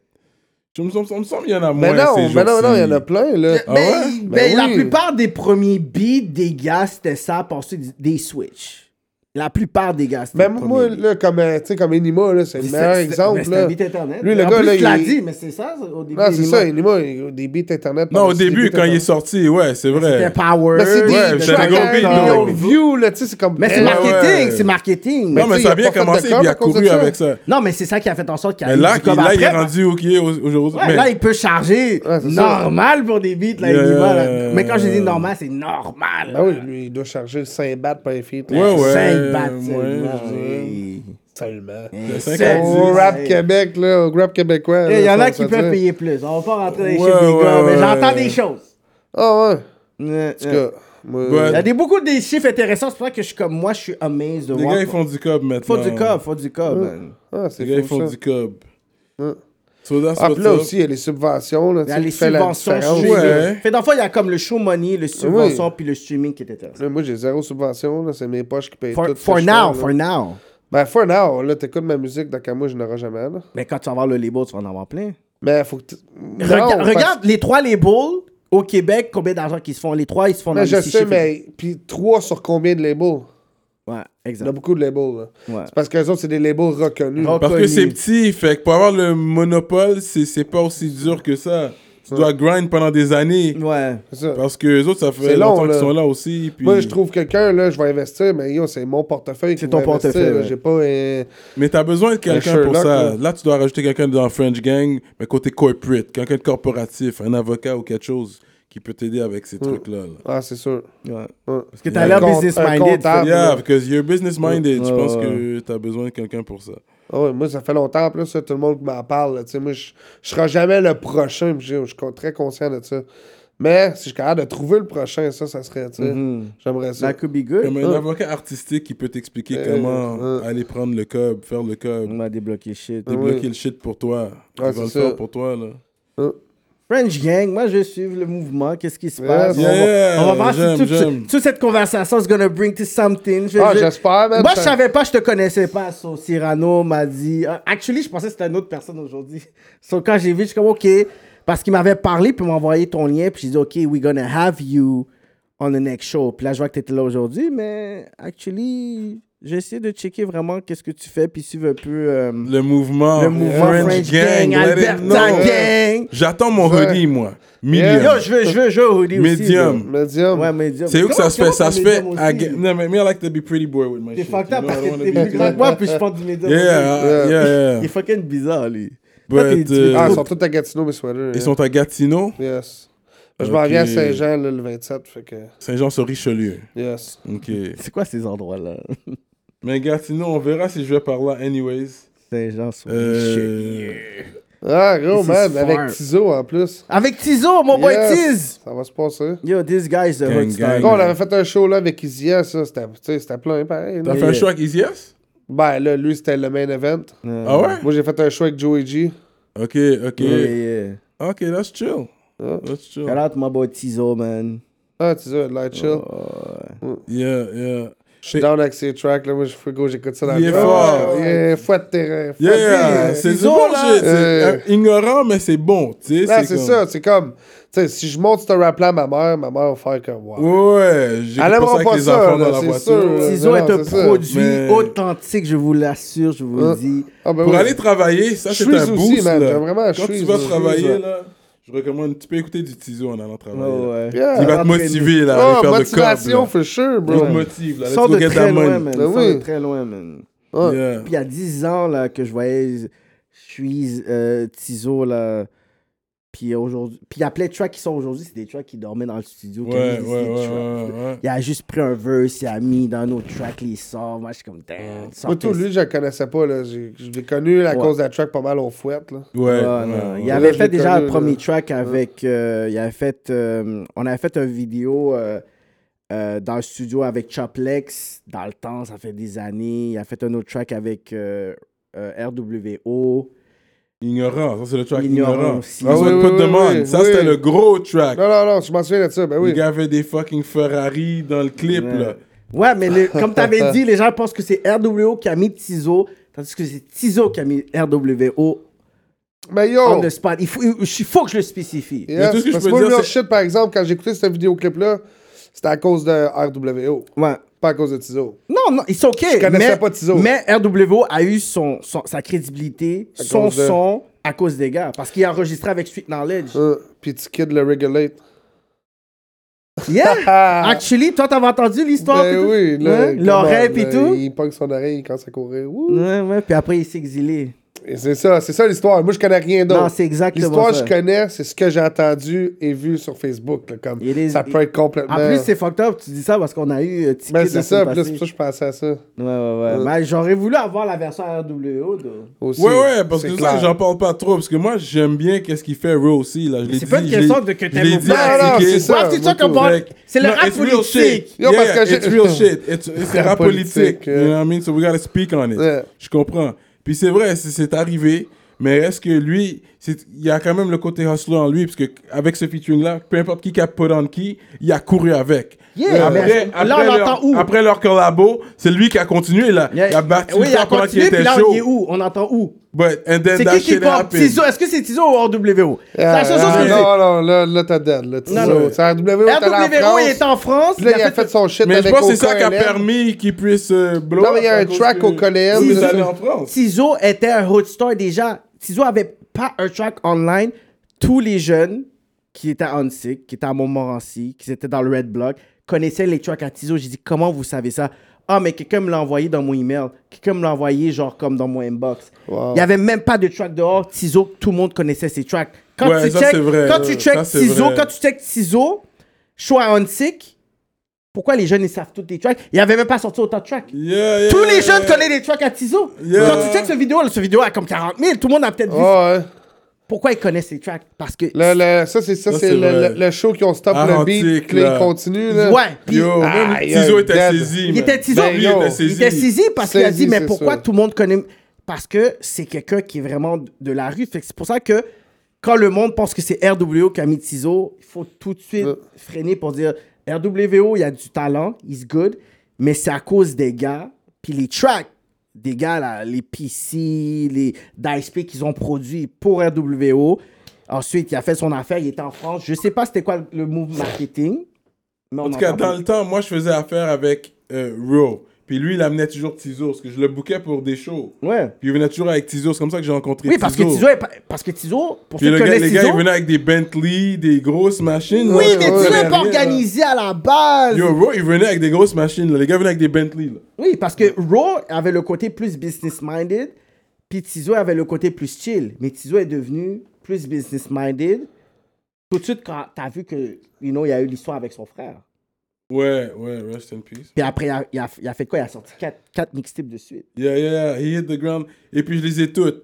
Speaker 3: Je me sens, il me semble qu'il y en a moins.
Speaker 5: Mais non,
Speaker 3: ces
Speaker 5: mais non,
Speaker 3: jours-ci.
Speaker 5: non, il y en a plein, là.
Speaker 4: Mais,
Speaker 3: ouais?
Speaker 4: mais
Speaker 5: Ben
Speaker 4: la
Speaker 5: oui.
Speaker 4: plupart des premiers beats des gars, c'était ça, parce que des switch. La plupart des gars, c'était
Speaker 5: Même
Speaker 4: le premier
Speaker 5: Ben, moi,
Speaker 4: beat.
Speaker 5: là, comme, euh, tu sais, comme Enima, là, c'est le
Speaker 4: C'est-
Speaker 5: meilleur
Speaker 4: c'est-
Speaker 5: exemple,
Speaker 4: mais c'est un
Speaker 5: là.
Speaker 4: beat Internet.
Speaker 5: Lui, le
Speaker 4: en
Speaker 5: gars,
Speaker 4: plus,
Speaker 5: là,
Speaker 4: tu l'as
Speaker 5: il-
Speaker 4: dit, mais c'est ça, au début.
Speaker 5: Non, c'est
Speaker 4: Enima.
Speaker 5: ça, Enima, il- des beats Internet.
Speaker 3: Non, au
Speaker 5: parce que c'est des
Speaker 3: début,
Speaker 5: beats
Speaker 3: quand il est
Speaker 5: Internet.
Speaker 3: sorti, ouais, c'est
Speaker 4: C'était
Speaker 3: vrai.
Speaker 4: Power.
Speaker 5: Mais Ben, c'est des
Speaker 3: Ouais,
Speaker 5: des
Speaker 3: c'est des
Speaker 5: tracks
Speaker 3: gros
Speaker 5: à
Speaker 3: beats,
Speaker 5: un
Speaker 3: là.
Speaker 5: million de views, là, tu sais, c'est comme...
Speaker 4: Mais c'est
Speaker 5: Eh,
Speaker 4: marketing,
Speaker 3: ouais.
Speaker 4: c'est marketing.
Speaker 5: Mais
Speaker 3: Non, mais
Speaker 5: tu sais, il
Speaker 3: ça
Speaker 5: a
Speaker 3: a bien
Speaker 5: pas fait de
Speaker 3: commencé,
Speaker 5: com'
Speaker 3: puis il
Speaker 5: à
Speaker 3: a
Speaker 5: cause de
Speaker 3: couru
Speaker 5: ça.
Speaker 3: avec ça.
Speaker 4: Non, mais c'est ça qui a fait en sorte qu'il
Speaker 3: Mais
Speaker 4: arrive
Speaker 3: là,
Speaker 4: du
Speaker 3: qu'il-
Speaker 4: comme
Speaker 3: là, il est
Speaker 4: après,
Speaker 5: hein.
Speaker 3: rendu au qui est au- aujourd'hui.
Speaker 4: Ouais,
Speaker 3: Mais-
Speaker 4: là, il peut charger
Speaker 5: Ouais, c'est ça.
Speaker 4: normal pour des beats, là,
Speaker 3: Yeah.
Speaker 4: Enigma, là. Mais quand je dis normal, c'est normal.
Speaker 5: Ben oui, lui, il doit charger le 5 bahts pour les filles.
Speaker 3: Ouais, ouais.
Speaker 4: 5 bahts
Speaker 3: ouais,
Speaker 4: seulement.
Speaker 3: je
Speaker 4: oui.
Speaker 5: Seulement.
Speaker 4: Et
Speaker 3: cinq
Speaker 4: sept,
Speaker 3: euros.
Speaker 5: Au
Speaker 4: dix,
Speaker 5: rap
Speaker 4: hey.
Speaker 5: Québec, là, au rap québécois.
Speaker 4: Il
Speaker 5: là,
Speaker 4: y en
Speaker 5: ça,
Speaker 4: a
Speaker 5: ça
Speaker 4: qui
Speaker 5: dit-
Speaker 4: peuvent payer plus. On va pas rentrer dans les
Speaker 3: Ouais,
Speaker 4: chiffres des
Speaker 3: ouais,
Speaker 4: gars, mais
Speaker 3: ouais,
Speaker 4: j'entends
Speaker 3: ouais.
Speaker 4: des choses.
Speaker 5: Ah ouais.
Speaker 4: Euh,
Speaker 5: En tout
Speaker 4: euh.
Speaker 5: cas, moi,
Speaker 3: Ouais.
Speaker 4: Il y a des, beaucoup de chiffres intéressants. C'est pour ça que je suis comme moi, je suis amazed de
Speaker 3: Les
Speaker 4: voir.
Speaker 3: gars, ils font du cob maintenant.
Speaker 4: Faut du cob, faut du cob. man.
Speaker 5: ah,
Speaker 3: Les gars,
Speaker 5: c'est
Speaker 3: ils
Speaker 5: fou,
Speaker 3: font
Speaker 5: ça.
Speaker 3: du cob. So that's
Speaker 5: Ah, puis
Speaker 3: what's
Speaker 5: là
Speaker 3: up.
Speaker 5: aussi, il y a les subventions, là, tu
Speaker 4: Il y a
Speaker 5: sais,
Speaker 4: les
Speaker 5: qui fait la
Speaker 4: subventions.
Speaker 5: différence.
Speaker 4: streaming.
Speaker 3: Ouais.
Speaker 4: Fait dans le fond, il y a comme le show money, le subvention, puis le streaming qui est intéressant.
Speaker 5: Là, moi, j'ai zéro subvention, là, c'est mes poches qui payent tout.
Speaker 4: For,
Speaker 5: ce
Speaker 4: for
Speaker 5: que je
Speaker 4: now,
Speaker 5: fais,
Speaker 4: for
Speaker 5: là.
Speaker 4: now.
Speaker 5: Ben, for now, là, t'écoutes ma musique, donc à moi, je n'aurai jamais, là.
Speaker 4: Mais quand tu vas voir le label, tu vas en avoir plein.
Speaker 5: Mais faut que tu... Non,
Speaker 4: Rega-
Speaker 5: parce-
Speaker 4: regarde les trois labels au Québec, combien d'argent qu'ils se font. Les trois, ils se font dans
Speaker 5: Mais je
Speaker 4: les six
Speaker 5: sais,
Speaker 4: chiffres.
Speaker 5: mais... Puis 3 sur combien de labels?
Speaker 4: Ouais,
Speaker 5: Il y a
Speaker 4: exact.
Speaker 5: beaucoup de labels. là.
Speaker 4: Ouais.
Speaker 5: C'est parce que les autres, c'est des labels reconnus.
Speaker 4: Oh.
Speaker 3: Parce que
Speaker 4: Connu.
Speaker 3: c'est petit, fait que pour avoir le monopole, c'est c'est pas aussi dur que ça. Tu dois grind pendant des années.
Speaker 4: Ouais.
Speaker 5: C'est ça.
Speaker 3: Parce que les autres, ça fait
Speaker 5: C'est long,
Speaker 3: longtemps qu'ils
Speaker 5: là.
Speaker 3: sont là aussi. Puis...
Speaker 5: Moi, je trouve quelqu'un, là, je vais investir, mais yo, c'est mon portefeuille qui
Speaker 4: C'est ton
Speaker 5: va investir,
Speaker 4: portefeuille,
Speaker 5: là.
Speaker 4: ouais.
Speaker 5: J'ai pas. euh,
Speaker 3: Mais t'as besoin de
Speaker 4: Ben,
Speaker 3: quelqu'un pour
Speaker 5: Sherlock,
Speaker 3: ça.
Speaker 5: là.
Speaker 3: Là, tu dois rajouter quelqu'un dans French Gang, mais côté corporate, quelqu'un de corporatif, un avocat ou quelque chose qui peut t'aider avec ces
Speaker 4: Hmm.
Speaker 3: trucs-là. là.
Speaker 5: Ah, c'est sûr.
Speaker 4: ouais.
Speaker 5: Ouais.
Speaker 4: Parce que t'as
Speaker 5: Un
Speaker 4: l'air
Speaker 5: compte-
Speaker 4: business
Speaker 5: un
Speaker 4: minded.
Speaker 5: comptable.
Speaker 3: Yeah, because you're business minded. Je
Speaker 4: Ah, Ouais,
Speaker 3: pense
Speaker 4: ouais.
Speaker 3: que t'as besoin de quelqu'un pour ça.
Speaker 5: Ah ouais, moi, ça fait longtemps, plus ça, tout le monde m'en parle. là, tu sais, moi, je je serai jamais le prochain. puis Je je suis con- très conscient de ça. Mais si je suis capable de trouver le prochain, ça, ça serait. tu sais,
Speaker 4: Mhm.
Speaker 5: J'aimerais ça.
Speaker 4: That could be good.
Speaker 3: Comme un avocat artistique qui peut t'expliquer
Speaker 5: Euh,
Speaker 3: comment
Speaker 5: euh.
Speaker 3: aller prendre le cob, faire le cob,
Speaker 4: On va débloquer shit.
Speaker 3: débloquer
Speaker 5: ouais.
Speaker 3: le shit pour toi. Ils
Speaker 5: Ouais,
Speaker 3: vont le
Speaker 5: c'est
Speaker 3: faire
Speaker 5: ça.
Speaker 3: pour toi, là.
Speaker 4: French Gang, moi je vais suivre le mouvement. Qu'est-ce qui se
Speaker 5: Yes.
Speaker 4: passe? On va-
Speaker 3: Yeah,
Speaker 4: on va voir
Speaker 3: j'aime,
Speaker 4: si tout-
Speaker 3: j'aime.
Speaker 4: toute, cette conversation is gonna bring to something. Je-
Speaker 5: Ah,
Speaker 4: je-
Speaker 5: j'espère,
Speaker 3: ben,
Speaker 5: man.
Speaker 4: Moi, je savais pas, je te connaissais pas. So, Cyrano m'a dit. euh, Actually, je pensais que c'était une autre personne aujourd'hui. <laughs> So, quand j'ai vu, je suis comme, OK. Parce qu'il m'avait parlé, puis il m'a envoyé ton lien, puis j'ai dit, OK, we're gonna have you on the next show. Puis là, je vois que t'étais là aujourd'hui, mais actually, j'ai essayé de checker vraiment qu'est-ce que tu fais, puis suivre un peu euh,
Speaker 3: Le mouvement.
Speaker 4: le mouvement French, Gang,
Speaker 3: Oh, let it
Speaker 4: Alberta
Speaker 3: know.
Speaker 4: Gang.
Speaker 3: J'attends mon
Speaker 5: Ouais.
Speaker 3: hoodie, moi.
Speaker 5: Yeah.
Speaker 3: Medium.
Speaker 4: Yo, je veux, je veux, je veux hoodie aussi,
Speaker 3: Medium.
Speaker 4: là.
Speaker 5: Medium. Ah,
Speaker 4: Ouais, medium.
Speaker 3: C'est où que ça se fait?
Speaker 4: Comment-
Speaker 3: Ça
Speaker 4: comment
Speaker 3: se
Speaker 4: t'as
Speaker 3: fait.
Speaker 4: medium
Speaker 3: à
Speaker 4: aussi?
Speaker 3: ga- No, mais me, I like to be pretty boy with my
Speaker 4: T'es
Speaker 3: shit.
Speaker 4: fucked
Speaker 3: you
Speaker 4: up
Speaker 3: know, I
Speaker 4: parce
Speaker 3: don't wanna
Speaker 4: que t'es
Speaker 3: be
Speaker 4: plus grand
Speaker 3: too-
Speaker 4: que moi, puis je porte du médium.
Speaker 3: Yeah, uh, yeah, yeah.
Speaker 4: Il est fucking bizarre, lui. Toi,
Speaker 3: But,
Speaker 4: t'es- tu-
Speaker 3: euh,
Speaker 5: Ah, ils sont tous à Gatineau, mes sweaters.
Speaker 3: Ils
Speaker 5: hein.
Speaker 3: sont à Gatineau,
Speaker 5: Yes. Je m'en
Speaker 3: Ok.
Speaker 5: viens à Saint-Jean là, le 27, fait que.
Speaker 3: Saint-Jean-sur-Richelieu.
Speaker 5: Yes.
Speaker 3: OK.
Speaker 4: C'est quoi ces endroits-là? <laughs>
Speaker 3: Mais Gatineau, on verra si je vais par là anyways.
Speaker 4: Saint-Jean sur
Speaker 3: Euh,
Speaker 5: Ah, gros,
Speaker 4: This is
Speaker 5: man,
Speaker 4: far.
Speaker 5: avec Tizo en plus.
Speaker 4: Avec Tizo, mon Oh, boy Tiz!
Speaker 5: Yes. Ça va se passer.
Speaker 4: Yo, this guy's a
Speaker 3: Gang,
Speaker 4: hood star.
Speaker 3: gang.
Speaker 5: Gros, on avait fait un show là avec Izia, ça. C'était tu sais, c'était plein, pareil. là.
Speaker 3: T'as fait un show avec Isias?
Speaker 5: Ben là, lui, c'était le main event.
Speaker 3: Ah ouais?
Speaker 5: Moi, j'ai fait un show avec Joey G.
Speaker 3: OK, OK.
Speaker 4: Yeah, yeah.
Speaker 3: OK, that's chill.
Speaker 5: Ouais.
Speaker 3: That's chill.
Speaker 4: Shout out my boy Tizo, man.
Speaker 5: Ah, tu sais, Light Chill.
Speaker 3: Oh, Yeah, yeah.
Speaker 5: Je suis down avec ses tracks, là. Moi, je fais go, j'écoute ça dans
Speaker 3: Il est
Speaker 5: truck.
Speaker 3: fort.
Speaker 5: Yeah, fouet de terrain. fouet de
Speaker 3: Yeah,
Speaker 5: terrain.
Speaker 3: c'est du
Speaker 4: Ciseaux,
Speaker 3: bon
Speaker 4: là.
Speaker 3: shit. C'est,
Speaker 5: Euh.
Speaker 3: euh, Ignorant, mais c'est bon, tu sais.
Speaker 5: Là, c'est
Speaker 3: comme-
Speaker 5: ça, c'est comme. Tu sais, si je monte ce rap-là à ma mère, ma mère va faire comme. Wow.
Speaker 3: Ouais, j'ai
Speaker 5: Elle
Speaker 3: pas ça
Speaker 5: aimera
Speaker 3: avec
Speaker 5: pas
Speaker 3: les
Speaker 5: ça,
Speaker 3: enfants
Speaker 5: là,
Speaker 3: dans la
Speaker 5: c'est
Speaker 3: voiture.
Speaker 5: sûr.
Speaker 4: Tizo
Speaker 5: non,
Speaker 4: est un
Speaker 5: c'est ça.
Speaker 4: produit
Speaker 3: Mais-
Speaker 4: authentique, je vous l'assure, je vous le
Speaker 5: Hein?
Speaker 4: dis.
Speaker 5: Ah, ben
Speaker 3: Pour
Speaker 5: oui.
Speaker 3: aller travailler, ça c'est
Speaker 5: Shreeze
Speaker 3: un
Speaker 5: aussi,
Speaker 3: boost.
Speaker 5: man.
Speaker 3: là.
Speaker 5: J'aime vraiment
Speaker 3: Quand tu
Speaker 5: Shreeze,
Speaker 3: vas
Speaker 5: là.
Speaker 3: travailler,
Speaker 5: Shreeze,
Speaker 3: là, je recommande, tu peux écouter du tiso en allant travailler.
Speaker 4: Oh,
Speaker 3: là.
Speaker 4: ouais.
Speaker 5: Yeah.
Speaker 3: Il va te motiver là, à
Speaker 5: Ah,
Speaker 3: aller faire
Speaker 5: motivation,
Speaker 3: le cob.
Speaker 5: for sure,
Speaker 3: là. Il
Speaker 5: bro.
Speaker 3: te motive là,
Speaker 4: Il
Speaker 3: let's
Speaker 4: sort
Speaker 3: go
Speaker 4: de
Speaker 3: get that
Speaker 4: très loin,
Speaker 3: money.
Speaker 4: man.
Speaker 5: Ben
Speaker 4: Il sort
Speaker 5: oui.
Speaker 4: de très loin, man. Ah.
Speaker 5: Ouais.
Speaker 3: Yeah.
Speaker 4: Puis il y a 10 ans là, que je voyais, je suis euh, Tizo là. Puis aujourd'hui, puis il y a plein de tracks qui sont aujourd'hui, c'est des tracks qui dormaient dans le studio. qui
Speaker 3: Ouais, ouais,
Speaker 4: avaient des
Speaker 3: ouais,
Speaker 4: tracks.
Speaker 3: ouais, ouais.
Speaker 4: Il a juste pris un verse, il a mis dans nos tracks, il sort. Moi, je suis comme, damn, tu
Speaker 5: Moi,
Speaker 4: sortais
Speaker 5: tout,
Speaker 4: ça.
Speaker 5: lui, je le connaissais pas, là. J'ai- Je l'ai connu à
Speaker 4: Ouais.
Speaker 5: cause de la track pas mal au fouet, là.
Speaker 3: Ouais,
Speaker 4: Ah,
Speaker 3: ouais,
Speaker 4: non.
Speaker 3: ouais.
Speaker 4: Il avait
Speaker 5: je
Speaker 4: fait
Speaker 5: l'ai
Speaker 4: déjà
Speaker 5: connu,
Speaker 4: le premier
Speaker 5: là.
Speaker 4: track avec. euh, il avait fait, euh, on avait fait une vidéo euh, euh, dans le studio avec Choplex. Dans le temps, ça fait des années. Il a fait un autre track avec euh, euh, RWO.
Speaker 3: Ignorant, ça c'est le track
Speaker 4: Ignorant
Speaker 3: ignorant.
Speaker 4: aussi.
Speaker 3: Ah,
Speaker 5: Ah, oui,
Speaker 3: oui, pas de
Speaker 5: oui,
Speaker 3: demande.
Speaker 5: oui,
Speaker 3: ça
Speaker 5: oui.
Speaker 3: c'était le gros track.
Speaker 4: Ah,
Speaker 5: Non, non, non, je m'en souviens de ça, ben
Speaker 3: Les
Speaker 5: oui.
Speaker 3: gars avaient des fucking Ferrari dans le clip là.
Speaker 4: Ouais, mais le- comme t'avais dit, les gens pensent que c'est RWO qui a mis Tizo, tandis que c'est Tizo qui a mis RWO
Speaker 5: Mais
Speaker 3: Oh.
Speaker 5: yo!
Speaker 4: on the spot. Il faut, il faut que je le spécifie.
Speaker 5: Yes,
Speaker 3: tout ce que je
Speaker 5: parce
Speaker 3: peux
Speaker 5: que moi,
Speaker 3: dire,
Speaker 5: le meilleur
Speaker 3: c'est-
Speaker 5: shit, par exemple, quand j'ai écouté ce vidéoclip-là, c'était à cause de RWO,
Speaker 4: Ouais.
Speaker 5: pas à cause de Tizo.
Speaker 4: Non, non, c'est OK. Je
Speaker 5: connaissais
Speaker 4: mais,
Speaker 5: pas Tizo.
Speaker 4: Mais RWO a eu son, son- sa crédibilité,
Speaker 5: À
Speaker 4: son
Speaker 5: cause de-
Speaker 4: son, à cause des gars. Parce qu'il a enregistré avec Street Knowledge.
Speaker 5: <laughs> Euh, Puis tu kids le regulate.
Speaker 4: Yeah!
Speaker 5: Ah!
Speaker 4: Actually, toi, t'avais entendu l'histoire?
Speaker 5: Ben
Speaker 4: pis tout?
Speaker 5: oui, là,
Speaker 4: Ouais, L'oreille
Speaker 5: comment,
Speaker 4: pis
Speaker 5: là,
Speaker 4: tout?
Speaker 5: Il pogne son oreille, il commence à courir. Wouh!
Speaker 4: Ouais, ouais. Puis après, il s'est exilé.
Speaker 5: Et C'est ça, c'est ça l'histoire. Moi, je connais rien d'autre.
Speaker 4: Non, c'est exactement
Speaker 5: L'histoire
Speaker 4: ça.
Speaker 5: que je connais, c'est ce que j'ai entendu et vu sur Facebook. là, comme,
Speaker 4: Il est-
Speaker 5: ça peut être complètement...
Speaker 4: En plus, c'est fucked up. Tu dis ça parce qu'on a eu euh, Ticket
Speaker 5: Ben,
Speaker 4: la
Speaker 5: c'est ça,
Speaker 4: semaine
Speaker 5: puis là, c'est
Speaker 4: passée.
Speaker 5: pour ça que je pensais à ça
Speaker 4: Ouais, ouais, ouais. Ben, j'aurais voulu avoir la version RWO. de-
Speaker 5: aussi.
Speaker 3: Ouais, ouais, parce
Speaker 5: C'est
Speaker 3: que
Speaker 5: clair.
Speaker 3: ça, j'en parle pas trop, parce que moi, j'aime bien qu'est-ce qu'il fait Raw aussi là. Je l'ai
Speaker 4: C'est
Speaker 3: dit,
Speaker 4: pas une
Speaker 3: je
Speaker 4: question
Speaker 3: l'ai-
Speaker 4: de que
Speaker 3: je
Speaker 4: t'aimes
Speaker 3: l'ai
Speaker 4: ou
Speaker 3: dit
Speaker 4: pas.
Speaker 3: à
Speaker 5: Non, non,
Speaker 3: Kiki.
Speaker 5: c'est ça.
Speaker 4: Ouais, c'est ça
Speaker 5: beaucoup.
Speaker 4: qu'on parle.
Speaker 3: Fait que-
Speaker 4: C'est le
Speaker 3: Non,
Speaker 4: rap
Speaker 3: it's real
Speaker 4: politique.
Speaker 3: shit.
Speaker 5: Yo,
Speaker 3: yeah,
Speaker 5: parce que
Speaker 3: it's
Speaker 5: j'ai-
Speaker 3: real shit. It's, it's
Speaker 5: Rap
Speaker 3: rap politique.
Speaker 5: politique, euh.
Speaker 3: You know what I mean? So we gotta speak on it.
Speaker 5: Ouais.
Speaker 3: Je comprends. Puis c'est vrai, c'est c'est arrivé. Mais est-ce que lui, c'est- il y a quand même le côté hustler en lui, parce que avec ce featuring-là, peu importe qui qui a put on qui, il a couru avec.
Speaker 4: Yeah,
Speaker 3: Et
Speaker 4: mais là, on
Speaker 3: leur,
Speaker 4: l'entend où?
Speaker 3: après leur collabo, c'est lui qui a continué, il a,
Speaker 4: Il y a-
Speaker 3: il a battu
Speaker 4: oui,
Speaker 3: le
Speaker 4: il a
Speaker 3: temps pendant qu'il
Speaker 4: continué,
Speaker 3: était
Speaker 4: puis là,
Speaker 3: chaud.
Speaker 4: il est où? On entend où?
Speaker 3: But, and then
Speaker 4: C'est
Speaker 3: that
Speaker 4: qui qui
Speaker 3: shit
Speaker 4: porte?
Speaker 3: happened.
Speaker 4: Tizo, est-ce que c'est Tizo ou RWO? C'est la seule chose
Speaker 5: Ah,
Speaker 4: que je
Speaker 5: non, non, là, là, t'as dead. Là, tu
Speaker 4: Non,
Speaker 5: sais.
Speaker 4: non.
Speaker 5: C'est RWO, t'es allé en
Speaker 4: RWO, il est
Speaker 5: France.
Speaker 4: en France.
Speaker 5: Puis là, il a fait son shit
Speaker 3: Mais je
Speaker 5: avec
Speaker 3: pense que c'est ça
Speaker 5: Coca
Speaker 3: qui a
Speaker 5: LM.
Speaker 3: permis qu'il puisse euh, blow.
Speaker 5: Non, mais il y a
Speaker 3: up
Speaker 5: un
Speaker 3: à cause
Speaker 5: track
Speaker 3: que-
Speaker 5: au Coléen,
Speaker 3: Il
Speaker 5: puis
Speaker 3: est
Speaker 5: là,
Speaker 3: allé
Speaker 5: ça-
Speaker 3: en France.
Speaker 4: Tizo était un roadstar déjà. Tizo avait pas un track online. Tous les jeunes qui étaient à Onsick, qui étaient à Montmorency, qui étaient dans le Red Block, connaissaient les tracks à Tizo. J'ai dit, comment vous savez ça? Ah, mais quelqu'un me l'a envoyé dans mon email. Quelqu'un me l'a envoyé, genre, comme dans mon inbox. Il
Speaker 5: Wow.
Speaker 4: n'y avait même pas de track dehors. Tizo, tout le monde connaissait ses tracks. Quand
Speaker 3: Ouais,
Speaker 4: tu
Speaker 3: ça,
Speaker 4: check,
Speaker 3: c'est vrai.
Speaker 4: quand tu
Speaker 3: Ça,
Speaker 4: check
Speaker 3: c'est
Speaker 4: Tizo,
Speaker 3: vrai.
Speaker 4: quand tu check Tizo, show à Onsick, pourquoi les jeunes, ils savent tous les tracks? Il n'y avait même pas sorti autant de tracks.
Speaker 3: Yeah, yeah,
Speaker 4: Tous les
Speaker 3: yeah.
Speaker 4: jeunes connaissent les tracks à Tizo.
Speaker 3: Yeah. Oh.
Speaker 4: Quand tu checkes ce vidéo, ce vidéo a comme 40 000. Tout le monde a peut-être vu.
Speaker 5: Ah, ouais.
Speaker 4: Pourquoi ils connaissent ces tracks Parce que.
Speaker 5: Le- le- ça, c'est ça,
Speaker 3: Ça,
Speaker 5: c'est
Speaker 3: c'est
Speaker 5: le,
Speaker 3: vrai.
Speaker 5: le- le show qui ont stop
Speaker 3: Ah,
Speaker 5: le beat,
Speaker 3: antique,
Speaker 5: puis là,
Speaker 3: là.
Speaker 5: ils continuent. Là.
Speaker 4: ouais. puis
Speaker 3: Yo, même
Speaker 5: Aïe,
Speaker 3: Tizo
Speaker 5: aïe,
Speaker 3: était
Speaker 5: dead.
Speaker 3: saisi.
Speaker 4: il
Speaker 3: man.
Speaker 4: était Tizo.
Speaker 5: Ben,
Speaker 4: il,
Speaker 5: yo.
Speaker 4: était saisi. il était saisi parce qu'il a
Speaker 5: Saisi,
Speaker 4: dit Mais
Speaker 5: c'est
Speaker 4: pourquoi
Speaker 5: sûr.
Speaker 4: tout le monde connaît Parce que c'est quelqu'un qui est vraiment de la rue. Fait que c'est pour ça que quand le monde pense que c'est RWO qui a mis Tizo, il faut tout de suite
Speaker 5: Ouais.
Speaker 4: freiner pour dire RWO, il y a du talent, he's good, mais c'est à cause des gars, puis les tracks des gars, là, les PC, les DICE qu'ils ont produits pour RWO. Ensuite, il a fait son affaire, il était en France. Je sais pas c'était quoi le move marketing. Mais on
Speaker 3: En tout cas,
Speaker 4: entend
Speaker 3: dans
Speaker 4: pas.
Speaker 3: le temps, moi, je faisais affaire avec euh, Raw. Puis lui, il amenait toujours Tizo, parce que je le bouquais pour des shows.
Speaker 4: Ouais.
Speaker 3: Puis il venait toujours avec Tizo. C'est comme ça que j'ai rencontré
Speaker 4: Oui, parce que Tizo, est pas- parce que Tizo, pour
Speaker 3: Puis
Speaker 4: ceux
Speaker 3: le
Speaker 4: qui
Speaker 3: gars, les
Speaker 4: connaissent
Speaker 3: gars,
Speaker 4: Tizo,
Speaker 3: ils venaient avec des Bentley, des grosses machines.
Speaker 4: oui,
Speaker 3: là.
Speaker 4: mais
Speaker 3: Ouais,
Speaker 4: Tizo
Speaker 3: ouais,
Speaker 4: est pas
Speaker 3: rien,
Speaker 4: organisé à la
Speaker 3: là.
Speaker 4: base.
Speaker 3: Yo, Raw, ils venaient avec des grosses machines. là. Les gars venaient avec des Bentley. là.
Speaker 4: Oui, parce que Raw avait le côté plus business-minded, puis Tizo avait le côté plus chill. Mais Tizo est devenu plus business-minded tout de suite quand t'as vu que, you know, il y a eu l'histoire avec son frère.
Speaker 3: Ouais, ouais, rest in peace.
Speaker 4: Puis après, il a, il a- il a fait quoi Il a sorti 4 quatre mixtapes de suite.
Speaker 3: Yeah, yeah, yeah, he hit the ground. Et puis je les ai toutes.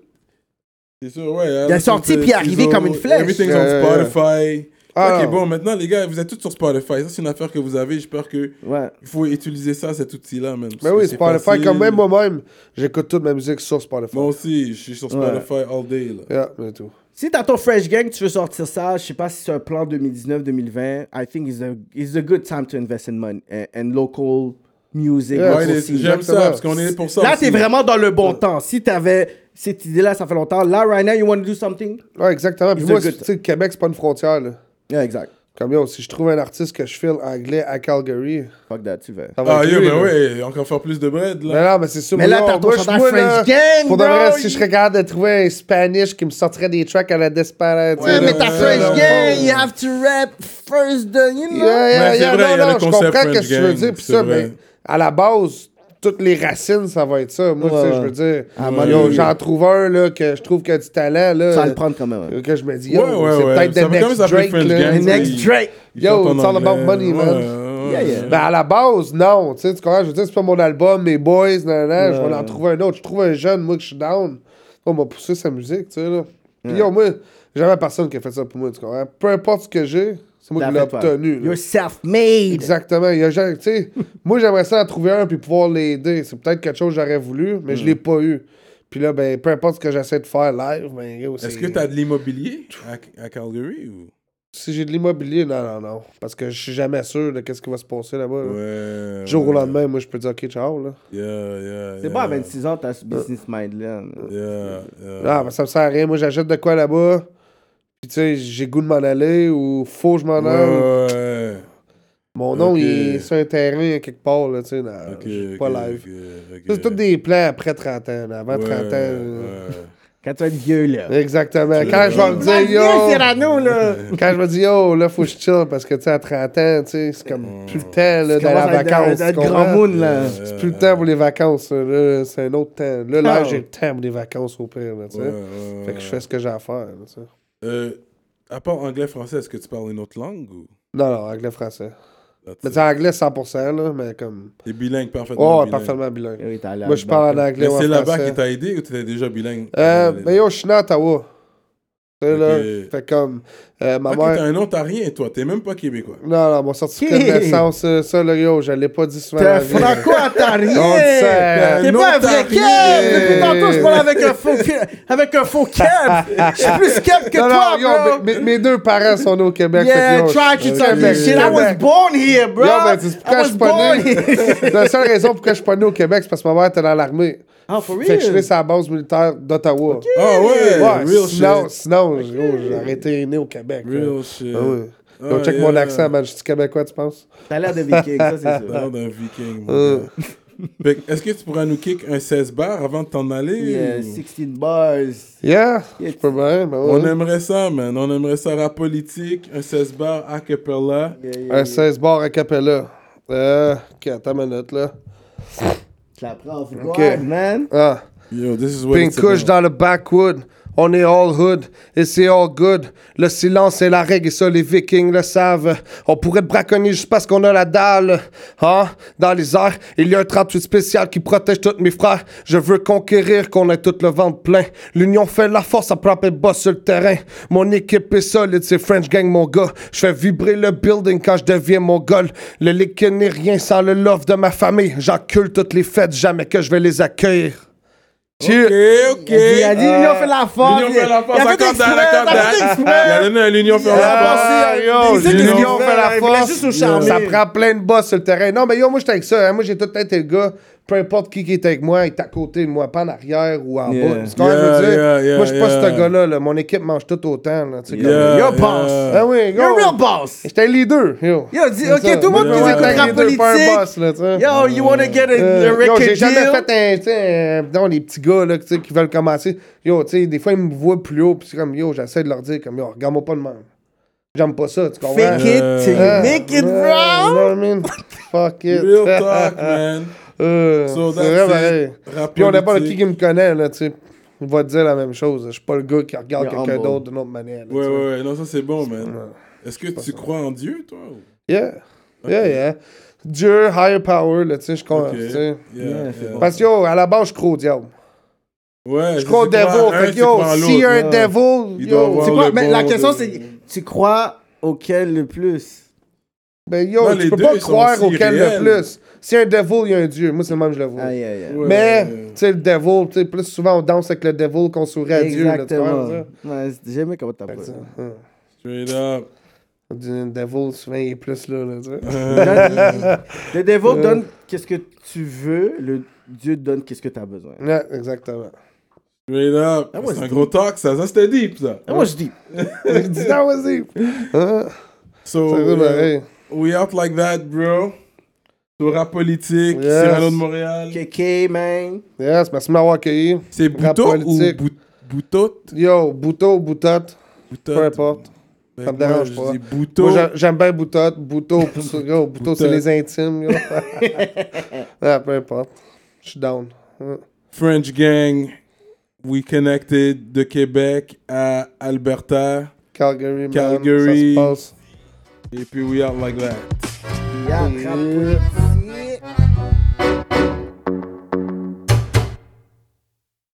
Speaker 3: C'est sûr, ouais. hein,
Speaker 4: Il est sorti, puis il est arrivé comme une flèche.
Speaker 3: Everything's
Speaker 5: Yeah, yeah,
Speaker 3: on Spotify.
Speaker 5: Ah,
Speaker 3: ok,
Speaker 5: non.
Speaker 3: bon, maintenant, les gars, vous êtes tous sur Spotify. Ça, c'est une affaire que vous avez. J'espère que
Speaker 4: Ouais.
Speaker 3: il faut utiliser ça, cet outil-là, même.
Speaker 5: Mais oui, Spotify, quand même, moi-même, j'écoute toute ma musique sur Spotify.
Speaker 3: Moi aussi, je suis sur Spotify all day, là.
Speaker 5: Yeah, mais tout.
Speaker 4: Si t'as ton Fresh Gang, tu veux sortir ça, je sais pas si c'est un plan 2019-2020. I think it's a, it's a good time to invest in money and, and local music.
Speaker 5: Yeah,
Speaker 4: local
Speaker 3: Ouais, les-
Speaker 4: scene.
Speaker 3: J'aime ça,
Speaker 5: exactement.
Speaker 3: parce qu'on est pour ça.
Speaker 4: Là,
Speaker 3: aussi.
Speaker 4: t'es vraiment dans le bon temps. Si t'avais cette idée-là, ça fait longtemps. Là, right now, you want to do something?
Speaker 5: Ouais, exactement. Puis
Speaker 4: It's
Speaker 5: moi,
Speaker 4: a good-
Speaker 5: c'est- tu sais, le Québec, c'est pas une frontière. Là.
Speaker 4: Yeah, exact.
Speaker 5: Comme yo, si je trouve un artiste que je file anglais à Calgary,
Speaker 4: Fuck that, tu veux.
Speaker 5: ça va
Speaker 3: Ah,
Speaker 5: être
Speaker 3: yo,
Speaker 5: lui,
Speaker 3: ben
Speaker 5: là.
Speaker 3: ouais, encore faire plus de bread, là.
Speaker 5: Mais non, mais c'est sûr.
Speaker 4: Mais là, t'as ton
Speaker 5: moi, je-
Speaker 4: chandail
Speaker 5: moi, là,
Speaker 4: French Gang,
Speaker 5: Pour de
Speaker 4: bro,
Speaker 5: vrai,
Speaker 4: il-
Speaker 5: si je regarde de trouver un Spanish qui me sortirait des tracks à la Desperate.
Speaker 4: Ouais, mais t'as
Speaker 3: ouais,
Speaker 4: Fresh
Speaker 3: ouais,
Speaker 4: Gang, you have to rap first, the, you know?
Speaker 5: Yeah, yeah,
Speaker 3: Mais c'est
Speaker 5: yeah,
Speaker 3: vrai, il y a
Speaker 5: non,
Speaker 3: le
Speaker 5: non, je
Speaker 3: concept
Speaker 5: comprends ce que
Speaker 3: French
Speaker 5: tu veux
Speaker 3: Gang,
Speaker 5: dire. Puis
Speaker 3: c'est
Speaker 5: ça,
Speaker 3: vrai.
Speaker 5: mais à la base, toutes les racines, ça va être ça. Moi, tu sais, je veux dire,
Speaker 4: ouais,
Speaker 5: yo,
Speaker 4: ouais.
Speaker 5: j'en trouve un là, que je trouve qu'il a du talent. Là,
Speaker 4: Ça va le prendre quand même, ouais.
Speaker 5: Que je me dis,
Speaker 3: Ouais,
Speaker 5: yo,
Speaker 3: ouais,
Speaker 5: c'est
Speaker 3: ouais.
Speaker 5: peut-être
Speaker 3: Ça
Speaker 5: the
Speaker 3: va quand même
Speaker 5: next
Speaker 3: s'appeler
Speaker 5: Drake.
Speaker 3: French
Speaker 5: là.
Speaker 3: Gang,
Speaker 4: The next
Speaker 3: puis-
Speaker 4: Drake.
Speaker 3: Ils
Speaker 5: Yo,
Speaker 3: chantent en
Speaker 5: it's all about
Speaker 3: anglais.
Speaker 5: money, man.
Speaker 3: Ouais,
Speaker 4: Yeah,
Speaker 3: ouais.
Speaker 4: yeah.
Speaker 5: Ben à la base, non. Tu sais, tu comprends? Je veux dire, c'est pas mon album, mes boys, nan, nan, nan, je vais en trouver un autre. Je trouve un jeune, moi, que je suis down. On m'a poussé sa musique, tu sais, là. Puis, yo, moi, jamais personne qui a fait ça pour moi, tu comprends? Peu importe ce que j'ai, c'est moi qui l'ai
Speaker 4: T'as fait pas.
Speaker 5: obtenu. là.
Speaker 4: You're self-made.
Speaker 5: Exactement. Il y a, gens- tu
Speaker 3: <laughs>
Speaker 5: sais, moi, j'aimerais ça en trouver un puis pouvoir l'aider. C'est peut-être quelque chose que j'aurais voulu,
Speaker 3: Mm.
Speaker 5: mais je l'ai pas eu. Puis là, ben, peu importe ce que j'essaie de faire live, ben, yo, c'est-
Speaker 3: Est-ce que t'as de l'immobilier à, à Calgary ou.
Speaker 5: Si j'ai de l'immobilier, non, non, non. Parce que je suis jamais sûr de qu'est-ce qui va se passer là-bas. là.
Speaker 3: Ouais.
Speaker 5: Du Euh, jour au
Speaker 3: ouais.
Speaker 5: lendemain, moi, je peux dire, OK, ciao, là.
Speaker 3: Yeah, yeah.
Speaker 4: C'est
Speaker 3: yeah.
Speaker 4: pas à 26 ans, t'as ce business mind-là.
Speaker 3: Yeah, yeah.
Speaker 5: Non, Ah, mais ça me sert à rien. Moi, j'achète de quoi là-bas. Puis, tu sais, j'ai goût de m'en aller ou faut que je m'en aille.
Speaker 3: Ouais, ouais.
Speaker 5: Mon nom,
Speaker 3: Ok.
Speaker 5: il est sur un terrain quelque part, là, tu sais. non,
Speaker 3: Ok,
Speaker 5: Ah, je suis pas
Speaker 3: ok,
Speaker 5: live.
Speaker 3: ok, ok.
Speaker 5: Ça, C'est tous des plans après 30 ans, là, avant
Speaker 3: Ouais,
Speaker 5: 30 ans. euh,
Speaker 3: ouais.
Speaker 4: Quand tu vas être vieux, là.
Speaker 5: Exactement. Quand je vais me dire,
Speaker 4: Vieux
Speaker 5: yo,
Speaker 4: Cyrano, là.
Speaker 5: quand je me dis, yo, là, faut que je chill parce que, tu sais, à 30 ans, tu sais, c'est comme plus le temps, là, dans la
Speaker 4: Commence à être-
Speaker 5: vacance.
Speaker 4: à être
Speaker 5: tu comprends? Euh,
Speaker 4: grand monde, là.
Speaker 3: Euh,
Speaker 5: C'est plus le temps pour les vacances, là, c'est un autre temps. Là, là, j'ai le temps pour les vacances au pire, là, tu sais.
Speaker 3: Ouais, ouais,
Speaker 5: Fait que je fais ce que j'ai à faire, là, tu sais.
Speaker 3: Euh, à part anglais-français, est-ce que tu parles une autre langue ou.
Speaker 5: Non, non, anglais-français.
Speaker 3: That's
Speaker 5: Mais
Speaker 3: it.
Speaker 5: c'est anglais 100%, là, mais comme.
Speaker 3: T'es bilingue parfaitement.
Speaker 5: Oh,
Speaker 3: bilingue.
Speaker 5: parfaitement bilingue.
Speaker 4: Oui, t'as l'air
Speaker 5: Moi, je parle en
Speaker 4: d'accord.
Speaker 5: anglais Euh,
Speaker 3: Mais
Speaker 5: ou en
Speaker 3: c'est là-bas
Speaker 5: français.
Speaker 4: Ah,
Speaker 3: qui t'a aidé ou t'étais déjà bilingue?
Speaker 5: Euh, mais yo, je suis né à Ottawa. Tu sais,
Speaker 3: Ok.
Speaker 5: là, fait comme. euh, ma
Speaker 3: Ok,
Speaker 5: mère.
Speaker 3: t'as un Ontarien, toi. T'es même pas québécois.
Speaker 5: Non, non, mon certificat de naissance, euh, ça, là, yo, je l'ai pas dit souvent. dans la
Speaker 4: T'es
Speaker 5: vie. On le
Speaker 4: franco-ontarien!
Speaker 5: sait.
Speaker 4: T'es pas un vrai
Speaker 3: Ontarien.
Speaker 4: Kev! Depuis tantôt, je parle avec un faux Kev! Avec un faux Kev! Je suis plus Kev que
Speaker 5: Non,
Speaker 4: toi,
Speaker 5: non,
Speaker 4: bro!
Speaker 5: yo, mes, mes deux parents sont nés au Québec.
Speaker 4: Yeah,
Speaker 5: fait que yo,
Speaker 4: try
Speaker 5: je-
Speaker 4: to
Speaker 5: je-
Speaker 4: tell me
Speaker 5: je-
Speaker 4: shit. I was born here, bro.
Speaker 5: Yo, ben, c'est pourquoi
Speaker 4: I
Speaker 5: je
Speaker 4: was
Speaker 5: suis pas
Speaker 4: born
Speaker 5: né. <laughs>
Speaker 4: here.
Speaker 5: la seule raison pourquoi je suis pas né au Québec, c'est parce que ma mère était dans l'armée.
Speaker 4: Ah, for
Speaker 5: Fait que je suis né
Speaker 4: real?
Speaker 5: sur la base militaire d'Ottawa.
Speaker 3: Ah ouais, real
Speaker 5: ouais, sinon,
Speaker 3: shit.
Speaker 5: sinon, oh, yo, j'aurais été né au Québec.
Speaker 3: Real
Speaker 5: hein.
Speaker 3: shit.
Speaker 5: Ah ouais.
Speaker 3: Ah,
Speaker 5: Yo, check
Speaker 3: yeah.
Speaker 5: mon accent, man. Je suis québécois, tu penses?
Speaker 4: T'as l'air de viking, ça, c'est
Speaker 5: <laughs>
Speaker 3: T'as l'air
Speaker 4: sûr.
Speaker 3: d'un viking,
Speaker 5: Euh.
Speaker 3: mon gars. Fait que, Est-ce que tu pourrais nous kick un 16 bars avant de t'en aller?
Speaker 4: Yeah,
Speaker 3: ou-
Speaker 4: 16 bars.
Speaker 5: Yeah, je
Speaker 4: Yeah,
Speaker 5: peux bien, mais ouais.
Speaker 3: On aimerait ça, man. On aimerait ça rap politique, un 16 bar a cappella.
Speaker 4: Yeah, yeah.
Speaker 5: Un 16 bars à Capella. Euh, ok, attends une minute, là.
Speaker 4: Tu la prends en fouguard, man.
Speaker 5: Ah.
Speaker 3: Yo, this is what
Speaker 5: Pink
Speaker 3: it's
Speaker 5: couche
Speaker 3: about.
Speaker 5: dans le backwood. On est all hood et c'est all good. Le silence est la règle et ça, les vikings le savent. On pourrait te braconner juste parce qu'on a la dalle. Hein? Dans les airs, il y a un 38 spécial qui protège tous mes frères. Je veux conquérir qu'on ait tout le ventre plein. L'union fait la force à propre bas sur le terrain. Mon équipe est solide, c'est French Gang, mon gars. Je fais vibrer le building quand je deviens mongol. Le Licken n'est rien sans le love de ma famille. J'encule toutes les fêtes, jamais que je vais les accueillir. Cheers.
Speaker 3: Ok, ok.
Speaker 4: Il a dit, l'union fait la force.
Speaker 3: L'union fait la force,
Speaker 4: Il a
Speaker 3: ça
Speaker 4: fait
Speaker 3: compte dans
Speaker 4: exprès,
Speaker 3: la
Speaker 4: ça fait
Speaker 3: compte dans- Il
Speaker 4: exprès.
Speaker 3: a donné à l'union fait la force.
Speaker 5: Ah, yo,
Speaker 4: c'est
Speaker 5: Julien
Speaker 4: l'union
Speaker 5: fait
Speaker 4: fait la
Speaker 5: la
Speaker 4: force.
Speaker 5: force.
Speaker 4: juste au charmer.
Speaker 5: Ça prend plein de boss sur le terrain. Non, mais yo, moi, j'étais avec ça. hein. Moi, j'ai tout le temps été le gars. Peu importe qui qui est avec moi, il est à côté de moi, pas en arrière ou en
Speaker 4: Yeah.
Speaker 5: bas. C'est quand même
Speaker 3: Yeah,
Speaker 5: dire.
Speaker 3: yeah, yeah,
Speaker 5: moi, je suis pas
Speaker 3: yeah.
Speaker 5: ce gars-là. là. Mon équipe mange tout autant. Là, tu sais,
Speaker 3: Yeah,
Speaker 4: Yo,
Speaker 3: yeah.
Speaker 4: boss.
Speaker 5: comme- Ah oui,
Speaker 4: You're a
Speaker 5: go.
Speaker 4: real boss.
Speaker 5: J'étais leader, yo.
Speaker 4: Yo, dis,
Speaker 5: C'est
Speaker 4: ok,
Speaker 5: ça.
Speaker 4: tout le monde
Speaker 5: Moi,
Speaker 3: qui
Speaker 5: j'étais
Speaker 3: écoute
Speaker 5: un
Speaker 4: rap
Speaker 5: leader, pas un
Speaker 4: politique.
Speaker 5: boss, là, tu sais.
Speaker 4: Yo, you wanna get a, a
Speaker 5: Euh, yo,
Speaker 4: record
Speaker 5: j'ai jamais
Speaker 4: deal?
Speaker 5: fait un, tu sais, un- dans les petits gars là, tu sais, qui veulent commencer. Yo, tu sais, des fois ils me voient plus haut, puis c'est comme yo, j'essaie de leur dire comme yo, regarde-moi pas de même. J'aime pas ça, tu comprends?
Speaker 4: Fake it till you
Speaker 5: Euh,
Speaker 4: make it,
Speaker 5: euh,
Speaker 4: bro.
Speaker 5: you know what I mean? <laughs> Fuck it.
Speaker 3: Real talk, man.
Speaker 5: <laughs> Euh,
Speaker 3: So
Speaker 5: c'est
Speaker 3: that's
Speaker 5: vrai,
Speaker 3: it.
Speaker 5: pareil.
Speaker 3: Rap
Speaker 5: Puis on n'a pas le qui
Speaker 3: politique.
Speaker 5: qui me connaît, là, tu sais. Il va te dire la même chose. Je suis pas le gars qui regarde
Speaker 4: You're
Speaker 5: quelqu'un
Speaker 4: humble.
Speaker 5: d'autre d'une autre manière. là, tu
Speaker 3: Ouais,
Speaker 5: sais.
Speaker 3: ouais, ouais. Non, ça, c'est bon, man. Est-ce que tu crois en Dieu, toi? ou-
Speaker 5: Yeah. Yeah, yeah. Dieu, higher power, là, tu sais, je comprends.
Speaker 3: Ok.
Speaker 5: tu sais.
Speaker 3: Yeah, yeah.
Speaker 5: Parce que yo, à la base, je crois au diable. Je
Speaker 3: Ouais,
Speaker 5: crois au
Speaker 3: tu crois en
Speaker 5: devil.
Speaker 3: un,
Speaker 5: Fait que
Speaker 3: tu
Speaker 5: yo,
Speaker 3: crois en
Speaker 5: s'il y a
Speaker 3: l'autre.
Speaker 5: un devil,
Speaker 3: Il
Speaker 5: yo,
Speaker 3: doit avoir
Speaker 4: C'est quoi?
Speaker 3: le
Speaker 4: Mais la
Speaker 3: bon
Speaker 4: question,
Speaker 3: de-
Speaker 4: c'est, tu crois auquel le plus?
Speaker 5: ben, yo,
Speaker 3: Non, les
Speaker 5: tu peux
Speaker 3: deux,
Speaker 5: pas
Speaker 3: ils sont
Speaker 5: croire
Speaker 3: si
Speaker 5: auquel
Speaker 3: réels.
Speaker 5: le plus. S'il y a un devil, il y a un dieu. Moi, c'est le même, je le vois.
Speaker 4: Aïe, aïe, aïe.
Speaker 3: Ouais,
Speaker 5: Mais,
Speaker 3: ouais.
Speaker 5: tu sais, le devil, tu sais, plus souvent on danse avec le devil qu'on sourit à Dieu. Là, tu vois,
Speaker 4: Exactement.
Speaker 5: ça.
Speaker 4: Ouais, c'est- J'aimais comment t'as parlé.
Speaker 5: Hum.
Speaker 3: Straight up. <laughs>
Speaker 5: On dit Le devil, souvent, il est plus là. là tu vois.
Speaker 4: Donne- Le dévot donne qu'est-ce que tu veux, le Dieu donne qu'est-ce que tu as besoin.
Speaker 5: Ouais, exactement. <laughs>
Speaker 3: Straight up.
Speaker 4: Ah ouais,
Speaker 3: C'est un
Speaker 4: c'est
Speaker 3: gros talk, ça. Ça, c'était deep, ça.
Speaker 4: Et Moi, je dis,
Speaker 5: Il dit, non, vas-y. Hein?
Speaker 3: So,
Speaker 5: C'est vrai,
Speaker 3: yeah,
Speaker 5: pareil.
Speaker 3: we out like that, bro. So, rap politique,
Speaker 5: Yes.
Speaker 3: Cyrano de Montréal.
Speaker 4: KK, man.
Speaker 5: Yes, merci de m'avoir accueilli.
Speaker 3: C'est
Speaker 5: Rap
Speaker 3: Boutot ou
Speaker 5: politique.
Speaker 3: Bout- Boutot?
Speaker 5: Yo, Boutot, Boutotte,
Speaker 3: Boutot.
Speaker 5: peu importe.
Speaker 3: Fait
Speaker 5: ça
Speaker 3: que
Speaker 5: me dérange
Speaker 3: moi,
Speaker 5: pas.
Speaker 3: Je dis Boutot.
Speaker 5: Moi, j'a- j'aime bien Boutotte. Boutot, Boutot, yo, Boutot, c'est
Speaker 3: Boutotte. les
Speaker 5: les intimes. Yo. ah, peu importe. Je suis down. Hein.
Speaker 3: French Gang, we connected de Québec à Alberta.
Speaker 5: Calgary, man,
Speaker 3: Calgary.
Speaker 5: ça se passe.
Speaker 3: Et puis we out like that.
Speaker 4: Yeah, rap politique.